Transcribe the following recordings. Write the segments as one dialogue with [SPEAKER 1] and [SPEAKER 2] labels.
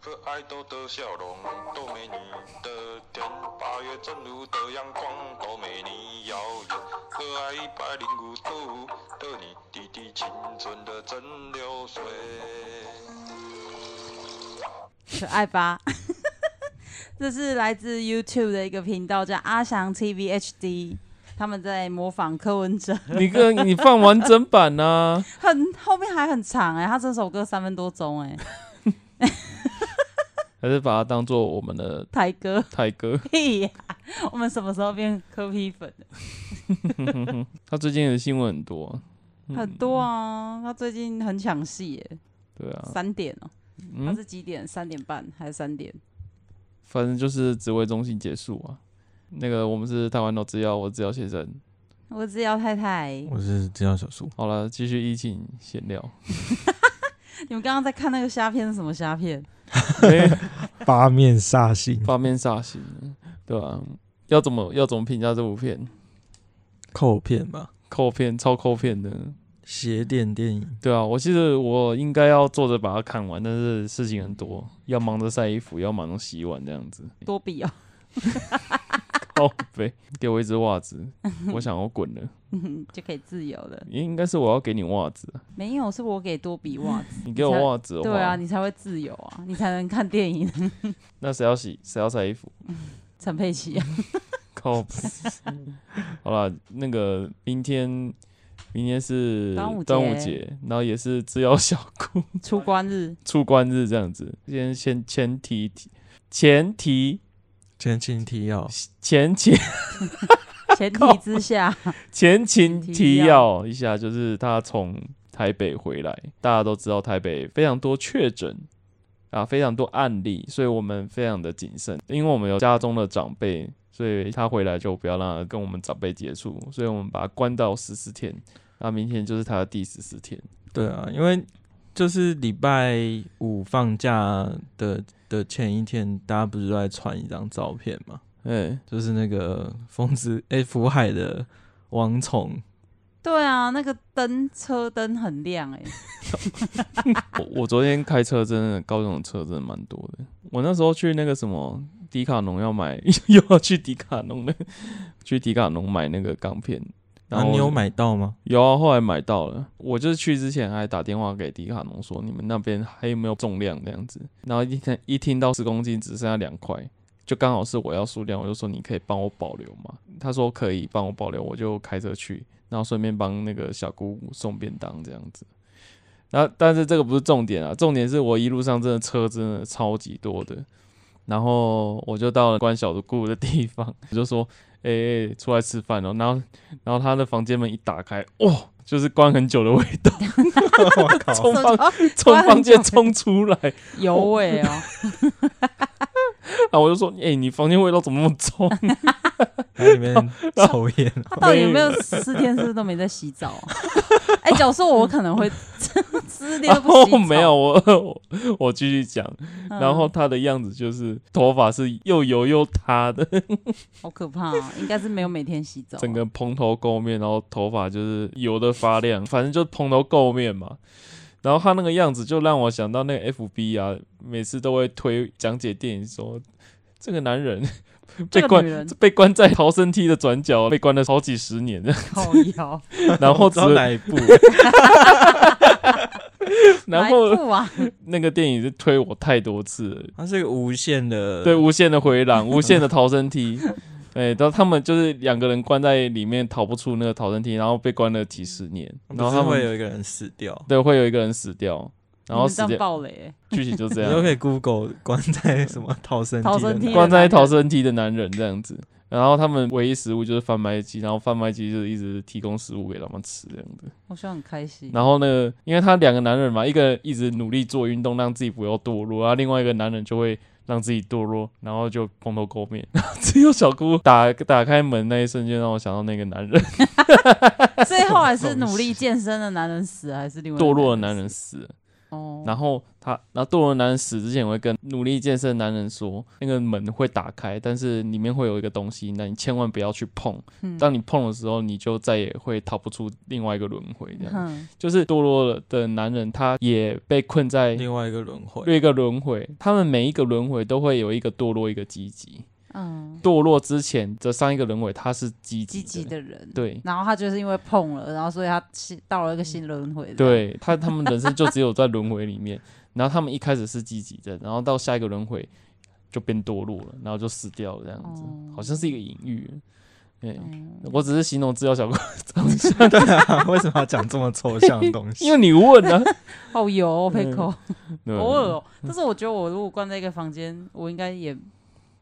[SPEAKER 1] 可爱多的笑容，多美丽的天，八月正午的阳光，多美丽耀眼。可爱一百零五度的你，滴滴青春的蒸馏水。
[SPEAKER 2] 可爱吧？ 这是来自 YouTube 的一个频道，叫阿翔 TV HD，他们在模仿柯文哲，
[SPEAKER 3] 你个你放完整版啊呐、
[SPEAKER 2] 很后面还很长哎、他这首歌三分多钟哎、
[SPEAKER 3] 还是把它当做我们的
[SPEAKER 2] 台歌
[SPEAKER 3] 泰哥？
[SPEAKER 2] 屁呀、 我们什么时候变柯批粉了？
[SPEAKER 3] 他最近的新闻很多啊，
[SPEAKER 2] 很多啊，他最近很抢戏耶，
[SPEAKER 3] 对啊，
[SPEAKER 2] 三点哦、他
[SPEAKER 3] 嗯，
[SPEAKER 2] 是几点？三点半还是三点？
[SPEAKER 3] 反正就是职位中心结束啊。那个我们是台湾老制药，我制药先生。
[SPEAKER 2] 我只要太太，
[SPEAKER 4] 我是制药小叔，
[SPEAKER 3] 好了，继续疫情闲聊。
[SPEAKER 2] 你们刚刚在看那个虾片是什么虾片？
[SPEAKER 3] 没
[SPEAKER 4] 八面煞星，
[SPEAKER 3] 八面煞星了，对吧、要怎么要怎么评价这部片？
[SPEAKER 4] 扣片吧，
[SPEAKER 3] 扣片，超扣片的。
[SPEAKER 4] 邪典电影，
[SPEAKER 3] 对啊，我记得我应该要坐着把它看完，但是事情很多，要忙着晒衣服，要忙着洗碗，这样子。
[SPEAKER 2] 多比哦、
[SPEAKER 3] 哦，对，给我一只袜子，我想要滚了。
[SPEAKER 2] 就可以自由了。
[SPEAKER 3] 应该是我要给你袜子，啊
[SPEAKER 2] 没有，是我给多比袜子。
[SPEAKER 3] 你给我袜子的话，
[SPEAKER 2] 对啊，你才会自由啊，你才能看电影。
[SPEAKER 3] 那谁要洗，谁要晒衣服？
[SPEAKER 2] 陈佩琪 啊，
[SPEAKER 3] 靠谱！好啦，那个明天，明天是
[SPEAKER 2] 端午节
[SPEAKER 3] 端午节，然后也是制药小姑
[SPEAKER 2] 出关 日
[SPEAKER 3] 出关日这样子。先先前提前提
[SPEAKER 4] 前情提要，
[SPEAKER 3] 前情
[SPEAKER 2] 前提之下，
[SPEAKER 3] 前情提
[SPEAKER 2] 提
[SPEAKER 3] 要
[SPEAKER 2] 要
[SPEAKER 3] 一下，就是他从台北回来，大家都知道台北非常多确诊啊，非常多案例，所以我们非常的谨慎，因为我们有家中的长辈，所以他回来就不要让他跟我们长辈接触，所以我们把他关到十四天。那明天就是他的第十四天，
[SPEAKER 4] 对啊，因为就是礼拜五放假的的前一天，大家不是都在传一张照片嘛，
[SPEAKER 3] 哎、
[SPEAKER 4] 就是那个疯子哎福海的王宠，
[SPEAKER 2] 对啊，那个灯车灯很亮哎、
[SPEAKER 3] 我我昨天开车真的，高雄的车真的蛮多的。我那时候去那个什么迪卡侬要买， 又要去迪卡侬的，去迪卡侬买那个钢片。
[SPEAKER 4] 然啊后你有
[SPEAKER 3] 我
[SPEAKER 4] 买到吗？
[SPEAKER 3] 有啊，后来买到了。我就是去之前还打电话给迪卡侬说，你们那边还有没有重量这样子。然后一听一听到十公斤只剩下两块，就刚好是我要数量，我就说你可以帮我保留吗？他说可以帮我保留，我就开车去，然后顺便帮那个小姑送便当这样子。然后但是这个不是重点啊，重点是我一路上真的车真的超级多的。然后我就到了关小姑的地方， 我就说：“哎、欸出来吃饭哦。”然后然后他的房间门一打开，哇、就是关很久的味道，
[SPEAKER 4] 我靠
[SPEAKER 3] 从
[SPEAKER 2] 手
[SPEAKER 3] 房
[SPEAKER 2] 机哦
[SPEAKER 3] 从房
[SPEAKER 2] 关很久
[SPEAKER 3] 间冲出来，
[SPEAKER 2] 有味哦、
[SPEAKER 3] 然后我就说：“哎、你房间味道怎么那么重
[SPEAKER 2] 啊
[SPEAKER 4] 在里面抽 烟哦，
[SPEAKER 2] 他到底有没有四天是不是都没在洗澡、啊？哎、假如说我可能会 四？”天
[SPEAKER 3] 然
[SPEAKER 2] 都 不洗澡，
[SPEAKER 3] 后哦没有，我我 我继续讲，
[SPEAKER 2] 嗯
[SPEAKER 3] 然后他的样子就是头发是又油又塌的，
[SPEAKER 2] 哦好可怕、啊，应该是没有每天洗澡、啊，
[SPEAKER 3] 整个蓬头垢面，然后头发就是油的发亮，反正就蓬头垢面嘛。然后他那个样子就让我想到那个 FB 啊，每次都会推讲解电影说，这个男人 被
[SPEAKER 2] 这个
[SPEAKER 3] 关
[SPEAKER 2] 女人
[SPEAKER 3] 被关在逃生梯的转角， 被关了好几十年，
[SPEAKER 2] 靠腰，
[SPEAKER 3] 然后
[SPEAKER 4] 我
[SPEAKER 3] 只
[SPEAKER 4] 知道哪一 部？
[SPEAKER 3] 然
[SPEAKER 2] 哪
[SPEAKER 3] 后
[SPEAKER 2] 一部啊，
[SPEAKER 3] 那个电影是推我太多次了，
[SPEAKER 4] 它是一个无限的，
[SPEAKER 3] 对，无限的回廊，无限的逃生梯。 哎、然后他们就是两个人关在里面，逃不出那个逃生梯，然后被关了几十年，然
[SPEAKER 4] 然
[SPEAKER 3] 后
[SPEAKER 4] 后
[SPEAKER 3] 他
[SPEAKER 4] 会
[SPEAKER 3] 们
[SPEAKER 4] 有一个人死掉，
[SPEAKER 3] 对会有一个人死掉， 然后
[SPEAKER 2] 你们
[SPEAKER 3] 死
[SPEAKER 2] 这样
[SPEAKER 3] 掉
[SPEAKER 2] 暴雷欸、
[SPEAKER 3] 剧情就这
[SPEAKER 4] 你都
[SPEAKER 3] 样，
[SPEAKER 4] 可以 Google 关在什么 逃生梯
[SPEAKER 2] 逃
[SPEAKER 4] 的
[SPEAKER 2] 生
[SPEAKER 4] 那
[SPEAKER 2] 梯
[SPEAKER 4] 个
[SPEAKER 2] 的
[SPEAKER 3] 关在
[SPEAKER 2] 男人
[SPEAKER 3] 逃生梯的男人这样子。然后他们唯一食物就是贩卖机，然后贩卖机就是一直提供食物给他们吃这样子。
[SPEAKER 2] 我希望很开心。
[SPEAKER 3] 然后那个，因为他两个男人嘛，一个一直努力做运动，让自己不要堕落，然后另外一个男人就会让自己堕落，然后就蓬头垢面。 只有小姑打打开门那一瞬间，让我想到那个男人
[SPEAKER 2] 所以后来是努力健身的男人死，还是另外一个
[SPEAKER 3] 堕落的男人死了。
[SPEAKER 2] 哦，
[SPEAKER 3] 然后他，然后堕落男人死之前，我会跟努力健身的男人说，那个门会打开，但是里面会有一个东西，那你千万不要去碰。
[SPEAKER 2] 嗯
[SPEAKER 3] 当你碰的时候，你就再也会逃不出另外一个轮回。这样，
[SPEAKER 2] 哼
[SPEAKER 3] 就是堕落的男人，他也被困在
[SPEAKER 4] 另外一个轮回，
[SPEAKER 3] 另一个轮回。他们每一个轮回都会有一个堕落，一个积极。
[SPEAKER 2] 嗯，
[SPEAKER 3] 堕落之前这上一个轮回，他是积
[SPEAKER 2] 积
[SPEAKER 3] 极
[SPEAKER 2] 极的人，
[SPEAKER 3] 对
[SPEAKER 2] 然后他就是因为碰了，然后所以他新到了一个新轮回，，
[SPEAKER 3] 对他，他们人生就只有在轮回里面。然后他们一开始是积极的，然后到下一个轮回就变堕落了，然后就死掉了，这样子，
[SPEAKER 2] 哦
[SPEAKER 3] 好像是一个隐喻。对，
[SPEAKER 2] 嗯
[SPEAKER 3] 我只是形容资料小哥长 相，
[SPEAKER 4] 对啊，为什么要讲这么抽象的东西？
[SPEAKER 3] 因为你问 啊，
[SPEAKER 2] 好油哦，佩
[SPEAKER 3] 嗯
[SPEAKER 2] 扣，
[SPEAKER 3] 对
[SPEAKER 2] 偶尔哦。但是我觉得我如果关在一个房间，我应该也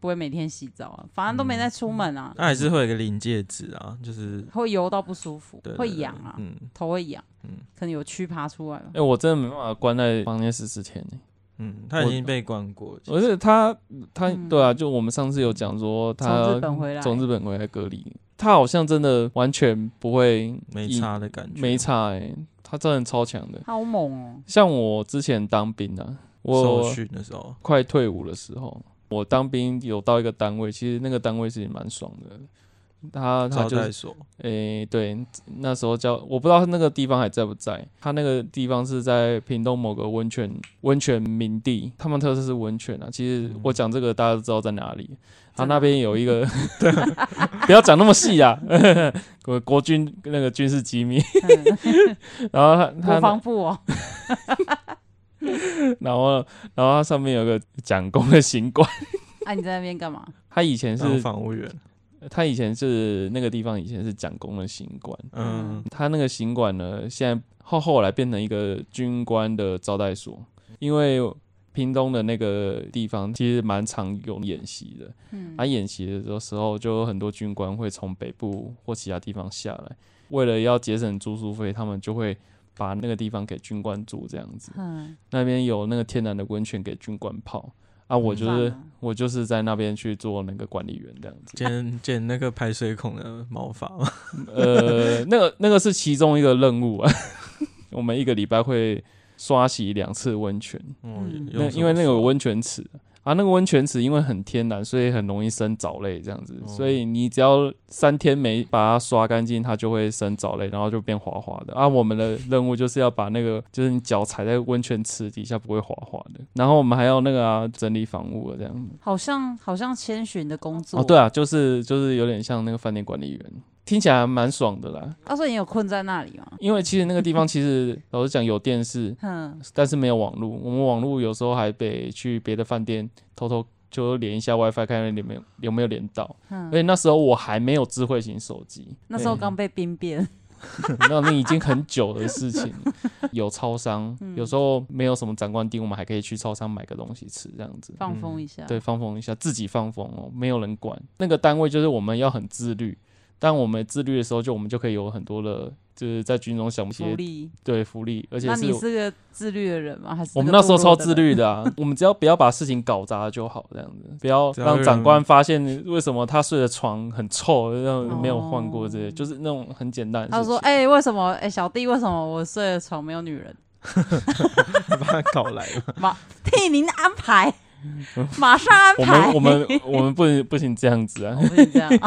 [SPEAKER 2] 不会每天洗澡啊，反正都没在出门啊，
[SPEAKER 4] 那还是会有一个临界值啊，就是
[SPEAKER 2] 会油到不舒服
[SPEAKER 4] 对，
[SPEAKER 2] 会痒啊，
[SPEAKER 4] 嗯
[SPEAKER 2] 头会痒，
[SPEAKER 4] 嗯
[SPEAKER 2] 可能有蛆爬出来吧
[SPEAKER 3] 哎、。我真的没办法关在房间十四天呢、
[SPEAKER 4] 嗯，他已经被关过，
[SPEAKER 3] 而且他他、
[SPEAKER 2] 嗯
[SPEAKER 3] 对啊，就我们上次有讲说他
[SPEAKER 2] 从日本回来
[SPEAKER 3] 从日本回来隔离，他好像真的完全不会
[SPEAKER 4] 没
[SPEAKER 3] 以
[SPEAKER 4] 差的感觉，
[SPEAKER 3] 没差哎、他真的超强的。
[SPEAKER 2] 好猛哦！
[SPEAKER 3] 像我之前当兵啊，
[SPEAKER 4] 受
[SPEAKER 3] 我
[SPEAKER 4] 训的时候，
[SPEAKER 3] 快退伍的时候，我当兵有到一个单位，其实那个单位是蛮爽的。他他
[SPEAKER 4] 招
[SPEAKER 3] 就是
[SPEAKER 4] 待所，
[SPEAKER 3] 诶、对，那时候叫我不知道那个地方还在不在。他那个地方是在屏东某个温泉温泉名地，他们特色是温泉啊。其实我讲这个大家都知道在哪里。他那边有一个， 啊不要讲那么细啊，国国军那个军事机密。
[SPEAKER 2] 嗯
[SPEAKER 3] 然后他他
[SPEAKER 2] 国防部哦，
[SPEAKER 3] 然后然后它上面有个蒋公的行馆，
[SPEAKER 2] 啊，你在那边干嘛？
[SPEAKER 3] 他以前
[SPEAKER 4] 当
[SPEAKER 3] 是
[SPEAKER 4] 防务员，
[SPEAKER 3] 他以前是那个地方以前是蒋公的行馆，
[SPEAKER 4] 嗯，
[SPEAKER 3] 他那个行馆呢，现在后后来变成一个军官的招待所，因为屏东的那个地方其实蛮常有演习的，
[SPEAKER 2] 嗯
[SPEAKER 3] 他、演习的时候就有很多军官会从北部或其他地方下来，为了要节省住宿费，他们就会把那个地方给军官住这样子。
[SPEAKER 2] 嗯，
[SPEAKER 3] 那边有那个天然的温泉给军官泡啊，我就是、
[SPEAKER 2] 棒啊
[SPEAKER 3] 我就是在那边去做那个管理员这样子。
[SPEAKER 4] 剪剪那个排水孔的毛发 嘛，
[SPEAKER 3] 呃，那个那个是其中一个任务啊， 我们一个礼拜会刷洗两次温泉，
[SPEAKER 2] 嗯
[SPEAKER 4] 嗯，
[SPEAKER 3] 那因为那哦个有温泉池啊，那个温泉池因为很天然，所以很容易生藻类这样子，
[SPEAKER 4] 哦
[SPEAKER 3] 所以你只要三天没把它刷干净，它就会生藻类，然后就变滑滑的啊。我们的任务就是要把那个，就是你脚踩在温泉池底下不会滑滑的，然后我们还要那个啊整理房屋啊这样子。
[SPEAKER 2] 好像好像千寻的工作
[SPEAKER 3] 哦，对啊，就是就是有点像那个饭店管理员，听起来还蛮爽的啦。
[SPEAKER 2] 啊，所以你有困在那里吗？
[SPEAKER 3] 因为其实那个地方其实老实讲有电视，
[SPEAKER 2] 哼，
[SPEAKER 3] 但是没有网络。我们网络有时候还得去别的饭店偷偷就连一下 WiFi，看有没有有没有连到。
[SPEAKER 2] 嗯
[SPEAKER 3] 而且那时候我还没有智慧型手机，
[SPEAKER 2] 那时候刚被兵变，
[SPEAKER 3] 对那那已经很久的事情。有超 商，
[SPEAKER 2] 嗯
[SPEAKER 3] 有时候没有什么长官盯，我们还可以去超商买个东西吃，这样子。
[SPEAKER 2] 放风一啊下。
[SPEAKER 3] 嗯对，，放风一下，自己放风哦，没有人管。那个单位就是我们要很自律，当我们自律的时候，就我们就可以有很多的，就是在军中想一
[SPEAKER 2] 福
[SPEAKER 3] 些
[SPEAKER 2] 利。
[SPEAKER 3] 对福利，而且
[SPEAKER 2] 那你
[SPEAKER 3] 是
[SPEAKER 2] 是个自律的人吗？还是
[SPEAKER 3] 我们
[SPEAKER 2] 个
[SPEAKER 3] 那时候
[SPEAKER 2] 懦弱
[SPEAKER 3] 超
[SPEAKER 2] 的
[SPEAKER 3] 自
[SPEAKER 2] 人？
[SPEAKER 3] 律的啊，我们只要不要把事情搞砸就好，这样子，不要
[SPEAKER 4] 只要
[SPEAKER 3] 让
[SPEAKER 4] 有
[SPEAKER 3] 长
[SPEAKER 4] 人
[SPEAKER 3] 官发现为什么他睡的床很臭，然后没有换过这些，
[SPEAKER 2] 哦
[SPEAKER 3] 就是那种很简单的
[SPEAKER 2] 他
[SPEAKER 3] 事
[SPEAKER 2] 说：“
[SPEAKER 3] 情。
[SPEAKER 2] 哎、为什么？哎、小弟，为什么我睡的床没有女人？
[SPEAKER 4] 把它搞来 了，
[SPEAKER 2] 马替您安排，马上安排。
[SPEAKER 3] 我们我们我们不能不行这样子啊
[SPEAKER 4] 哦
[SPEAKER 2] 我！不行这样， 啊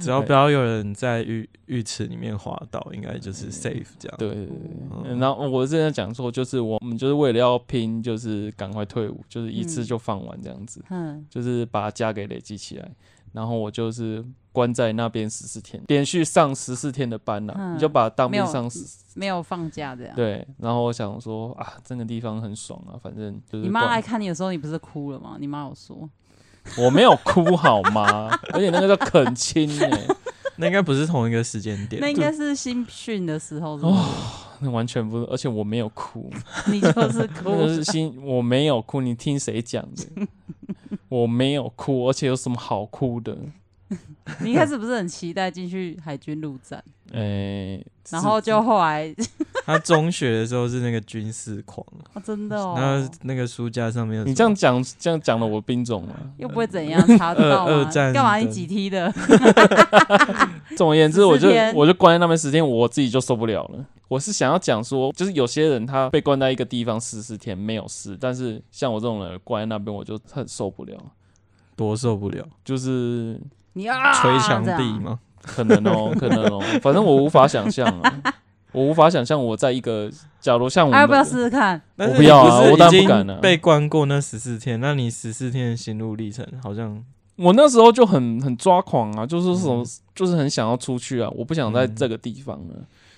[SPEAKER 4] 只要不要有人在浴浴池里面滑倒，应该就是 safe 这样，
[SPEAKER 3] 对对对对，嗯
[SPEAKER 4] 嗯
[SPEAKER 3] 然后我之前讲说，就是我我们就是为了要拼，就是赶快退伍，就是一次
[SPEAKER 2] 嗯
[SPEAKER 3] 就放完这样子，
[SPEAKER 2] 嗯，
[SPEAKER 3] 就是把家给累积起来。然后我就是关在那边十四天，连续上十四天的班呐、
[SPEAKER 2] 嗯
[SPEAKER 3] 你就把当
[SPEAKER 2] 没
[SPEAKER 3] 兵
[SPEAKER 2] 有
[SPEAKER 3] 上14
[SPEAKER 2] 没有放假这样。
[SPEAKER 3] 对。然后我想说啊，这个地方很爽啊，反正就是
[SPEAKER 2] 你妈来
[SPEAKER 3] 关
[SPEAKER 2] 看你的时候，你不是哭了吗？你妈有说，
[SPEAKER 3] 我没有哭好吗？ 而且那个叫恳亲呢、
[SPEAKER 4] 那应该不是同一个时间点，
[SPEAKER 2] 那应该是新训的时候是不是，
[SPEAKER 3] 那完全不是，而且我没有 哭。
[SPEAKER 2] 你就是
[SPEAKER 3] 真
[SPEAKER 2] 哭
[SPEAKER 3] 的。是心，我没有哭，你听谁讲的？ 我没有哭，而且有什么好哭的？
[SPEAKER 2] 你一开始不是很期待进去海军陆战，
[SPEAKER 3] 哎、
[SPEAKER 2] 然后就后来
[SPEAKER 4] 他中学的时候是那个军事狂，
[SPEAKER 2] 啊真的哦，
[SPEAKER 4] 然后那个书架上面有
[SPEAKER 3] 你
[SPEAKER 4] 什
[SPEAKER 3] 这样
[SPEAKER 4] 么
[SPEAKER 3] 讲，这样讲了我兵种了。
[SPEAKER 2] 又不会怎样，查得到
[SPEAKER 4] 呃二
[SPEAKER 2] 吗
[SPEAKER 4] 二？战
[SPEAKER 2] 干嘛你
[SPEAKER 4] 的
[SPEAKER 2] 几梯 的？
[SPEAKER 3] 总而言之，我就
[SPEAKER 2] 14天
[SPEAKER 3] 我就关在那边时间，我自己就受不了了。我是想要讲说，就是有些人他被关在一个地方四十天没有事，但是像我这种人关在那边，我就很受不了，
[SPEAKER 4] 多受不了，
[SPEAKER 3] 就是
[SPEAKER 2] 你啊，
[SPEAKER 4] 捶墙
[SPEAKER 2] 这样
[SPEAKER 4] 壁吗？
[SPEAKER 3] 可能 哦，可能哦，反正我无法想象啊，我无法想象我在一个假如
[SPEAKER 4] 哦
[SPEAKER 3] 像我
[SPEAKER 2] 啊要不要
[SPEAKER 3] 们
[SPEAKER 2] 试试看？
[SPEAKER 4] 但是
[SPEAKER 3] 我不要啊
[SPEAKER 4] 你是
[SPEAKER 3] 我当然
[SPEAKER 4] 已
[SPEAKER 3] 不敢
[SPEAKER 4] 经
[SPEAKER 3] 啊
[SPEAKER 4] 被关过那十四天，那你十四天的心路历程好像
[SPEAKER 3] 我那时候就很很抓狂啊，就是什么、
[SPEAKER 4] 嗯
[SPEAKER 3] 就是很想要出去啊，我不想
[SPEAKER 2] 嗯
[SPEAKER 3] 在这个地方了，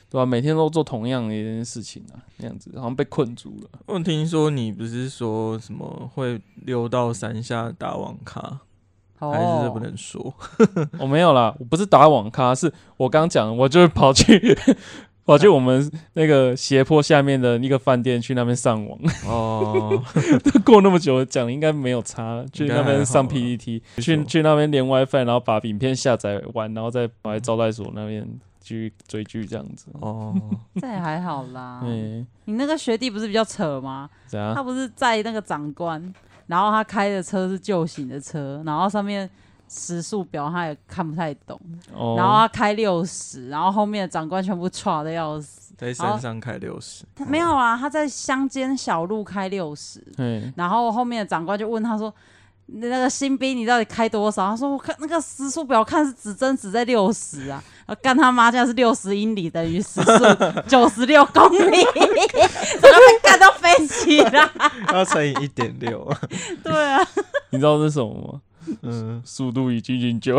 [SPEAKER 3] 对吧、每天都做同样的一件事情啊，那样子好像被困住了。
[SPEAKER 4] 我听说你不是说什么会溜到山下打网咖，
[SPEAKER 2] 哦
[SPEAKER 4] 还是这不能说？
[SPEAKER 3] 我、哦没有啦，我不是打网咖，是我刚讲的，我就是跑去 跑去我们那个斜坡下面的一个饭店去那边上网。
[SPEAKER 4] 哦，
[SPEAKER 3] 过那么久讲应该没有差，去
[SPEAKER 4] 应该
[SPEAKER 3] 那边上
[SPEAKER 4] 还好啦
[SPEAKER 3] PPT，去去那边连 WiFi，然后把影片下载完，然后再跑来招待所那边去追剧这样子。
[SPEAKER 4] 哦，
[SPEAKER 2] 这也还好啦。
[SPEAKER 3] 嗯，
[SPEAKER 2] 你那个学弟不是比较扯吗？
[SPEAKER 3] 怎样
[SPEAKER 4] 啊
[SPEAKER 2] 他？不是载那个长官，然后他开的车是旧型的车，然后上面时速表他也看不太懂，
[SPEAKER 3] 哦，
[SPEAKER 2] 然后啊他开六十，然后后面的长官全部歘的要死。
[SPEAKER 4] 在山上开六十，
[SPEAKER 2] 他没有啊，他在乡间小路开六十，
[SPEAKER 3] 嘿，
[SPEAKER 2] 然后后面的长官就问他说：“你那个新兵你到底开多少？”他说：“我看那个时速表看是指针指在六十啊。”然后干他妈，现在是六十英里等于时速九十六公里，怎么被干到飞起啦？
[SPEAKER 4] 要乘以一点六，
[SPEAKER 2] 对啊，
[SPEAKER 3] 你知道这是什么吗？
[SPEAKER 4] 嗯，
[SPEAKER 3] 速度与激情 九。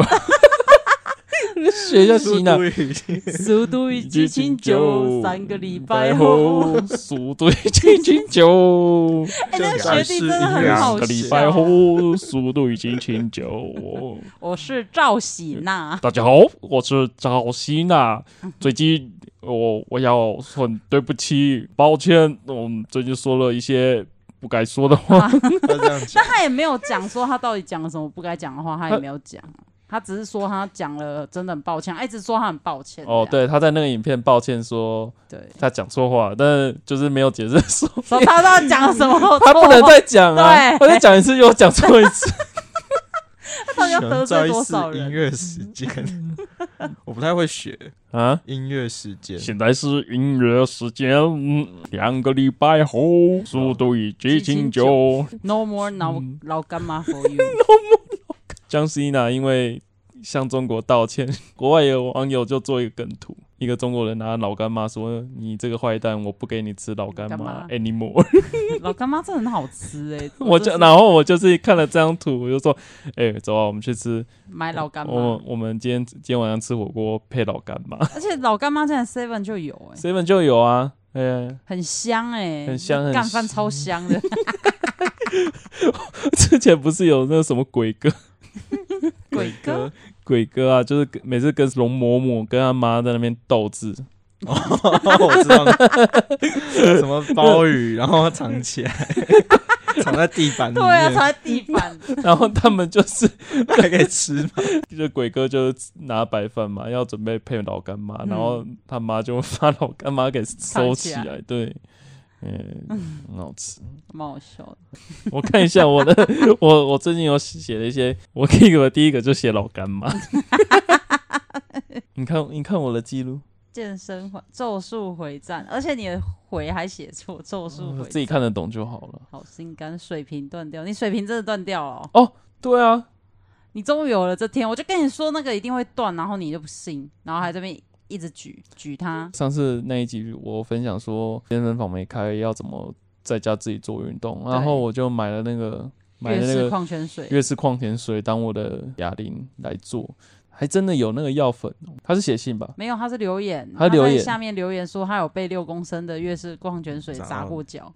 [SPEAKER 3] 学一下
[SPEAKER 4] 速
[SPEAKER 3] 西南
[SPEAKER 4] 度。已经
[SPEAKER 2] 速度与激情九，三个礼拜哦后。，
[SPEAKER 3] 速度与激情九，
[SPEAKER 2] 哎、那个学弟真的很
[SPEAKER 3] 两
[SPEAKER 2] 好
[SPEAKER 3] 个礼拜哦
[SPEAKER 2] 笑。
[SPEAKER 3] 后，速度与激情九。
[SPEAKER 2] 我是赵喜娜，
[SPEAKER 3] 大家好，我是赵希娜。最近我我要很对不起，抱歉，我们最近说了一些不该说的
[SPEAKER 2] 啊
[SPEAKER 3] 话。
[SPEAKER 4] 要这样讲
[SPEAKER 2] 但， 他也没有讲说他到底讲了什么不该讲的话，他也没有讲。他只是说他讲了，真的很抱歉，他一直说他很抱歉。
[SPEAKER 3] 哦，
[SPEAKER 2] 这样
[SPEAKER 3] 对，他在那个影片抱歉说
[SPEAKER 2] 对，
[SPEAKER 3] 他讲错话，但是就是没有解释说
[SPEAKER 2] 说他到底讲了什么错？
[SPEAKER 3] 他不能再讲啊，
[SPEAKER 2] 对
[SPEAKER 3] 他再讲一次又讲错一 次。
[SPEAKER 2] 他到底要得罪多少
[SPEAKER 4] 音
[SPEAKER 2] 人？
[SPEAKER 4] 乐时间， 我不太会学
[SPEAKER 3] 啊！
[SPEAKER 4] 音乐时间，
[SPEAKER 3] 现在是音乐时间，嗯两个礼拜后，速度与激情九。
[SPEAKER 2] No more 老
[SPEAKER 3] 嗯
[SPEAKER 2] 老干妈 for you。
[SPEAKER 3] 江西娜因为向中国道歉， 国外有网友就做一个梗图，一个中国人拿老干妈说：“你这个坏蛋，我不给你吃老干
[SPEAKER 2] 干
[SPEAKER 3] 妈
[SPEAKER 2] 妈
[SPEAKER 3] anymore。
[SPEAKER 2] 老干妈真的很好吃哎、欸！”
[SPEAKER 3] 我
[SPEAKER 2] 真
[SPEAKER 3] 就是然后我就是看了这张图，我就说：“哎、走啊，我们去吃
[SPEAKER 2] 买老干妈
[SPEAKER 3] 我，我们今天今天晚上吃火锅配老干妈
[SPEAKER 2] 而且老干妈现在 seven 就有哎、
[SPEAKER 3] ，seven 就有啊。哎、
[SPEAKER 2] 很香哎、
[SPEAKER 3] 很香很
[SPEAKER 2] 干饭超香的。
[SPEAKER 3] 之前不是有那什么鬼哥？
[SPEAKER 2] 鬼哥，
[SPEAKER 3] 鬼哥啊，就是跟每次跟容嬷嬷跟他妈在那边斗智，
[SPEAKER 4] 我知道，什么包雨，然后藏起来，藏在地板里
[SPEAKER 2] 对啊，
[SPEAKER 4] 面，
[SPEAKER 2] 藏在地板。
[SPEAKER 3] 然后他们就是
[SPEAKER 4] 还可以吃吗？
[SPEAKER 3] 就鬼哥就是拿白饭嘛，要准备配老干妈，
[SPEAKER 2] 嗯
[SPEAKER 3] 然后他妈就把老干妈给收起
[SPEAKER 2] 藏起
[SPEAKER 3] 来，对， 嗯、很好吃。
[SPEAKER 2] 蛮好笑的。
[SPEAKER 3] 我看一下我的， 我我最近有写了一些，我第一个第一个就写老干 妈。你看，你看我的记录，
[SPEAKER 2] 健身环咒术回战，而且你的回还写错，咒术回
[SPEAKER 3] 哦自己看得懂就好了。
[SPEAKER 2] 好心肝，水平断掉，你水平真的断掉了哦、
[SPEAKER 3] 对啊，
[SPEAKER 2] 你终于有了这天，我就跟你说那个一定会断，然后你就不信，然后还这边一直举举它，
[SPEAKER 3] 上次那一集我分享说健身房没开，要怎么在家自己做运动，然后我就买了那个买
[SPEAKER 2] 越
[SPEAKER 3] 了那
[SPEAKER 2] 是
[SPEAKER 3] 个
[SPEAKER 2] 矿泉水，
[SPEAKER 3] 越是矿泉水当我的哑铃来做，还真的有那个药粉哦，他是写信吧？
[SPEAKER 2] 没有，他是留言，
[SPEAKER 3] 他留言
[SPEAKER 2] 在下面留言说他有被六公升的越式矿泉水砸过脚，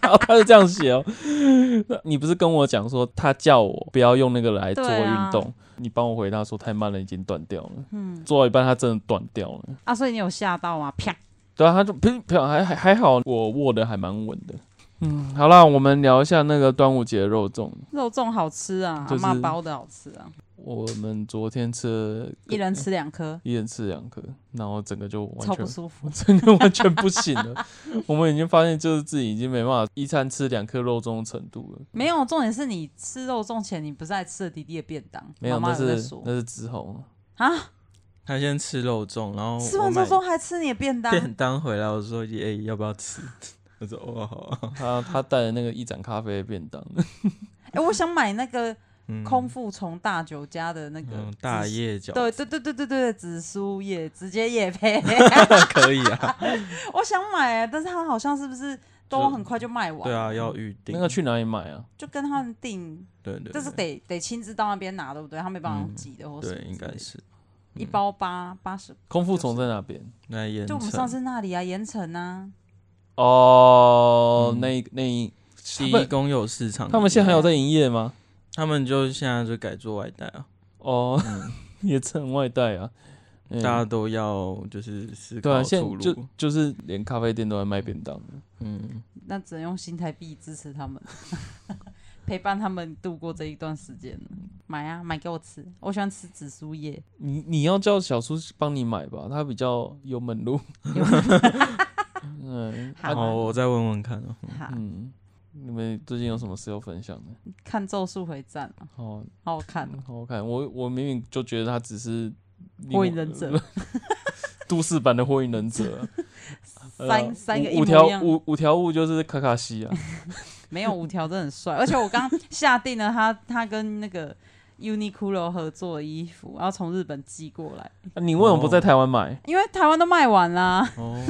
[SPEAKER 3] 然后他是这样写哦， 你不是跟我讲说他叫我不要用那个来做
[SPEAKER 2] 对啊
[SPEAKER 3] 运动，你帮我回答说太慢了，已经断掉了。
[SPEAKER 2] 嗯
[SPEAKER 3] 做到一半他真的断掉了，
[SPEAKER 2] 啊，所以你有吓到吗？啪，
[SPEAKER 3] 对啊，他就噗噗，还还还好，我握的还蛮稳的。嗯，好啦，我们聊一下那个端午节的肉粽。
[SPEAKER 2] 肉粽好吃啊，
[SPEAKER 3] 就是
[SPEAKER 2] 阿妈包的好吃啊，
[SPEAKER 3] 我们昨天吃了
[SPEAKER 2] 一人吃两颗，
[SPEAKER 3] 一人吃两颗，然后整个就完
[SPEAKER 2] 超不
[SPEAKER 3] 全
[SPEAKER 2] 舒服，
[SPEAKER 3] 真的完全不行了。 我们已经发现，就是自己已经没办法一餐吃两颗肉粽的程度了。
[SPEAKER 2] 没有，重点是你吃肉粽前，你不是还吃了弟弟的便当？
[SPEAKER 3] 没有，
[SPEAKER 2] 妈
[SPEAKER 3] 那
[SPEAKER 2] 妈有在
[SPEAKER 3] 是
[SPEAKER 2] 说
[SPEAKER 3] 那是之后，
[SPEAKER 2] 啊，
[SPEAKER 4] 他先吃肉粽，然后
[SPEAKER 2] 吃
[SPEAKER 4] 我
[SPEAKER 2] 完
[SPEAKER 4] 买
[SPEAKER 2] 周中还吃你的便当，
[SPEAKER 4] 便当回来，我说耶、要不要吃？ 我说哦好啊，
[SPEAKER 3] 他他带了那个一盏咖啡的便 当，
[SPEAKER 2] 哎、我想买那个
[SPEAKER 4] 嗯
[SPEAKER 2] 空腹虫大酒家的那个
[SPEAKER 4] 嗯
[SPEAKER 2] 紫
[SPEAKER 4] 大叶饺
[SPEAKER 2] 对对对对对对，紫苏叶直接叶配，
[SPEAKER 4] 可以啊，
[SPEAKER 2] 我想买，欸但是它好像是不是都很快就卖完？
[SPEAKER 4] 对，啊要预定
[SPEAKER 3] 那个去哪里买啊？
[SPEAKER 2] 就跟他们订，
[SPEAKER 4] 对对，
[SPEAKER 2] 但是
[SPEAKER 4] 对
[SPEAKER 2] 得得亲自到那边拿，对不对？他没办法用寄的，或什么
[SPEAKER 4] 对应
[SPEAKER 2] 之类
[SPEAKER 4] 该
[SPEAKER 2] 的
[SPEAKER 4] 是
[SPEAKER 2] 一包八八十，
[SPEAKER 3] 空腹虫在哪边？
[SPEAKER 4] 那盐
[SPEAKER 2] 就我们上次
[SPEAKER 4] 城
[SPEAKER 2] 那里啊，盐城啊，
[SPEAKER 3] 哦，那那一
[SPEAKER 4] 第
[SPEAKER 3] 他
[SPEAKER 4] 一
[SPEAKER 3] 们
[SPEAKER 4] 公有市场，
[SPEAKER 3] 他们现在还有在营业吗？
[SPEAKER 4] 他们就现在就改做外带啊，
[SPEAKER 3] 哦， 也趁外带啊，嗯
[SPEAKER 4] 大家都要就是思
[SPEAKER 3] 对啊，
[SPEAKER 4] 考
[SPEAKER 3] 现
[SPEAKER 4] 出
[SPEAKER 3] 在就
[SPEAKER 4] 路，
[SPEAKER 3] 就是连咖啡店都在卖便当，
[SPEAKER 4] 嗯，
[SPEAKER 2] 那只能用新台币支持他们， 陪伴他们度过这一段时间。买啊，买给我吃，我喜欢吃紫苏叶。
[SPEAKER 3] 你你要叫小叔帮你买吧，他比较有 门路。嗯，
[SPEAKER 2] 好啊
[SPEAKER 4] 好，我再问问看哦，
[SPEAKER 2] 好，
[SPEAKER 3] 嗯，你们最近有什么事要分享的？
[SPEAKER 2] 看《咒术回战》啊，
[SPEAKER 3] 哦，
[SPEAKER 2] 好好看哦，
[SPEAKER 3] 好好看。我我明明就觉得他只是
[SPEAKER 2] 《火影忍者》
[SPEAKER 3] 都市版的火影忍者，呃
[SPEAKER 2] 三三个
[SPEAKER 3] 五
[SPEAKER 2] 一
[SPEAKER 3] 五
[SPEAKER 2] 模一
[SPEAKER 3] 条
[SPEAKER 2] 样。
[SPEAKER 3] 五五条悟就是卡卡西啊，
[SPEAKER 2] 没有五条真的很帅，而 且我刚下定了他他跟那个 Uniqlo 合作的衣服，然后从日本寄过来，
[SPEAKER 3] 啊你为什么不
[SPEAKER 2] 哦
[SPEAKER 3] 在台湾买？
[SPEAKER 2] 因为台湾都卖完啦，
[SPEAKER 4] 哦，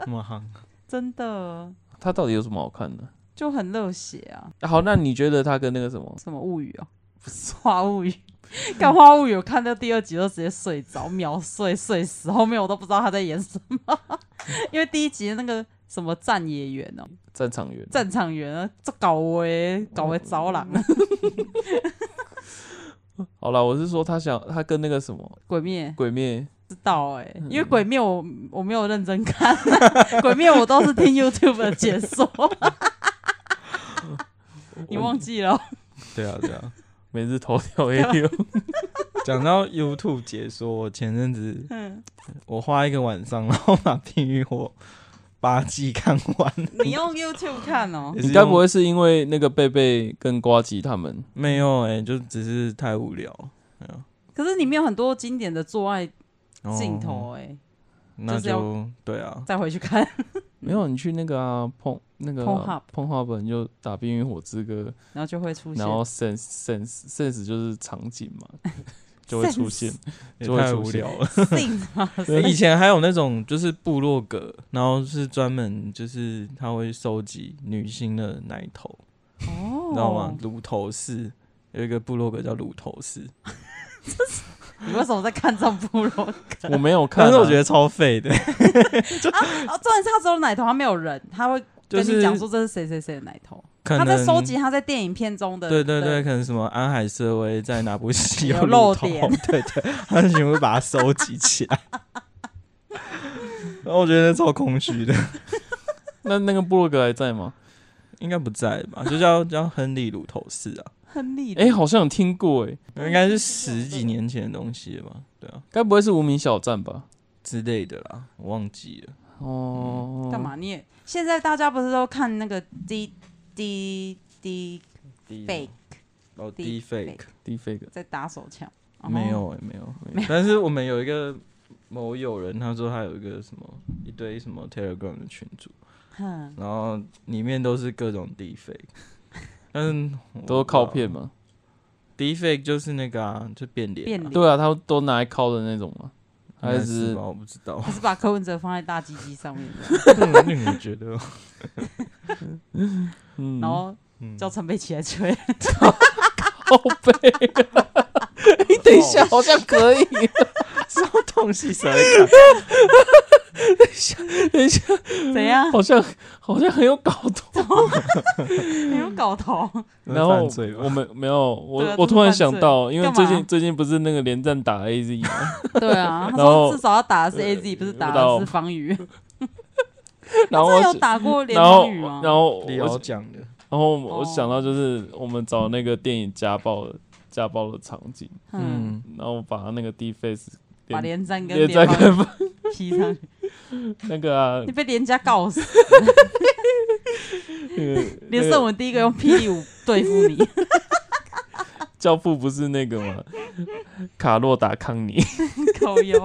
[SPEAKER 4] 那么夯，
[SPEAKER 2] 真的
[SPEAKER 3] 他到底有什么好看的？
[SPEAKER 2] 就很热血啊！
[SPEAKER 3] 啊好，那你觉得他跟那个什么？
[SPEAKER 2] 什么物语哦，不是花物语， 看花物语，我看到第二集就直接睡着，秒睡睡死，后面我都不知道他在演什么， 因为第一集的那个什么战野员哦，
[SPEAKER 3] 战场员，
[SPEAKER 2] 战场员啊，这搞为搞为招揽，
[SPEAKER 3] 好了，我是说他想他跟那个什么
[SPEAKER 2] 鬼灭。
[SPEAKER 3] 鬼灭，
[SPEAKER 2] 知道哎、
[SPEAKER 4] 嗯
[SPEAKER 2] 因为《鬼灭》我我没有认真看、 鬼灭》我都是听 YouTube 的解说。 你忘记了？
[SPEAKER 4] 对啊对啊，
[SPEAKER 3] 每日 头条也有，
[SPEAKER 4] 讲到 YouTube 解说，我前阵子
[SPEAKER 2] 嗯，
[SPEAKER 4] 我花一个晚上，然后把《地狱火》八季看完，
[SPEAKER 2] 你用 YouTube 看哦、
[SPEAKER 4] 也是
[SPEAKER 3] 你该
[SPEAKER 4] 用
[SPEAKER 3] 不会是因为那个贝贝跟瓜吉他们？
[SPEAKER 4] 没有哎、就只是太无聊了。
[SPEAKER 2] 可是里面有很多经典的做爱
[SPEAKER 4] 哦
[SPEAKER 2] 镜头哎、
[SPEAKER 4] 那
[SPEAKER 2] 就是要
[SPEAKER 4] 就对啊，
[SPEAKER 2] 再回去看。
[SPEAKER 3] 没有，你去那个啊碰那个
[SPEAKER 2] Pornhub
[SPEAKER 3] 碰画本就打《冰与火之歌
[SPEAKER 2] 然后就会出》，现
[SPEAKER 3] 然。后 sense sense sense 就是场景嘛， 就会出现。
[SPEAKER 4] 也
[SPEAKER 3] 就会
[SPEAKER 4] 太
[SPEAKER 3] 出
[SPEAKER 4] 无
[SPEAKER 3] 现
[SPEAKER 4] 聊了。
[SPEAKER 2] 性 啊，
[SPEAKER 4] 以前还有那种就是部落格，然后是专门就是他会收集女性的奶头，
[SPEAKER 2] 哦，
[SPEAKER 4] 你知道吗？？乳头氏有一个部落格叫乳头氏，
[SPEAKER 2] 你为什么在看哦这种部落格？
[SPEAKER 3] 我没有看、啊，
[SPEAKER 4] 但是我觉得超废的，
[SPEAKER 2] 哦，重点是他只有奶头，他没有人，他会
[SPEAKER 4] 就
[SPEAKER 2] 跟
[SPEAKER 4] 是
[SPEAKER 2] 你讲说这是谁谁谁的奶头。
[SPEAKER 4] 可能
[SPEAKER 2] 他在收集他在电影片中的。
[SPEAKER 4] 对对对，可能什么安海瑟薇在哪部 戏
[SPEAKER 2] 有
[SPEAKER 4] 露
[SPEAKER 2] 漏
[SPEAKER 4] 头
[SPEAKER 2] 点
[SPEAKER 4] 对对，他全部把它收集起来。 然后我觉得超空虚的，
[SPEAKER 3] 那那个部落格还在吗？
[SPEAKER 4] 应该不在吧？就叫叫亨利乳头氏啊，
[SPEAKER 2] 亨利
[SPEAKER 3] 哎、好像有听过哎、
[SPEAKER 4] 应该是十几年前的东西了吧？对啊，
[SPEAKER 3] 该不会是无名小站吧？
[SPEAKER 4] 之类的啦，我忘记了。
[SPEAKER 3] 哦，
[SPEAKER 2] 干？嘛？你也现在大家不是都看那个 D D D fake
[SPEAKER 4] 哦
[SPEAKER 2] D
[SPEAKER 4] ，D fake
[SPEAKER 3] 低 fake
[SPEAKER 2] 在打手枪？然后
[SPEAKER 4] 没，有哎、没有没有。但是我们有一个某友人，他说他有一个什么一堆什么 Telegram 的群组，
[SPEAKER 2] 哼，
[SPEAKER 4] 然后里面都是各种 D fake，但是我
[SPEAKER 3] 都是
[SPEAKER 4] 不知
[SPEAKER 3] 靠
[SPEAKER 4] 道
[SPEAKER 3] 骗嘛？
[SPEAKER 4] D fake 就是那个啊，就变脸啊、
[SPEAKER 2] 变脸，
[SPEAKER 3] 对啊，他们都拿来靠的那种嘛，
[SPEAKER 4] 应
[SPEAKER 3] 还
[SPEAKER 4] 该是
[SPEAKER 3] 是
[SPEAKER 4] 吧？我不知道
[SPEAKER 2] 还，是把柯文哲放在大鸡鸡上面，
[SPEAKER 4] 那你觉得？
[SPEAKER 3] 嗯
[SPEAKER 2] 然后
[SPEAKER 4] 嗯
[SPEAKER 2] 叫陈佩琪来 吹，
[SPEAKER 3] 靠背？你等一
[SPEAKER 2] 哦
[SPEAKER 3] 下，好像可以。
[SPEAKER 4] 什么东西谁会看？
[SPEAKER 3] 等一下，
[SPEAKER 2] 怎样？
[SPEAKER 3] 好像好像很有搞头。
[SPEAKER 2] 没有搞头，
[SPEAKER 3] 然后
[SPEAKER 4] 犯罪吧
[SPEAKER 3] 我们没有，我、
[SPEAKER 2] 对啊
[SPEAKER 3] 我突然想到，
[SPEAKER 2] 这是犯罪
[SPEAKER 3] 因为最
[SPEAKER 2] 干
[SPEAKER 3] 近
[SPEAKER 2] 嘛
[SPEAKER 3] 最近不是那个连战打 AZ 嘛，
[SPEAKER 2] 对啊，他
[SPEAKER 3] 然后呃
[SPEAKER 2] 说至少要打的是 A Z，不是打
[SPEAKER 3] 然后
[SPEAKER 2] 的是方宇，
[SPEAKER 3] 然后
[SPEAKER 2] 他
[SPEAKER 3] 我
[SPEAKER 2] 有打过连
[SPEAKER 3] 然后
[SPEAKER 2] 方宇吗？
[SPEAKER 3] 然后我
[SPEAKER 4] 李敖讲的，
[SPEAKER 3] 然后我
[SPEAKER 2] 哦
[SPEAKER 3] 想到就是我们找那个电影家暴的家暴的场景，
[SPEAKER 2] 嗯，，
[SPEAKER 3] 然后把那个 D face
[SPEAKER 2] 把连战跟
[SPEAKER 3] 连在
[SPEAKER 2] 连方
[SPEAKER 3] 跟
[SPEAKER 2] 宇劈上去，
[SPEAKER 3] 那个啊
[SPEAKER 2] 你，被连家告 死，连
[SPEAKER 3] 那个那个
[SPEAKER 2] 胜文第一个用霹雳舞对付你，
[SPEAKER 3] 教父不是那个吗？卡洛打康尼，
[SPEAKER 2] 口油，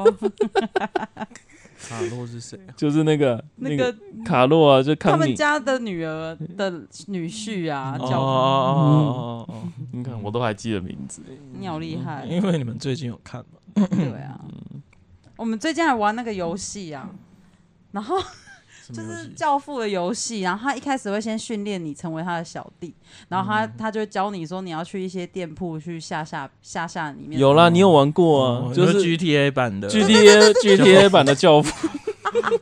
[SPEAKER 4] 卡洛是谁啊？
[SPEAKER 3] 就是那个
[SPEAKER 2] 那
[SPEAKER 3] 那
[SPEAKER 2] 个
[SPEAKER 3] 个卡洛啊，就
[SPEAKER 2] 他
[SPEAKER 3] 康
[SPEAKER 2] 们
[SPEAKER 3] 妮。
[SPEAKER 2] 家的女儿的女婿啊，
[SPEAKER 4] 哦
[SPEAKER 2] 叫
[SPEAKER 4] 哦哦哦哦
[SPEAKER 3] 你看，我都还记得名字。
[SPEAKER 2] 你好厉害
[SPEAKER 4] 哦，，因为你们最近有看嘛？
[SPEAKER 2] 对啊。我们最近还玩那个游戏啊，然后
[SPEAKER 4] 什
[SPEAKER 2] 就
[SPEAKER 4] 么游
[SPEAKER 2] 是
[SPEAKER 4] 戏
[SPEAKER 2] 教父的游戏，然后他一开始会先训练你成为他的小弟，然后
[SPEAKER 4] 嗯
[SPEAKER 2] 他、他就会教你说你要去一些店铺去下下下下里面。
[SPEAKER 3] 有啦，你有玩过
[SPEAKER 4] 哦
[SPEAKER 3] 啊？
[SPEAKER 4] 就
[SPEAKER 3] 就是是
[SPEAKER 4] GTA 版的，
[SPEAKER 3] GTA GTA 版的教 父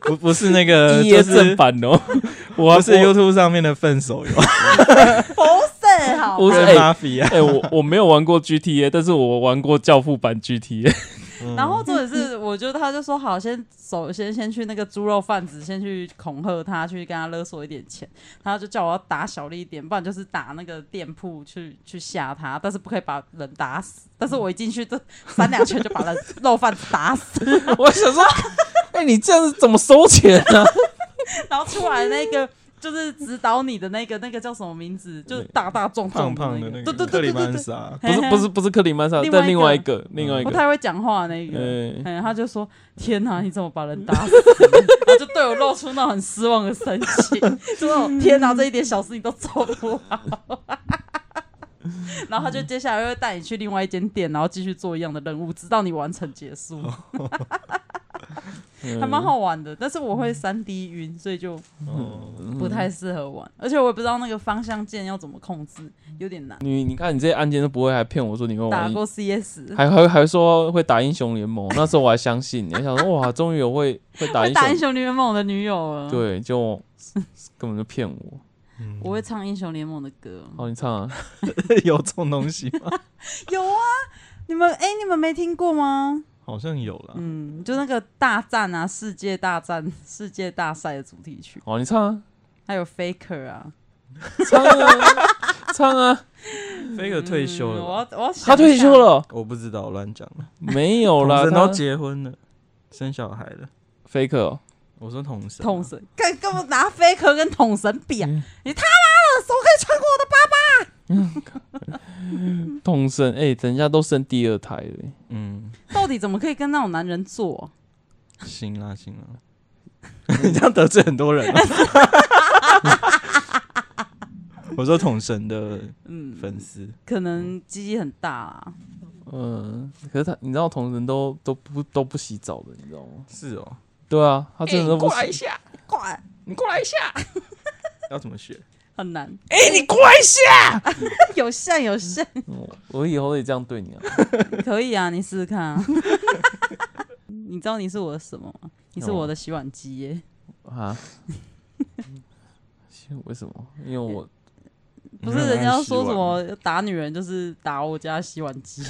[SPEAKER 4] 不不是那个，
[SPEAKER 3] ，E
[SPEAKER 4] 就
[SPEAKER 3] S 正
[SPEAKER 4] 是
[SPEAKER 3] 版哦。
[SPEAKER 4] 我是
[SPEAKER 3] 我
[SPEAKER 4] YouTube 上面的分手游，
[SPEAKER 2] 不是好
[SPEAKER 3] 不
[SPEAKER 2] 吗？
[SPEAKER 3] 是
[SPEAKER 4] 跟
[SPEAKER 3] 哎
[SPEAKER 4] Mafia
[SPEAKER 3] 哎，我我没有玩过 GTA，但是我玩过教父版 GTA。
[SPEAKER 4] 嗯
[SPEAKER 2] 然后重点是，我就他就说好，先首先先去那个猪肉贩子，先去恐吓他，去跟他勒索一点钱，他就叫我要打小力一点，不然就是打那个店铺去去吓他，但是不可以把人打死。但是我一进去， 这三两拳就把人肉贩子打死，
[SPEAKER 3] 我想说，哎，你这样子怎么收 钱啊？
[SPEAKER 2] 然后出来那个就是指导你的那个那个叫什么名字，就是大大壮壮
[SPEAKER 4] 胖胖的
[SPEAKER 2] 那
[SPEAKER 4] 那
[SPEAKER 2] 对
[SPEAKER 4] 个
[SPEAKER 2] 对
[SPEAKER 4] 克
[SPEAKER 2] 对
[SPEAKER 4] 里
[SPEAKER 2] 对
[SPEAKER 4] 曼
[SPEAKER 2] 对对，
[SPEAKER 4] 莎，
[SPEAKER 3] 不是不是不是克里曼莎，
[SPEAKER 2] 另外一个
[SPEAKER 3] 但另外一个另外一
[SPEAKER 2] 不
[SPEAKER 3] 个，
[SPEAKER 2] 太会讲话那个。
[SPEAKER 3] 哎，
[SPEAKER 2] 哎，他就说：“天哪，你怎么把人打死？” 他就对我露出那种很失望的神情，就那种“天哪，这一点小事你都做不好。” 然后他就接下来又会带你去另外一间店，然后继续做一样的任务，直到你完成结束，
[SPEAKER 3] 哦
[SPEAKER 2] 还
[SPEAKER 3] 嗯
[SPEAKER 2] 蛮好玩的。但是我会三 D 晕，所以就
[SPEAKER 3] 哦
[SPEAKER 2] 不太适合玩，而且我也不知道那个方向键要怎么控制，有点难。
[SPEAKER 3] 你你看你这些案件都不会，还骗我说哦你会
[SPEAKER 2] 打
[SPEAKER 3] 玩英，
[SPEAKER 2] 过 CS，
[SPEAKER 3] 还还还说会打英雄联盟，那时候我还相信你，还想说哇，终于有会会打
[SPEAKER 2] 会
[SPEAKER 3] 英
[SPEAKER 2] 打英
[SPEAKER 3] 雄，
[SPEAKER 2] 雄联盟的女友了。，
[SPEAKER 3] 对，就根本就骗我。
[SPEAKER 2] 我会唱英雄联盟的歌。
[SPEAKER 3] 好，你唱啊，
[SPEAKER 4] 有这种东西吗？
[SPEAKER 2] 有啊，你们哎、你们没听过吗？
[SPEAKER 4] 好像有啦。
[SPEAKER 2] 嗯，就那个大战啊，世界大战、世界大赛的主题曲，
[SPEAKER 3] 好，你唱啊，
[SPEAKER 2] 还有 Faker 啊，
[SPEAKER 3] 唱啊，唱啊，
[SPEAKER 4] 飞哥退休
[SPEAKER 2] 嗯我
[SPEAKER 4] 了吧，
[SPEAKER 2] 要我要
[SPEAKER 3] 他
[SPEAKER 2] 他
[SPEAKER 3] 退休，了，
[SPEAKER 4] 我不知道，乱讲了。
[SPEAKER 3] 没有啦，
[SPEAKER 4] 童神都
[SPEAKER 3] 他
[SPEAKER 4] 结婚了，生小孩了。
[SPEAKER 3] faker，哦
[SPEAKER 4] 我说童神啊，
[SPEAKER 2] 桶神，干干嘛拿 Faker 跟桶神比啊？
[SPEAKER 3] 嗯
[SPEAKER 2] 你他妈的手可以穿过我的爸
[SPEAKER 3] 童生，哎，等一下都生第二胎了，欸
[SPEAKER 4] 嗯，
[SPEAKER 2] 爸，到底怎么可以跟那种男人做？
[SPEAKER 4] 行啦行啦， 你这样得罪很多人啊。 我说童神的
[SPEAKER 2] 嗯，
[SPEAKER 4] 粉丝，
[SPEAKER 2] 可能鸡鸡很大啊，
[SPEAKER 3] 嗯，可是他，你知道童人都都不都不洗澡的，你知道吗？
[SPEAKER 4] 是哦，
[SPEAKER 3] 对啊，他真的都不洗。
[SPEAKER 4] 下，
[SPEAKER 2] 快
[SPEAKER 4] 你过来一下，要怎么学？
[SPEAKER 2] 很难，
[SPEAKER 4] 哎，你过来一下，
[SPEAKER 2] 有像有像，
[SPEAKER 3] 嗯我以后得这样对你啊！
[SPEAKER 2] 可以啊，你试试看啊。 你知道你是我的什么吗？你
[SPEAKER 4] 啊
[SPEAKER 2] 是我的洗碗机耶、
[SPEAKER 3] 啊？为什么？因为我
[SPEAKER 2] 不是人家说什么打女人就是打我家洗碗机，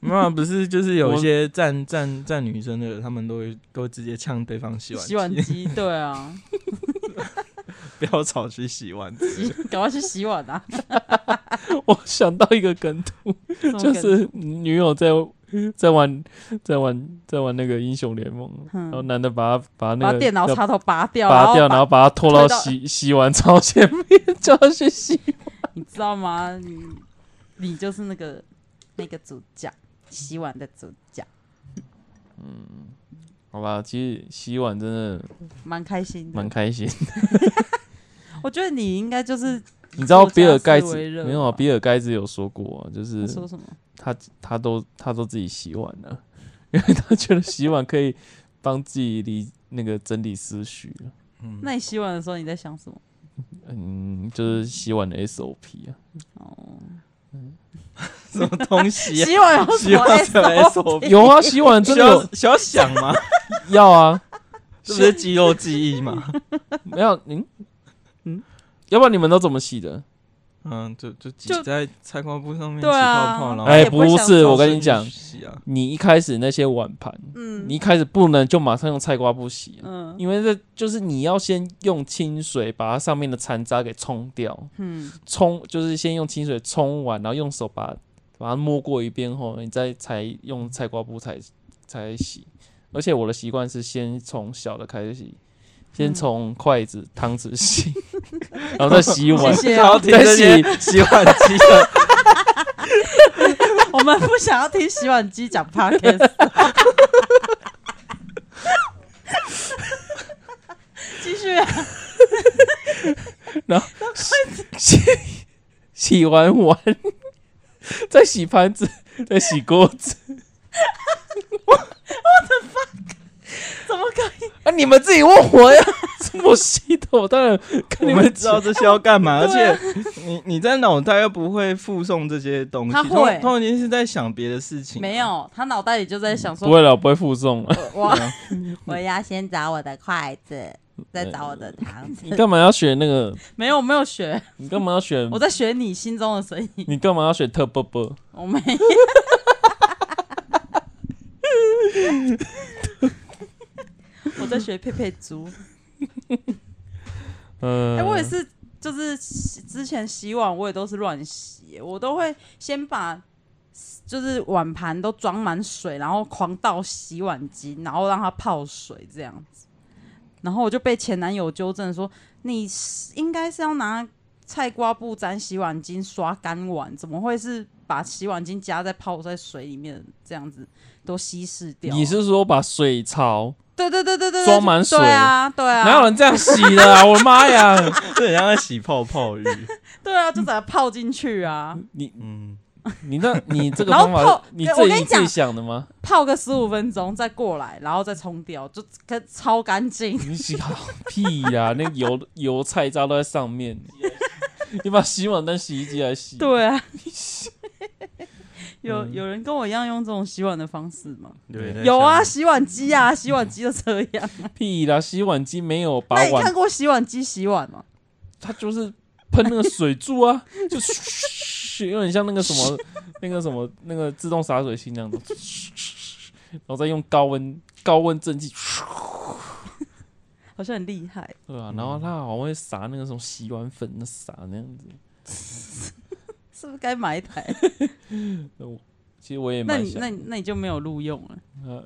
[SPEAKER 4] 没有啊？不是，就是有
[SPEAKER 3] 我
[SPEAKER 4] 一些站站站女生的，他们都会都会直接呛对方洗碗
[SPEAKER 2] 洗碗
[SPEAKER 4] 机，
[SPEAKER 2] 机，对啊，
[SPEAKER 4] 不要吵去洗碗机。
[SPEAKER 2] 洗赶快去洗碗啊！
[SPEAKER 3] 我想到一个梗图，
[SPEAKER 2] 这种
[SPEAKER 3] 就
[SPEAKER 2] 感觉
[SPEAKER 3] 是女友在在玩在玩在玩那个英雄联盟，
[SPEAKER 2] 嗯
[SPEAKER 3] 然后男的把他把哦那
[SPEAKER 2] 把
[SPEAKER 3] 个
[SPEAKER 2] 电脑插头拔掉，
[SPEAKER 3] 拔掉，然
[SPEAKER 2] 后
[SPEAKER 3] 后把他拖到
[SPEAKER 2] 推到
[SPEAKER 3] 洗洗碗槽前面， 叫他去洗。
[SPEAKER 2] 把你知道吗？你你就是那个那个主角，洗碗的主角，
[SPEAKER 3] 好吧，其实洗碗真的
[SPEAKER 2] 蛮开心
[SPEAKER 3] 蛮
[SPEAKER 2] 的。
[SPEAKER 3] 开心。
[SPEAKER 2] 我觉得你应该就是
[SPEAKER 3] 你知道比尔盖
[SPEAKER 2] 作家思维热
[SPEAKER 3] 茨
[SPEAKER 2] 吧
[SPEAKER 3] 没有啊？比尔盖茨有说过啊，就是
[SPEAKER 2] 说什么？
[SPEAKER 3] 他他都他都自己洗碗了、 因为他觉得洗碗可以帮自己理那个整理思绪啊，
[SPEAKER 2] 那你洗碗的时候你在想什么？
[SPEAKER 3] 嗯，就是洗碗的 SOP 啊，
[SPEAKER 2] 哦，
[SPEAKER 4] 什么东西啊？
[SPEAKER 2] 洗碗有什
[SPEAKER 4] 洗
[SPEAKER 2] 么
[SPEAKER 4] 碗什么
[SPEAKER 2] SOP？
[SPEAKER 4] SOP？
[SPEAKER 3] 有啊，洗碗真
[SPEAKER 4] 需
[SPEAKER 3] 的
[SPEAKER 4] 要
[SPEAKER 3] 有
[SPEAKER 4] 需要想 吗？
[SPEAKER 3] 要啊，
[SPEAKER 4] 是不是肌肉记忆嘛？
[SPEAKER 3] 没有嗯嗯，要不然你们都怎么洗的？
[SPEAKER 4] 嗯，就就挤
[SPEAKER 2] 就
[SPEAKER 4] 在菜瓜布上面起
[SPEAKER 2] 对啊
[SPEAKER 4] 泡泡，然后
[SPEAKER 2] 哎也不会
[SPEAKER 3] 不
[SPEAKER 2] 想
[SPEAKER 3] 是，
[SPEAKER 2] 说
[SPEAKER 3] 我跟你讲，
[SPEAKER 4] 洗啊，
[SPEAKER 3] 你一开始那些碗盘，
[SPEAKER 2] 嗯
[SPEAKER 3] 你一开始不能就马上用菜瓜布洗啊、
[SPEAKER 2] 嗯
[SPEAKER 3] 因为这就是你要先用清水把它上面的残渣给冲掉，
[SPEAKER 2] 嗯，
[SPEAKER 3] 冲就是先用清水冲完，然后用手把把它摸过一遍后，你再才用菜瓜布才才洗。而且我的习惯是先从小的开始洗，
[SPEAKER 2] 嗯
[SPEAKER 3] 先从筷子、汤匙洗， 然后再洗碗
[SPEAKER 2] 谢。谢
[SPEAKER 4] 然
[SPEAKER 2] 啊
[SPEAKER 4] 后，听这些 洗碗机啊的，
[SPEAKER 2] 我们不想要听洗碗机讲 podcast。啊
[SPEAKER 3] 洗完碗，在洗盘子，在洗锅子。
[SPEAKER 2] 怎么可以？
[SPEAKER 3] 啊，你们自己问我呀，什么洗的？我当然
[SPEAKER 4] 我
[SPEAKER 3] 跟你
[SPEAKER 4] 们
[SPEAKER 3] 们
[SPEAKER 4] 知道这些要干 嘛，而
[SPEAKER 2] 啊
[SPEAKER 4] 且你你在脑袋又不会附送这些东西，
[SPEAKER 2] 他
[SPEAKER 4] 通
[SPEAKER 2] 会
[SPEAKER 4] 通已经是在想别的事情。
[SPEAKER 2] 没，有，他脑袋里就在想
[SPEAKER 3] 不
[SPEAKER 2] 说，
[SPEAKER 3] 会了，我不会啊附送了。
[SPEAKER 2] 我我要先找我的筷子，再找我的糖
[SPEAKER 3] 你
[SPEAKER 2] 匙。
[SPEAKER 3] 干嘛要学那个？
[SPEAKER 2] 没有，我没有学，
[SPEAKER 3] 你干嘛要学
[SPEAKER 2] 我？在学你心中的声音。
[SPEAKER 3] 你干嘛要学特波波？
[SPEAKER 2] 我 没有，我在学佩佩猪。
[SPEAKER 3] 嗯、
[SPEAKER 2] 哎、
[SPEAKER 3] 呃
[SPEAKER 2] 我也是，就是洗之前洗碗我也都是乱洗，我都会先把就是碗盘都装满水，然后狂倒洗碗机，然后让它泡水这样子。然后我就被前男友纠正说，你是应该是要拿菜瓜布沾洗碗巾刷干碗，怎么会是把洗碗巾加在泡在水里面这样子都稀释掉？
[SPEAKER 3] 你是说把水槽？
[SPEAKER 2] 对对对对对，对
[SPEAKER 3] 装满水
[SPEAKER 2] 对啊对啊，
[SPEAKER 3] 哪有人这样洗的啊？我 的妈呀！
[SPEAKER 4] 这很像在洗泡泡浴。
[SPEAKER 2] 对啊，就把它泡进去啊。
[SPEAKER 3] 你
[SPEAKER 4] 嗯，
[SPEAKER 3] 你那你这个
[SPEAKER 2] 然后
[SPEAKER 3] 方法
[SPEAKER 2] 泡，
[SPEAKER 3] 你
[SPEAKER 2] 对
[SPEAKER 3] 自
[SPEAKER 2] 我
[SPEAKER 3] 己
[SPEAKER 2] 跟
[SPEAKER 3] 你
[SPEAKER 2] 你
[SPEAKER 3] 自己
[SPEAKER 2] 讲
[SPEAKER 3] 想的吗？
[SPEAKER 2] 泡个十五分钟再过来，然后再冲掉，就跟超干净。
[SPEAKER 3] 你洗 好屁呀、那油油菜渣都在上面。你把洗碗当洗衣机来 洗，
[SPEAKER 2] 对啊， 嗯有有人跟我一样用这种洗碗的方式吗？
[SPEAKER 4] 对
[SPEAKER 2] 有啊，，洗碗机啊，洗碗机就这 样。
[SPEAKER 3] 屁啦！洗碗机没有把
[SPEAKER 2] 那你看
[SPEAKER 3] 碗，
[SPEAKER 2] 过洗碗机洗碗吗？
[SPEAKER 3] 它就是喷那个水柱啊，就有点像那个什么那个什么那个自动洒水器那样子，然后再用高温高温蒸汽，
[SPEAKER 2] 好像很厉害。
[SPEAKER 3] 对啊，然后它好像会撒那个什么洗碗粉，那撒那样子。
[SPEAKER 2] 是不是该买一 台？
[SPEAKER 3] 其实我也
[SPEAKER 2] 那
[SPEAKER 3] 蛮
[SPEAKER 2] 你
[SPEAKER 3] 想
[SPEAKER 2] 那你那你就没有录用了，
[SPEAKER 3] 啊，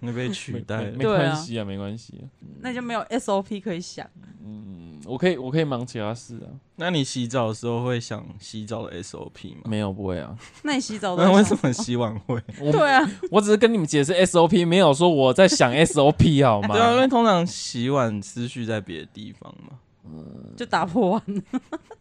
[SPEAKER 4] 你被取
[SPEAKER 3] 没
[SPEAKER 4] 代
[SPEAKER 3] 没
[SPEAKER 4] 了
[SPEAKER 3] 没。
[SPEAKER 2] 对啊
[SPEAKER 3] 关系啊，没关系啊。
[SPEAKER 2] 那你就没有 SOP 可以想。
[SPEAKER 3] 嗯，我可以我可以忙其他事啊。
[SPEAKER 4] 那你洗澡的时候会想洗澡的 SOP 吗？
[SPEAKER 3] 没有不会啊，
[SPEAKER 2] 那你洗澡都哦
[SPEAKER 4] 那为什
[SPEAKER 2] 么？
[SPEAKER 4] 么洗碗会？
[SPEAKER 3] 我
[SPEAKER 2] 对啊，
[SPEAKER 3] 我只是跟你们解释 SOP，没有说我在想 SOP 好吗？
[SPEAKER 4] 对啊，因为通常洗碗思绪在别的地方嘛。
[SPEAKER 2] 就打破碗，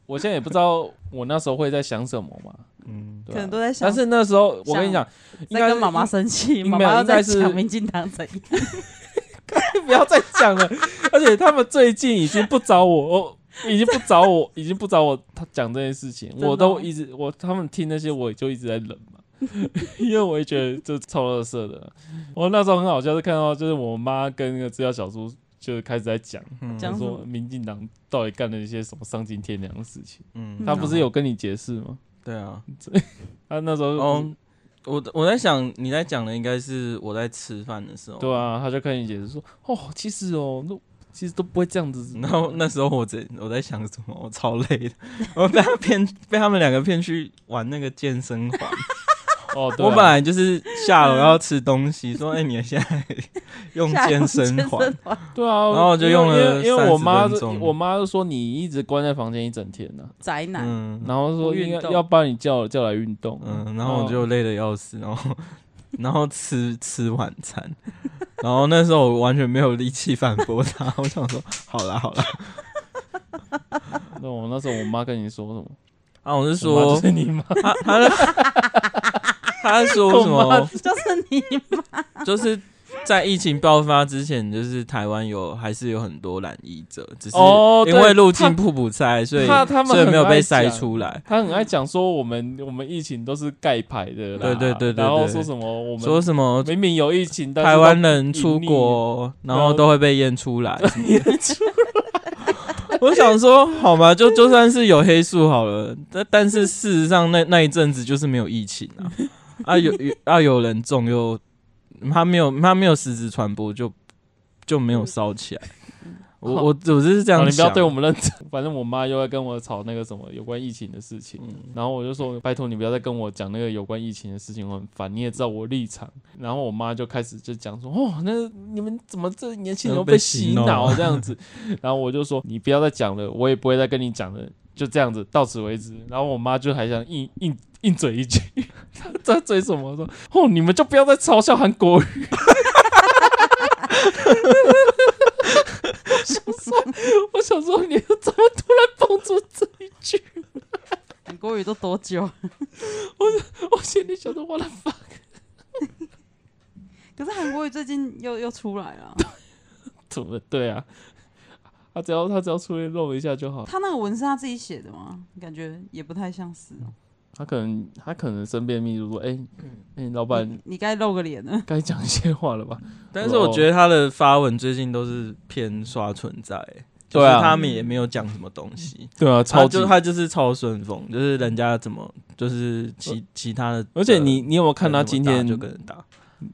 [SPEAKER 3] 我现在也不知道我那时候会在想什么嘛。
[SPEAKER 4] 嗯，
[SPEAKER 3] 对啊
[SPEAKER 2] 可能都在想
[SPEAKER 3] 但，是那时候我跟你讲，应
[SPEAKER 2] 在
[SPEAKER 3] 该
[SPEAKER 2] 跟妈妈
[SPEAKER 3] 是
[SPEAKER 2] 生气，
[SPEAKER 3] 应该
[SPEAKER 2] 妈妈要
[SPEAKER 3] 应该
[SPEAKER 2] 在
[SPEAKER 3] 是
[SPEAKER 2] 讲民进党怎样。
[SPEAKER 3] 不要再 讲了。而且他们最近已经不找我，哦，已经不找 我，已经不找我他讲这件事情，
[SPEAKER 2] 的哦
[SPEAKER 3] 我都一直我他们听那些我就一直在 忍嘛。因为我也觉得这超乐色的，我那时候很好笑，是看到就是我妈跟那个资料小叔就开始在讲，
[SPEAKER 4] 嗯
[SPEAKER 2] 讲
[SPEAKER 3] 他
[SPEAKER 2] 什
[SPEAKER 3] 说
[SPEAKER 2] 么
[SPEAKER 3] 民进党到底干了一些什么丧尽天良的事情？
[SPEAKER 4] 嗯，
[SPEAKER 3] 他不是有跟你解释吗？
[SPEAKER 4] 对啊。
[SPEAKER 3] 他那时候，
[SPEAKER 4] 哦，我我在想你在讲的应该是我在吃饭的时候。
[SPEAKER 3] 对。啊，他就跟你解释说，哦，其实哦，那其实都不会这样 子。
[SPEAKER 4] 然后那时候我在我在想什么，我超累的，我被他骗，被他们两个骗去玩那个健身环。
[SPEAKER 3] 哦，对啊
[SPEAKER 4] 我本来就是下楼要吃东西，说：“哎，你现在 用健 身环
[SPEAKER 2] 健，环
[SPEAKER 3] 对啊，
[SPEAKER 4] 然后就
[SPEAKER 3] 因为
[SPEAKER 4] 用了
[SPEAKER 3] 因为因为我妈
[SPEAKER 4] 30分钟
[SPEAKER 3] 我妈就说你一直关在房间一整天呢、
[SPEAKER 2] 宅男，
[SPEAKER 4] 嗯
[SPEAKER 3] 然后说
[SPEAKER 2] 不运
[SPEAKER 3] 应该
[SPEAKER 2] 动
[SPEAKER 3] 要把你叫叫来运动，
[SPEAKER 4] 嗯，然后我就累得要死，然后然后吃吃晚餐，然后那时候我完全没有力气反驳他，我想说：好啦好啦，
[SPEAKER 3] 那我那时候我妈跟你说什么？
[SPEAKER 4] 啊，我是
[SPEAKER 3] 我妈
[SPEAKER 4] 说
[SPEAKER 3] 就是你妈，
[SPEAKER 4] 他他的他说什 么？
[SPEAKER 2] 就是你
[SPEAKER 4] 就是在疫情爆发之前，就是台湾有还是有很多染疫者，只是
[SPEAKER 3] 哦对
[SPEAKER 4] 因为入境瀑布塞，所以
[SPEAKER 3] 他他们
[SPEAKER 4] 所以没有
[SPEAKER 3] 很爱
[SPEAKER 4] 被筛
[SPEAKER 3] 讲
[SPEAKER 4] 出来。
[SPEAKER 3] 她很爱讲说我们我们疫情都是盖牌的啦，
[SPEAKER 4] 对对对对
[SPEAKER 3] 然后
[SPEAKER 4] 对
[SPEAKER 3] 说什么我
[SPEAKER 4] 说
[SPEAKER 3] 们
[SPEAKER 4] 什么
[SPEAKER 3] 明明有疫情，但是
[SPEAKER 4] 台湾
[SPEAKER 3] 都哦
[SPEAKER 4] 人出国，然后都会被验 出来。
[SPEAKER 3] 验出
[SPEAKER 4] 我想说，好 吧，就就算是有黑素好了，但但是事实上那那一阵子就是没有疫情啊，啊有有啊有人中又他没有他没有实质传播就就没有烧起来。我我我就是这样
[SPEAKER 3] 好
[SPEAKER 4] 想，
[SPEAKER 3] 你不要对我们认真。反正我妈又在跟我吵那个什么有关疫情的事情，
[SPEAKER 4] 嗯
[SPEAKER 3] 然后我就说拜托你不要再跟我讲那个有关疫情的事情，我很烦。你也知道我立场。然后我妈就开始就讲说，哦，那你们怎么这年轻人都被洗脑这样子？ 然后我就说你不要再讲了，我也不会再跟你讲了，就这样子到此为止。然后我妈就还想硬硬硬嘴一句， 她在嘴什么说，哦，你们就不要再嘲笑韩国 语。我想说，你怎么突然蹦出这一句？
[SPEAKER 2] 国语都多久？
[SPEAKER 3] 我心里想说我的妈，
[SPEAKER 2] 可是韩国语最近又又出来了，
[SPEAKER 3] 怎么对啊？他只要他只要出来露一下就好，
[SPEAKER 2] 他那个文是他自己写的吗？感觉也不太像是哦。
[SPEAKER 3] 他可能他可能身边秘书说，哎、
[SPEAKER 4] 嗯
[SPEAKER 3] 哎、老板
[SPEAKER 2] 你你该露个脸了。
[SPEAKER 3] 该讲一些话了吧？
[SPEAKER 4] 但是我觉得他的发文最近都是偏刷存在、欸就是
[SPEAKER 3] 对啊
[SPEAKER 4] 他们也没有讲什么东西，
[SPEAKER 3] 对啊，
[SPEAKER 4] 他
[SPEAKER 3] 超级
[SPEAKER 4] 就他就是超顺风，就是人家怎么就是其其他的，
[SPEAKER 3] 呃而且你你有没有看
[SPEAKER 4] 人
[SPEAKER 3] 他
[SPEAKER 4] 怎
[SPEAKER 3] 今
[SPEAKER 4] 么打
[SPEAKER 3] 天
[SPEAKER 4] 就跟人打，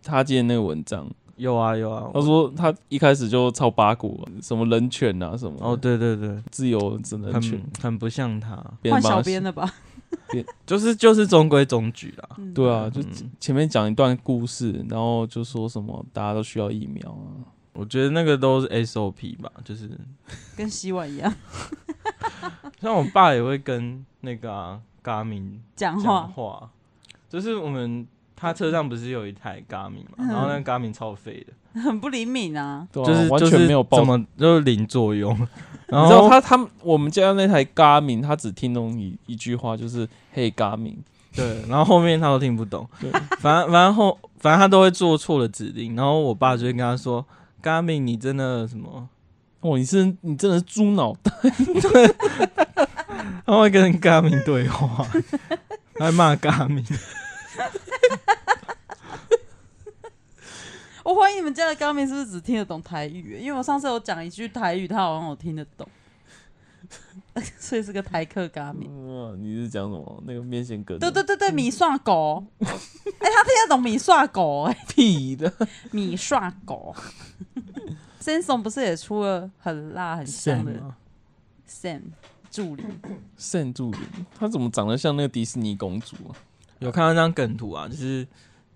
[SPEAKER 3] 他今天那个文章？
[SPEAKER 4] 有啊有啊，
[SPEAKER 3] 他说他一开始就超八股，啊什么人权啊什么
[SPEAKER 4] 哦
[SPEAKER 3] 哦，
[SPEAKER 4] 对对对，
[SPEAKER 3] 自由只能权
[SPEAKER 4] 很，很不像他，
[SPEAKER 3] 别
[SPEAKER 2] 换
[SPEAKER 3] 人帮
[SPEAKER 2] 小
[SPEAKER 3] 他
[SPEAKER 2] 编了吧？
[SPEAKER 4] 就是就是中规中矩啦。
[SPEAKER 2] 嗯
[SPEAKER 3] 对啊，就
[SPEAKER 4] 嗯
[SPEAKER 3] 前面讲一段故事，然后就说什么大家都需要疫苗啊，
[SPEAKER 4] 我觉得那个都是 SOP 吧，就是
[SPEAKER 2] 跟洗碗一样
[SPEAKER 4] 像我爸也会跟那个啊嘎明
[SPEAKER 2] 讲
[SPEAKER 4] 讲
[SPEAKER 2] 话。
[SPEAKER 4] 话，就是我们他车上不是有一台嘎明嘛，
[SPEAKER 2] 嗯
[SPEAKER 4] 然后那个嘎明超废的，
[SPEAKER 2] 很不灵敏啊，
[SPEAKER 3] 对啊
[SPEAKER 4] 就是
[SPEAKER 3] 完
[SPEAKER 4] 就
[SPEAKER 3] 全
[SPEAKER 4] 是
[SPEAKER 3] 没有报
[SPEAKER 4] 怎。么就是零 作用。然
[SPEAKER 3] 你知道
[SPEAKER 4] 后
[SPEAKER 3] 他他们我们家那台嘎明，他只听懂一一句话，就是嘿嘎明，
[SPEAKER 4] 对，然后后面他都听不懂
[SPEAKER 3] 对，
[SPEAKER 4] 反正反正后反正他都会做错了指令，然后我爸就会跟他说：“嘎明，你真的什么
[SPEAKER 3] 哦，你是你真的是猪脑袋，？”
[SPEAKER 4] 他会跟嘎明对话， 还骂嘎明。
[SPEAKER 2] 我怀疑你们家的高明是不是只听得懂台语？因为我上次有讲一句台语，他好像有听得懂， 所以是个台客高明。
[SPEAKER 3] 嗯，你是讲什么？那个面线哥，
[SPEAKER 2] 对对对对，米刷狗， 哎、他听得懂米刷狗、哎，
[SPEAKER 3] 屁的，
[SPEAKER 2] 米刷 狗。Samson 不是也出了很辣很香的 Sam 助理？
[SPEAKER 3] 圣助理，他怎么长得像那个迪士尼公主 啊？
[SPEAKER 4] 有看到那张梗图啊，就是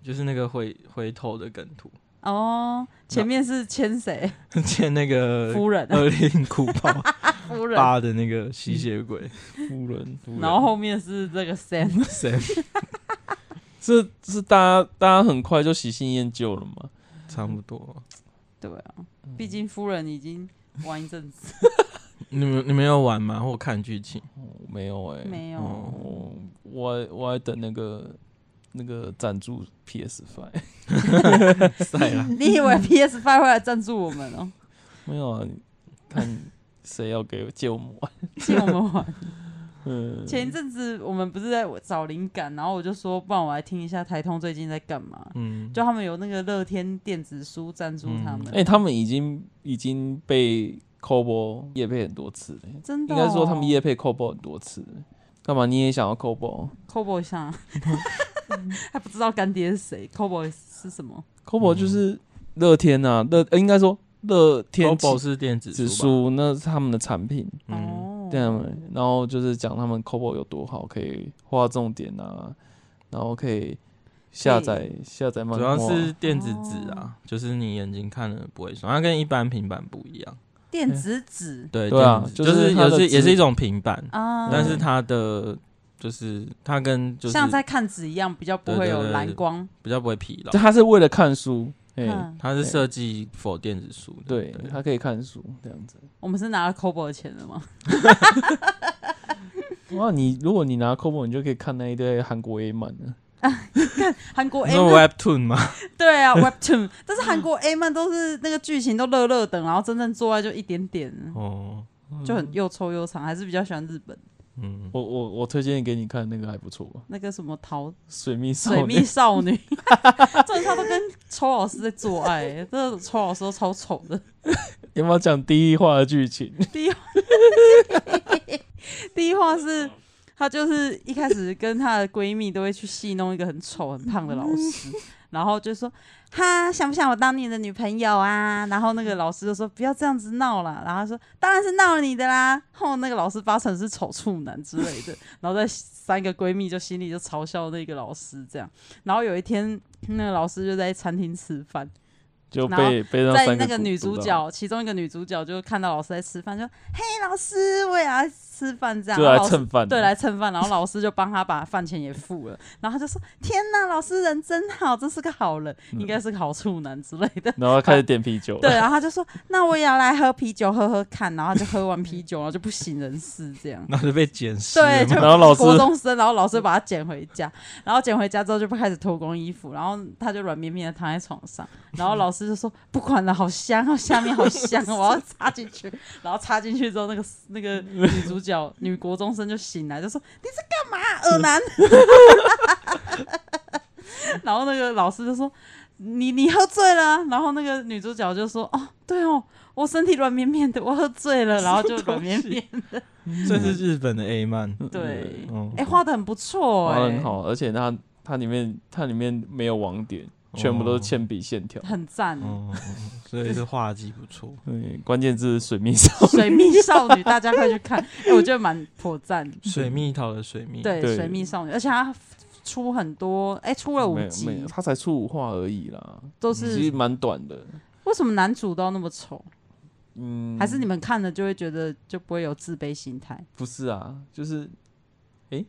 [SPEAKER 4] 就是那个回回头的梗图，
[SPEAKER 2] 哦，前面是牵谁？
[SPEAKER 4] 见那
[SPEAKER 3] 呃
[SPEAKER 4] 个
[SPEAKER 2] 夫人啊，
[SPEAKER 4] 二零古堡
[SPEAKER 2] 夫人。
[SPEAKER 4] 八的那个吸血鬼，
[SPEAKER 3] 夫人，夫人
[SPEAKER 2] 然后后面是这个 Sam，
[SPEAKER 4] 谁
[SPEAKER 3] 是是大家大家很快就喜新厌旧了嘛？
[SPEAKER 4] 差不多。
[SPEAKER 2] 对啊，毕竟夫人已经玩一阵子，
[SPEAKER 4] 你们你们有玩吗？或看剧 情？
[SPEAKER 3] 哦没有哎、
[SPEAKER 2] 没有。
[SPEAKER 4] 哦
[SPEAKER 3] 哦，我还我还等那个那个赞助 PS Five，
[SPEAKER 4] 赛啦，
[SPEAKER 2] 你以为 PS Five 会来赞助我们哦？
[SPEAKER 3] 没有啊？看谁要给我借我们玩？
[SPEAKER 2] 借我们玩。
[SPEAKER 3] 嗯，
[SPEAKER 2] 前一阵子我们不是在找灵感，然后我就说，不然我来听一下台通最近在干嘛。
[SPEAKER 4] 嗯，
[SPEAKER 2] 就他们有那个乐天电子书赞助他们，
[SPEAKER 3] 哎、他们已经已经被 Cobo 夜配很多次了，
[SPEAKER 2] 真的
[SPEAKER 3] 应
[SPEAKER 2] 哦、
[SPEAKER 3] 该说他们夜配 Cobo 很多次了。干嘛你也想要 Cobo？Cobo
[SPEAKER 2] Cobo 上， 还啊不知道干爹是谁，Cobo 是什么？
[SPEAKER 3] 就是乐天啊，乐、呃应该说乐天
[SPEAKER 4] Bobo 是电子
[SPEAKER 3] 指
[SPEAKER 4] 吧，
[SPEAKER 3] 数，那是他们的产品。
[SPEAKER 4] 嗯，
[SPEAKER 2] 哦，
[SPEAKER 3] 对他们，然后就是讲他们 Cobo 有多好，可以画重点啊，然后可以下载下载漫
[SPEAKER 4] 主
[SPEAKER 3] 画啊，
[SPEAKER 4] 要是电子纸
[SPEAKER 2] 哦
[SPEAKER 4] 啊，就是你眼睛看了不会爽，它跟一般平板不一样。
[SPEAKER 2] 电子纸
[SPEAKER 4] 对
[SPEAKER 3] 对啊
[SPEAKER 4] 电子
[SPEAKER 3] 就
[SPEAKER 4] 就是是
[SPEAKER 3] 它
[SPEAKER 4] 也
[SPEAKER 3] 的
[SPEAKER 4] 是也
[SPEAKER 3] 纸
[SPEAKER 4] 是一种平板，
[SPEAKER 2] 啊，
[SPEAKER 4] 但是它的就是它跟就是
[SPEAKER 2] 像在看纸一样，比较不会有蓝光。
[SPEAKER 4] 比较不会疲劳
[SPEAKER 3] 就。他是为了看书，哎、
[SPEAKER 2] 嗯，
[SPEAKER 4] 它是设计否电子书的，
[SPEAKER 3] 对，他可以看书这样子。
[SPEAKER 2] 我们是拿了 Cobo 的钱的吗？
[SPEAKER 3] 哇，你如果你拿 Cobo，你就可以看那一堆韩国 A 漫啊了。
[SPEAKER 2] 韩国
[SPEAKER 4] 你
[SPEAKER 2] A
[SPEAKER 4] 说
[SPEAKER 2] 漫
[SPEAKER 4] Webtoon 吗？
[SPEAKER 2] 对啊 Webtoon，但是韩国 A 漫都是那个剧情都乐乐等，然后真正做爱就一点点，
[SPEAKER 4] 哦，
[SPEAKER 2] 就很又臭又长，还是比较喜欢日本
[SPEAKER 4] 嗯，
[SPEAKER 3] 我我我推荐给你看那个还不错，
[SPEAKER 2] 那个什么桃
[SPEAKER 3] 水蜜少
[SPEAKER 2] 水
[SPEAKER 3] 女
[SPEAKER 2] 蜜少 女， 这他都跟邱老师在做爱、欸，这个邱老师都超丑的。
[SPEAKER 3] 有没有讲第一话的剧情？
[SPEAKER 2] 第一话，第一话
[SPEAKER 3] 嗯
[SPEAKER 2] 是她就是一开始跟她的闺蜜都会去戏弄一个很丑很胖的老
[SPEAKER 3] 嗯
[SPEAKER 2] 师，然后就说哈想不想我当你的女朋友啊？然后那个老师就说不要这样子闹啦，然后她说当然是闹你的啦。后那个老师八成是丑处男之类的，然后在三个闺蜜就心里就嘲笑那个老师这样。然后有一天那个老师就在餐厅吃饭，
[SPEAKER 3] 就
[SPEAKER 2] 然后
[SPEAKER 3] 被被那
[SPEAKER 2] 在
[SPEAKER 3] 三
[SPEAKER 2] 那
[SPEAKER 3] 个
[SPEAKER 2] 个女
[SPEAKER 3] 主
[SPEAKER 2] 主
[SPEAKER 3] 到，
[SPEAKER 2] 角，其中一个女主角就看到老师在吃饭，就嘿，老师，我也要吃饭这样，
[SPEAKER 3] 就
[SPEAKER 2] 然
[SPEAKER 3] 来
[SPEAKER 2] 后老师
[SPEAKER 3] 蹭饭，
[SPEAKER 2] 对，来蹭饭，然后老师就帮他把饭钱也付了，然后他就说：“天哪，老师人真好，真是个好人，应该是个好处男之类的。”
[SPEAKER 3] 然后开始点啤酒，
[SPEAKER 2] 对，，然啊后他就说：“那我也要来喝啤酒喝喝看。”然后他就喝完啤酒，然后就不省人事这样。
[SPEAKER 4] 然后就被捡尸了
[SPEAKER 2] 对，
[SPEAKER 4] 嘛。
[SPEAKER 2] 就
[SPEAKER 3] 然后老师
[SPEAKER 2] 国中生，然后老师把他捡回家，然后捡回家之后就开始脱光衣服，然后他就软绵绵的躺在床上，然后老师就说不管了，好香哦，下面好香哦，我要插进去，然后插进去之后，那个那个女主角女国中生就醒来，就说你在干嘛，耳男？ 然后那个老师就说你你喝醉了啊、然后那个女主角就说哦，对哦。我身体软绵绵的，我喝醉了，然后就软绵绵。
[SPEAKER 4] 算是日本的 A 漫，
[SPEAKER 2] 对，
[SPEAKER 4] 嗯
[SPEAKER 2] 哎、，画的很不错、
[SPEAKER 3] 哇
[SPEAKER 2] 哎，
[SPEAKER 3] 很好，而且它它里面它里面没有网点，全部都
[SPEAKER 2] 哦
[SPEAKER 3] 是铅笔线条。
[SPEAKER 2] 很赞。
[SPEAKER 3] 嗯
[SPEAKER 4] 哦，所以是画技不错。
[SPEAKER 3] 对，关键字水蜜少女，
[SPEAKER 2] 水蜜少女，大家快去看，哎我觉得蛮颇赞。
[SPEAKER 3] 嗯
[SPEAKER 4] 水蜜桃的水蜜，
[SPEAKER 2] 对，
[SPEAKER 3] 对
[SPEAKER 2] 水蜜少女，而且它出很多，哎、出了五
[SPEAKER 3] 没有没
[SPEAKER 2] 集
[SPEAKER 3] 有，，它才出五话而已啦，
[SPEAKER 2] 都
[SPEAKER 3] 其
[SPEAKER 2] 是
[SPEAKER 3] 实蛮短的。
[SPEAKER 2] 为什么男主都要那么丑？
[SPEAKER 3] 嗯，
[SPEAKER 2] 还是你们看了就会觉得就不会有自卑心态？
[SPEAKER 3] 不是啊？就是，诶，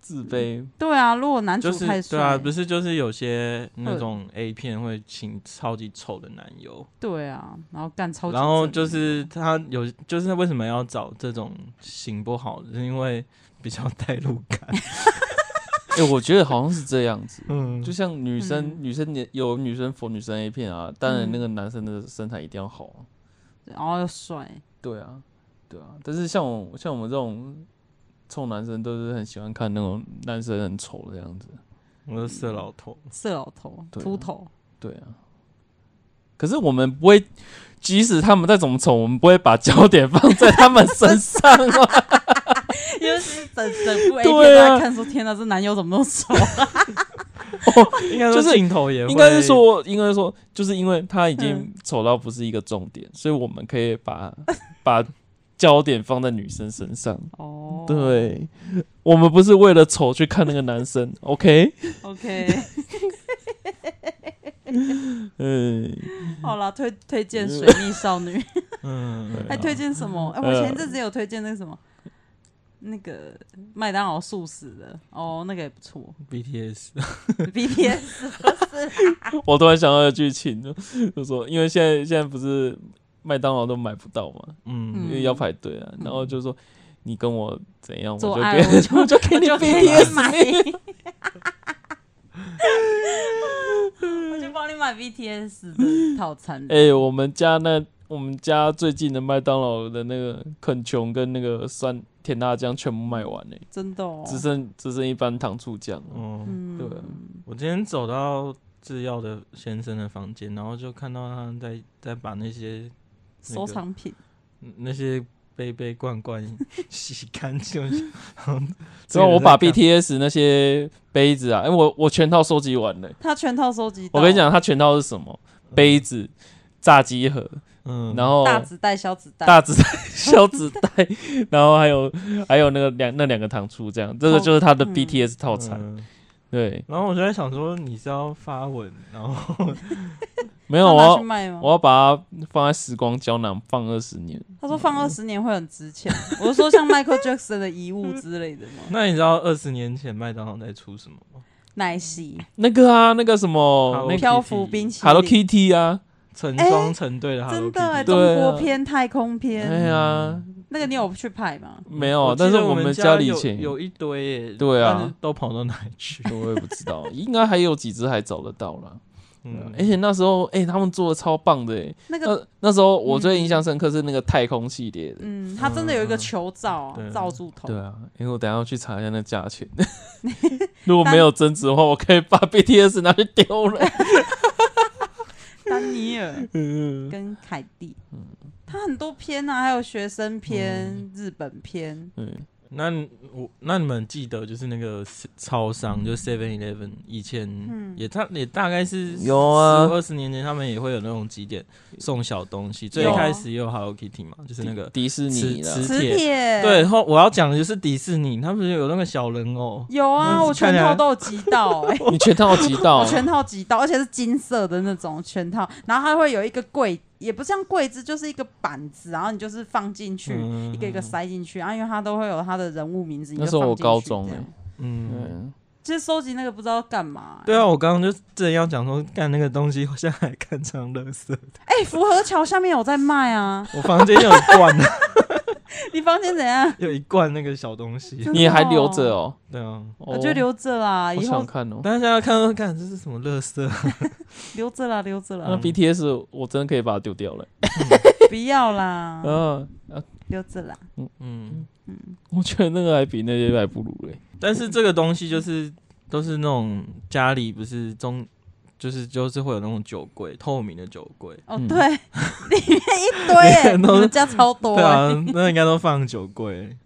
[SPEAKER 3] 自卑
[SPEAKER 2] 对啊，如果男主
[SPEAKER 4] 就是
[SPEAKER 2] 太帅，
[SPEAKER 4] 对啊，不是就是有些那种 A 片会请超级丑的男优，
[SPEAKER 2] 对啊然后干超级正，
[SPEAKER 4] 然后就是他有，就是为什么要找这种型不好，是因为比较带入感，，
[SPEAKER 3] 哎、我觉得好像是这样子
[SPEAKER 4] 嗯
[SPEAKER 3] 就像女生，
[SPEAKER 2] 嗯
[SPEAKER 3] 女生也有女生佛女生 A 片啊，当然那
[SPEAKER 2] 嗯
[SPEAKER 3] 个男生的身材一定要好啊、
[SPEAKER 2] 然后又帅，
[SPEAKER 3] 对啊，对啊。但是像我像我们这种臭男生，都是很喜欢看那种男生很丑的样子。
[SPEAKER 4] 我是色老头，
[SPEAKER 2] 色老头，
[SPEAKER 3] 对啊
[SPEAKER 2] 秃头，
[SPEAKER 3] 对啊，可是我们不会，即使他们再怎么丑，我们不会把焦点放在他们身上 啊。
[SPEAKER 2] 因为是整整 部 A 片
[SPEAKER 3] 对啊
[SPEAKER 2] 大家看说，天哪，这男友怎么那么 丑？
[SPEAKER 4] 应该
[SPEAKER 3] 就是
[SPEAKER 4] 说镜头也会
[SPEAKER 3] 应该是说，应该是说，就是因为他已经
[SPEAKER 2] 嗯
[SPEAKER 3] 丑到不是一个重点，所以我们可以把把焦点放在女生身上。
[SPEAKER 2] 哦，
[SPEAKER 3] 对，我们不是为了丑去看那个男生 ，OK？
[SPEAKER 2] ，OK。
[SPEAKER 3] 嗯，
[SPEAKER 2] 好啦，推推荐《水蜜少女》
[SPEAKER 4] 嗯，
[SPEAKER 2] 还推荐什么？哎、我前一阵子有推荐那个什么，那个麦当劳素食的哦，那个也不 错。
[SPEAKER 4] BTS，
[SPEAKER 2] BTS 不是
[SPEAKER 3] 我突然想到一个剧情， 就就说，因为现在现在不是麦当劳都买不到嘛，因
[SPEAKER 4] 嗯，
[SPEAKER 3] 为要排队啊，然后
[SPEAKER 2] 嗯
[SPEAKER 3] 就说你跟我怎样，我就
[SPEAKER 2] 做
[SPEAKER 3] 给
[SPEAKER 2] 爱，我就
[SPEAKER 3] 就给
[SPEAKER 2] 我
[SPEAKER 3] 你
[SPEAKER 2] 就给
[SPEAKER 3] BTS
[SPEAKER 2] 你买， 我就帮你买 BTS 的套餐。
[SPEAKER 3] 哎、我们家那我们家最近的麦当劳的那个肯琼跟那个酸甜辣酱全部卖完嘞、
[SPEAKER 2] 真的哦，
[SPEAKER 3] 只剩只剩一般糖醋酱。
[SPEAKER 4] 嗯，
[SPEAKER 2] 嗯，
[SPEAKER 3] 对啊
[SPEAKER 4] 我今天走到制药的先生的房间，然后就看到他在在把那些
[SPEAKER 2] 收藏品，
[SPEAKER 4] 那些杯杯罐罐 洗干净，然后
[SPEAKER 3] 之啊后我把
[SPEAKER 4] 这个人在干
[SPEAKER 3] BTS 那些杯子啊，哎、我我全套收集完了、
[SPEAKER 2] 他全套收集。
[SPEAKER 3] 我跟你，讲，它全套是什么？
[SPEAKER 2] 嗯
[SPEAKER 3] 杯子、炸鸡盒，
[SPEAKER 4] 嗯，
[SPEAKER 3] 然后
[SPEAKER 2] 大纸袋、小纸袋，
[SPEAKER 3] 大纸袋、小纸袋，然后还有还有那个两那两个糖醋这样，这个
[SPEAKER 2] 套
[SPEAKER 3] 就是它的
[SPEAKER 2] 嗯
[SPEAKER 3] BTS 套餐。
[SPEAKER 4] 嗯
[SPEAKER 3] 对，
[SPEAKER 4] 然后我就在想说，你是要发文，然后
[SPEAKER 2] 他
[SPEAKER 3] 没有
[SPEAKER 2] 拿去
[SPEAKER 3] 我
[SPEAKER 2] 卖吗
[SPEAKER 3] 要我？要把它放在时光胶囊放二十年。
[SPEAKER 2] 他说放二十年会很值钱。我是说像 Michael Jackson 的遗物之类的吗？
[SPEAKER 4] 那你知道二十年前麦当劳在出什么吗？
[SPEAKER 2] 奶昔、
[SPEAKER 3] 那个啊，那个什么
[SPEAKER 4] Hello
[SPEAKER 3] 那个
[SPEAKER 4] Kitty
[SPEAKER 2] 漂浮冰淇淋、
[SPEAKER 3] Hello Kitty 啊，
[SPEAKER 4] 成
[SPEAKER 2] 哎
[SPEAKER 4] 双成对的 Hello
[SPEAKER 2] 真
[SPEAKER 4] Kitty，
[SPEAKER 2] 的哎，
[SPEAKER 3] 对
[SPEAKER 2] 中
[SPEAKER 3] 啊
[SPEAKER 2] 国片、太空片，
[SPEAKER 3] 哎呀，
[SPEAKER 2] 那个你有去拍吗？
[SPEAKER 3] 没
[SPEAKER 4] 嗯我
[SPEAKER 3] 有，啊
[SPEAKER 4] 记
[SPEAKER 3] 但是
[SPEAKER 4] 得我
[SPEAKER 3] 们
[SPEAKER 4] 家
[SPEAKER 3] 里以
[SPEAKER 4] 有
[SPEAKER 3] 前
[SPEAKER 4] 有一堆耶，
[SPEAKER 3] 对啊
[SPEAKER 4] 但是都跑到哪里 去？
[SPEAKER 3] 我也不知道，应该还有几只还找得到啦。啊
[SPEAKER 4] 嗯，
[SPEAKER 3] 而且那时候，哎，他们做的超棒的，哎，
[SPEAKER 2] 那嗯个
[SPEAKER 3] 那那时候我最印象深刻是那个太空系列的。
[SPEAKER 2] 嗯，它真的有一个球罩啊
[SPEAKER 4] 嗯对
[SPEAKER 2] 罩住头
[SPEAKER 3] 对，啊，因为我等一下要去查一下那 价钱。如果没有增值的话，我可以把 BTS 拿去丢 了。
[SPEAKER 2] 丹尼尔跟凯蒂，他很多片啊，还有学生片、日本片，
[SPEAKER 3] 嗯，
[SPEAKER 4] 那你我那你们记得就是那个 s- 超商，就 Seven Eleven，以前也大也大概是
[SPEAKER 3] 有啊
[SPEAKER 4] 十二十年前他们也会有那种几点送小东西，最一
[SPEAKER 3] 有啊
[SPEAKER 4] 开始也有 Hello Kitty 嘛，就是那个
[SPEAKER 3] 迪士尼
[SPEAKER 4] 吃
[SPEAKER 3] 的
[SPEAKER 4] 吃
[SPEAKER 2] 磁
[SPEAKER 4] 铁
[SPEAKER 2] 铁
[SPEAKER 4] 对，后我要讲的就是迪士尼，他不是有那个小人偶，
[SPEAKER 2] 有啊，
[SPEAKER 4] 那
[SPEAKER 2] 我全
[SPEAKER 4] 看起
[SPEAKER 2] 套
[SPEAKER 4] 来
[SPEAKER 2] 都有集到哎。
[SPEAKER 3] 你全套集到
[SPEAKER 2] 我，全套几刀，而且是金色的那种全套，然后它会有一个柜也不像柜子，就是一个板子，然后你就是放进去，
[SPEAKER 4] 嗯
[SPEAKER 2] 一个一个塞进去，然、后因为它都会有它的人物名字。你就
[SPEAKER 3] 嗯那时候我
[SPEAKER 2] 放进去
[SPEAKER 3] 高中
[SPEAKER 2] 这样
[SPEAKER 3] 欸
[SPEAKER 4] 嗯，
[SPEAKER 3] 嗯，
[SPEAKER 2] 其实收集那个不知道干嘛、
[SPEAKER 4] 对啊，，我刚刚就正要讲说，干那个东西，我现在还看成垃圾，
[SPEAKER 2] 哎、福和桥下面有在卖 啊，
[SPEAKER 4] 我房间有一罐 啊，
[SPEAKER 2] 你房间怎样？
[SPEAKER 4] 有一罐那个小东西，
[SPEAKER 3] 你还留着哦？
[SPEAKER 4] 对啊，
[SPEAKER 2] 我
[SPEAKER 3] 我
[SPEAKER 2] 就，留着啦，
[SPEAKER 3] 我
[SPEAKER 2] 以
[SPEAKER 3] 想
[SPEAKER 2] 后啊
[SPEAKER 3] 看哦。
[SPEAKER 4] 但是现在看到看这是什么垃圾啊，
[SPEAKER 2] 留着啦，留着
[SPEAKER 3] 那
[SPEAKER 2] 啦，
[SPEAKER 3] BTS 我真的可以把它丢掉了。
[SPEAKER 2] 不要啦，
[SPEAKER 3] 嗯，啊
[SPEAKER 2] 留着啦。
[SPEAKER 4] 嗯，
[SPEAKER 3] 我觉得那个还比那些还不如嘞。
[SPEAKER 4] 但是这个东西就是都是那种家里不是中，就是就是会有那种酒柜，透明的酒柜，
[SPEAKER 2] 哦，
[SPEAKER 3] 嗯
[SPEAKER 2] 对， 里面一堆、欸，
[SPEAKER 4] 里面都是
[SPEAKER 2] 你们家超多、
[SPEAKER 4] 对
[SPEAKER 2] 欸。
[SPEAKER 4] 啊，那应该都放酒柜，